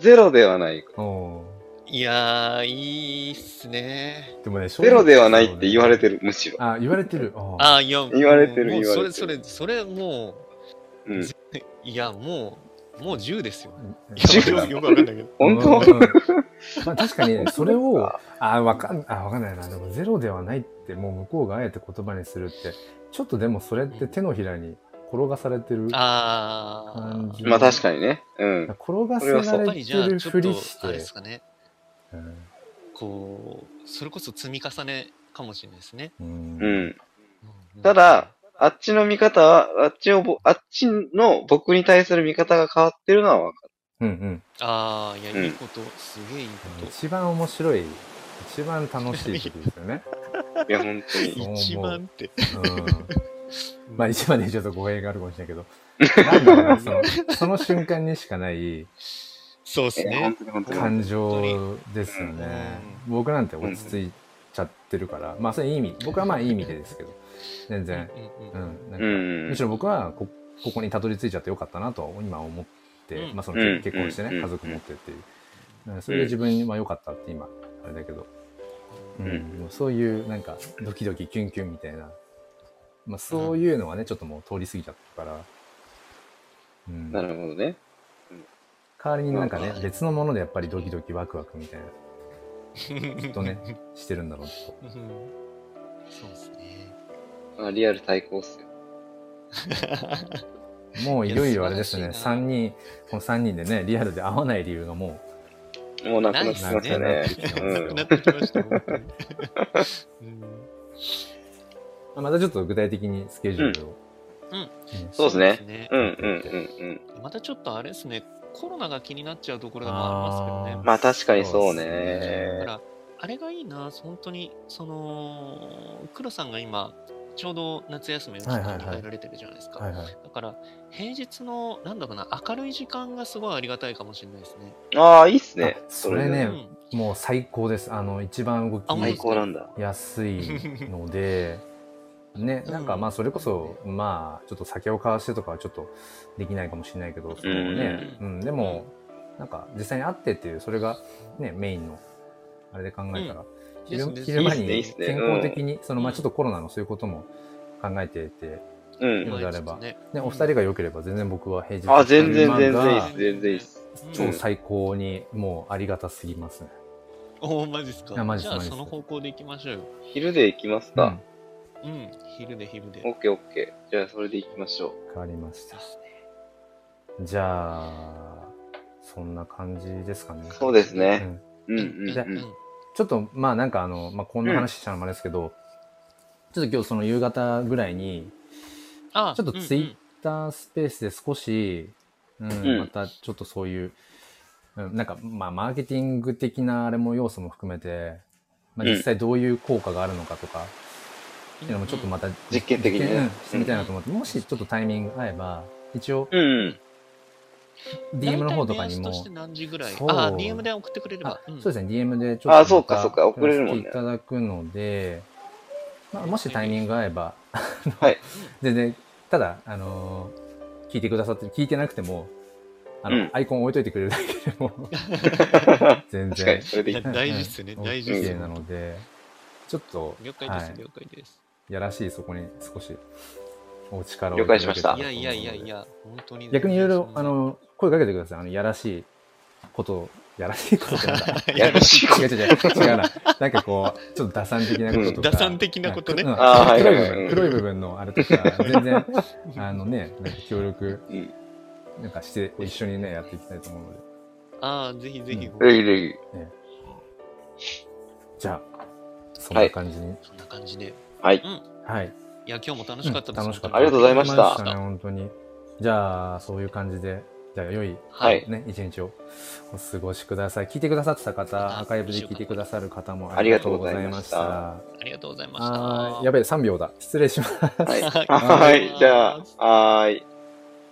Speaker 3: ゼロではない。
Speaker 1: お
Speaker 2: いやー、いいっすね。
Speaker 1: ーでもね
Speaker 3: ゼロではないって言われ
Speaker 1: る
Speaker 3: てる、むしろ。
Speaker 1: あ言われてるあー
Speaker 2: あーいや、
Speaker 3: 言われてる
Speaker 2: もう
Speaker 3: 言われて
Speaker 2: それ、
Speaker 3: る
Speaker 2: それ、それ、も
Speaker 3: うん。
Speaker 2: う、いや、もう、もう10ですよ。いや
Speaker 3: 10
Speaker 2: よくよくわかんないけど。
Speaker 3: 本当
Speaker 1: うんうんまあ確 かにねそれをあわかんあわかんないなでもゼロではないってもう向こうがあえて言葉にするってちょっとでもそれって手のひらに転がされてる
Speaker 2: あ
Speaker 1: 感じ
Speaker 2: ー。
Speaker 3: まあ確かにね。うん。
Speaker 1: 転が
Speaker 3: これは
Speaker 1: せ
Speaker 3: そ
Speaker 1: ら
Speaker 2: やっぱ
Speaker 1: れ
Speaker 2: り
Speaker 1: て
Speaker 2: じゃあ、
Speaker 1: る
Speaker 2: ちょっ
Speaker 1: ふり
Speaker 2: と
Speaker 1: し、
Speaker 2: あれで
Speaker 1: て
Speaker 2: すかね。
Speaker 1: うん
Speaker 2: こう、それこそ積み重ねかもしれないですね。
Speaker 1: うん
Speaker 3: うん。
Speaker 2: うん
Speaker 3: ただ、あっちの見方は、あっちをぼ、あっちの僕に対する見方が変わってるのは分か
Speaker 1: うんうん
Speaker 2: ああ、いや、
Speaker 3: うん
Speaker 2: いいこと、すげえいいこと。
Speaker 1: 一番面白い一番楽しい時ですよ ね、
Speaker 3: る。いや、本当に。
Speaker 1: うん
Speaker 2: 一番って。
Speaker 1: うん、まあ一番でちょっと語弊があるかもしれないけ どなんだろうなそのその瞬間にしかない
Speaker 2: そうっす
Speaker 3: いや本
Speaker 2: ね。
Speaker 3: 当に本当に。
Speaker 1: 感情ですよね、僕なんて落ち着いちゃってるから、まあそれいい意味僕はまあいい意味でですけど全然、
Speaker 2: うんう
Speaker 1: う
Speaker 2: んうん
Speaker 1: んなん
Speaker 3: う
Speaker 1: か
Speaker 3: ん。
Speaker 1: むしろ僕はこここにたどり着いちゃってよかったなとは今思って、
Speaker 2: うん
Speaker 1: まあ、その
Speaker 3: うん
Speaker 1: 結婚してね、
Speaker 3: うん
Speaker 1: 家族持ってっていう、うんそれで自分は良かったって今あれだけど、うん
Speaker 3: うん
Speaker 1: でもそういうなんかドキドキキュンキュンみたいな、まあ、そういうのはねちょっともう通り過ぎちゃったから、うん、
Speaker 3: なるほどね。
Speaker 1: 代わりになんかね
Speaker 2: うん
Speaker 1: 別のものでやっぱりドキドキワクワクみたいな
Speaker 2: きっ
Speaker 1: とね。してるんだろうと。
Speaker 2: うんそうですね。
Speaker 3: あリアル最高っすよ。
Speaker 1: もういよいよあれです
Speaker 2: い
Speaker 1: ね、
Speaker 2: や素晴らしい
Speaker 1: 3人、この3人でね、リアルで会わない理由がも
Speaker 3: もうなくなってき
Speaker 1: う
Speaker 3: ました
Speaker 1: な
Speaker 3: ね
Speaker 1: く。なってきてます
Speaker 3: う
Speaker 1: よ
Speaker 2: なってきました、
Speaker 3: ね
Speaker 2: 本当にうん
Speaker 1: まあまたちょっと具体的にスケジュールを。
Speaker 2: うんうん
Speaker 3: そうっすね
Speaker 2: そうっね
Speaker 3: うんうんうん
Speaker 2: またちょっとあれですね、コロナが気になっちゃうところでもありますけ
Speaker 1: あ
Speaker 2: ど
Speaker 3: うん。
Speaker 1: ー
Speaker 2: ね。
Speaker 3: まあ確かにそう
Speaker 1: そうっす
Speaker 2: だか
Speaker 3: ね。
Speaker 2: ら、あれがいいな、本当に、その、黒さんが今、ちょうど夏休みを期
Speaker 1: はいはいは
Speaker 2: 間
Speaker 1: い
Speaker 2: に入られてるじゃないですか。
Speaker 1: はいはい。
Speaker 2: だから、平日の、なんだろうな、明るい時間がすごいありがたいかもしれないですね。
Speaker 3: ああ、いいっすね
Speaker 1: あ。
Speaker 3: それ
Speaker 1: それ
Speaker 2: う
Speaker 1: ね
Speaker 3: ね。
Speaker 2: ん。
Speaker 1: もう最高です。あの、一番動
Speaker 2: あ
Speaker 3: 最
Speaker 1: き
Speaker 3: 高なんだ。
Speaker 1: やすいの で、ね、なんかまあそれこそ、まあちょっと酒を交わしてとかはちょっとできないかもしれないけど、そのね、うん、でも、なんか実際に会ってっていう、それがね、メインの、あれで考えたら、昼
Speaker 2: です
Speaker 1: 昼間
Speaker 3: いいっすねいいっ
Speaker 1: に
Speaker 3: すね
Speaker 1: 健康的に、そのまあ
Speaker 2: うん
Speaker 1: ちょっとコロナのそういうことも考えていて、
Speaker 3: う
Speaker 2: うん
Speaker 3: ん。
Speaker 1: であれば
Speaker 2: ね
Speaker 1: ね、お二人が良ければ全然僕は平日
Speaker 3: あ、全然
Speaker 1: 昼間
Speaker 3: 全然いいっ
Speaker 1: が
Speaker 3: す。全然いいっす。
Speaker 2: う
Speaker 1: 超
Speaker 2: ん
Speaker 1: 最高にもうありがたすぎますね。
Speaker 2: おーマジっすか
Speaker 1: いやマジっす
Speaker 2: じゃあ
Speaker 1: マジっす
Speaker 2: その方向でいきましょうよ
Speaker 3: 昼で行きます
Speaker 1: う
Speaker 3: か
Speaker 1: ん。
Speaker 2: うん昼で昼で
Speaker 3: オッケーオッケー。じゃあそれで行きましょ
Speaker 1: 変わりました
Speaker 2: で。すね
Speaker 1: じゃあ、そんな感じですかね。
Speaker 3: う。そうです
Speaker 1: う
Speaker 3: ね。
Speaker 1: ん
Speaker 3: うんうん
Speaker 1: じゃあ
Speaker 3: うん。
Speaker 1: ちょっと、まあなんかあの、まあこんな話したのもあれですけど、ちょっと今日その夕方ぐらいに、
Speaker 2: あ
Speaker 1: ちょっとツイッタースペースで少し、うん
Speaker 3: ん
Speaker 1: またちょっとそういう、うん、なんか、まあ、マーケティング的なあれも要素も含めて、まあ、
Speaker 3: うん
Speaker 1: 実際どういう効果があるのかとか、っていうのもちょっとまた
Speaker 3: 実験的にね
Speaker 1: 実験うんしてみたいなと思って、もしちょっとタイミング合えば、一応
Speaker 3: うんうん。
Speaker 1: DM の方とかに
Speaker 2: 大体目安と
Speaker 1: も
Speaker 2: して、何時ぐらい
Speaker 1: そう
Speaker 2: あ DM で送ってくれれ
Speaker 1: あ
Speaker 2: ばうん
Speaker 1: そうですね、DM でちょっと
Speaker 3: あそうか
Speaker 1: また
Speaker 3: そうか送れるもん
Speaker 1: やらせ
Speaker 3: ね
Speaker 1: ていただくので、まあ、もしタイミング合えば、
Speaker 3: はい。
Speaker 1: 全然、ただ、あのー聞いてくださってる、聞いてなくても、あの、
Speaker 3: うん
Speaker 1: アイコン置いといてくれるだけ でも、全
Speaker 3: 確か
Speaker 1: 然
Speaker 3: に、、それでいい
Speaker 2: いや。 大事っすね大事っす
Speaker 1: OK なので、ちょっと、
Speaker 2: 了解です、
Speaker 1: はい
Speaker 2: 了解です
Speaker 1: やらしいそこに少し、お力を。
Speaker 3: 了解しました
Speaker 2: いやいやいやい。や本当に
Speaker 1: 逆にいろいろ、
Speaker 2: そんな
Speaker 1: あの、声かけてください。あの、やらしいことをやらしいことってなんだ
Speaker 2: やらしい
Speaker 1: 違う違う違う違うな。なんかこう、ちょっと打算的なこととか。
Speaker 2: うん打算的なことね
Speaker 1: んか
Speaker 3: あーはい
Speaker 1: 黒い
Speaker 3: はい
Speaker 1: 部
Speaker 3: はい
Speaker 1: 分、黒い部分のあれとか、全然、あのね、なんか協力
Speaker 3: うん。
Speaker 1: なんかして、一緒にね、やっていきたいと思うので。
Speaker 2: ああ、ぜひぜひ、
Speaker 1: う
Speaker 3: ぜひぜ
Speaker 1: じゃあ、そんな感じに。
Speaker 2: そんな感じで。
Speaker 3: ひ。 はい。
Speaker 1: はい。
Speaker 2: いや、今日も楽しかったです。
Speaker 1: うん楽しかった。
Speaker 3: ありがとうございました
Speaker 1: ありがとうございましたね、本当に。じゃあ、そういう感じで、じゃあ、良い、
Speaker 3: はい。
Speaker 1: ね、一日をお過ごしください。聞いてくださってた方、アーカイブで聞いてくださる方もありがとうございました。
Speaker 3: あ
Speaker 2: ありがとうございました。
Speaker 1: あーやべえ、3秒だ。失礼します。
Speaker 3: は
Speaker 2: は
Speaker 3: い。
Speaker 2: い
Speaker 3: はい。じゃあ、はーい。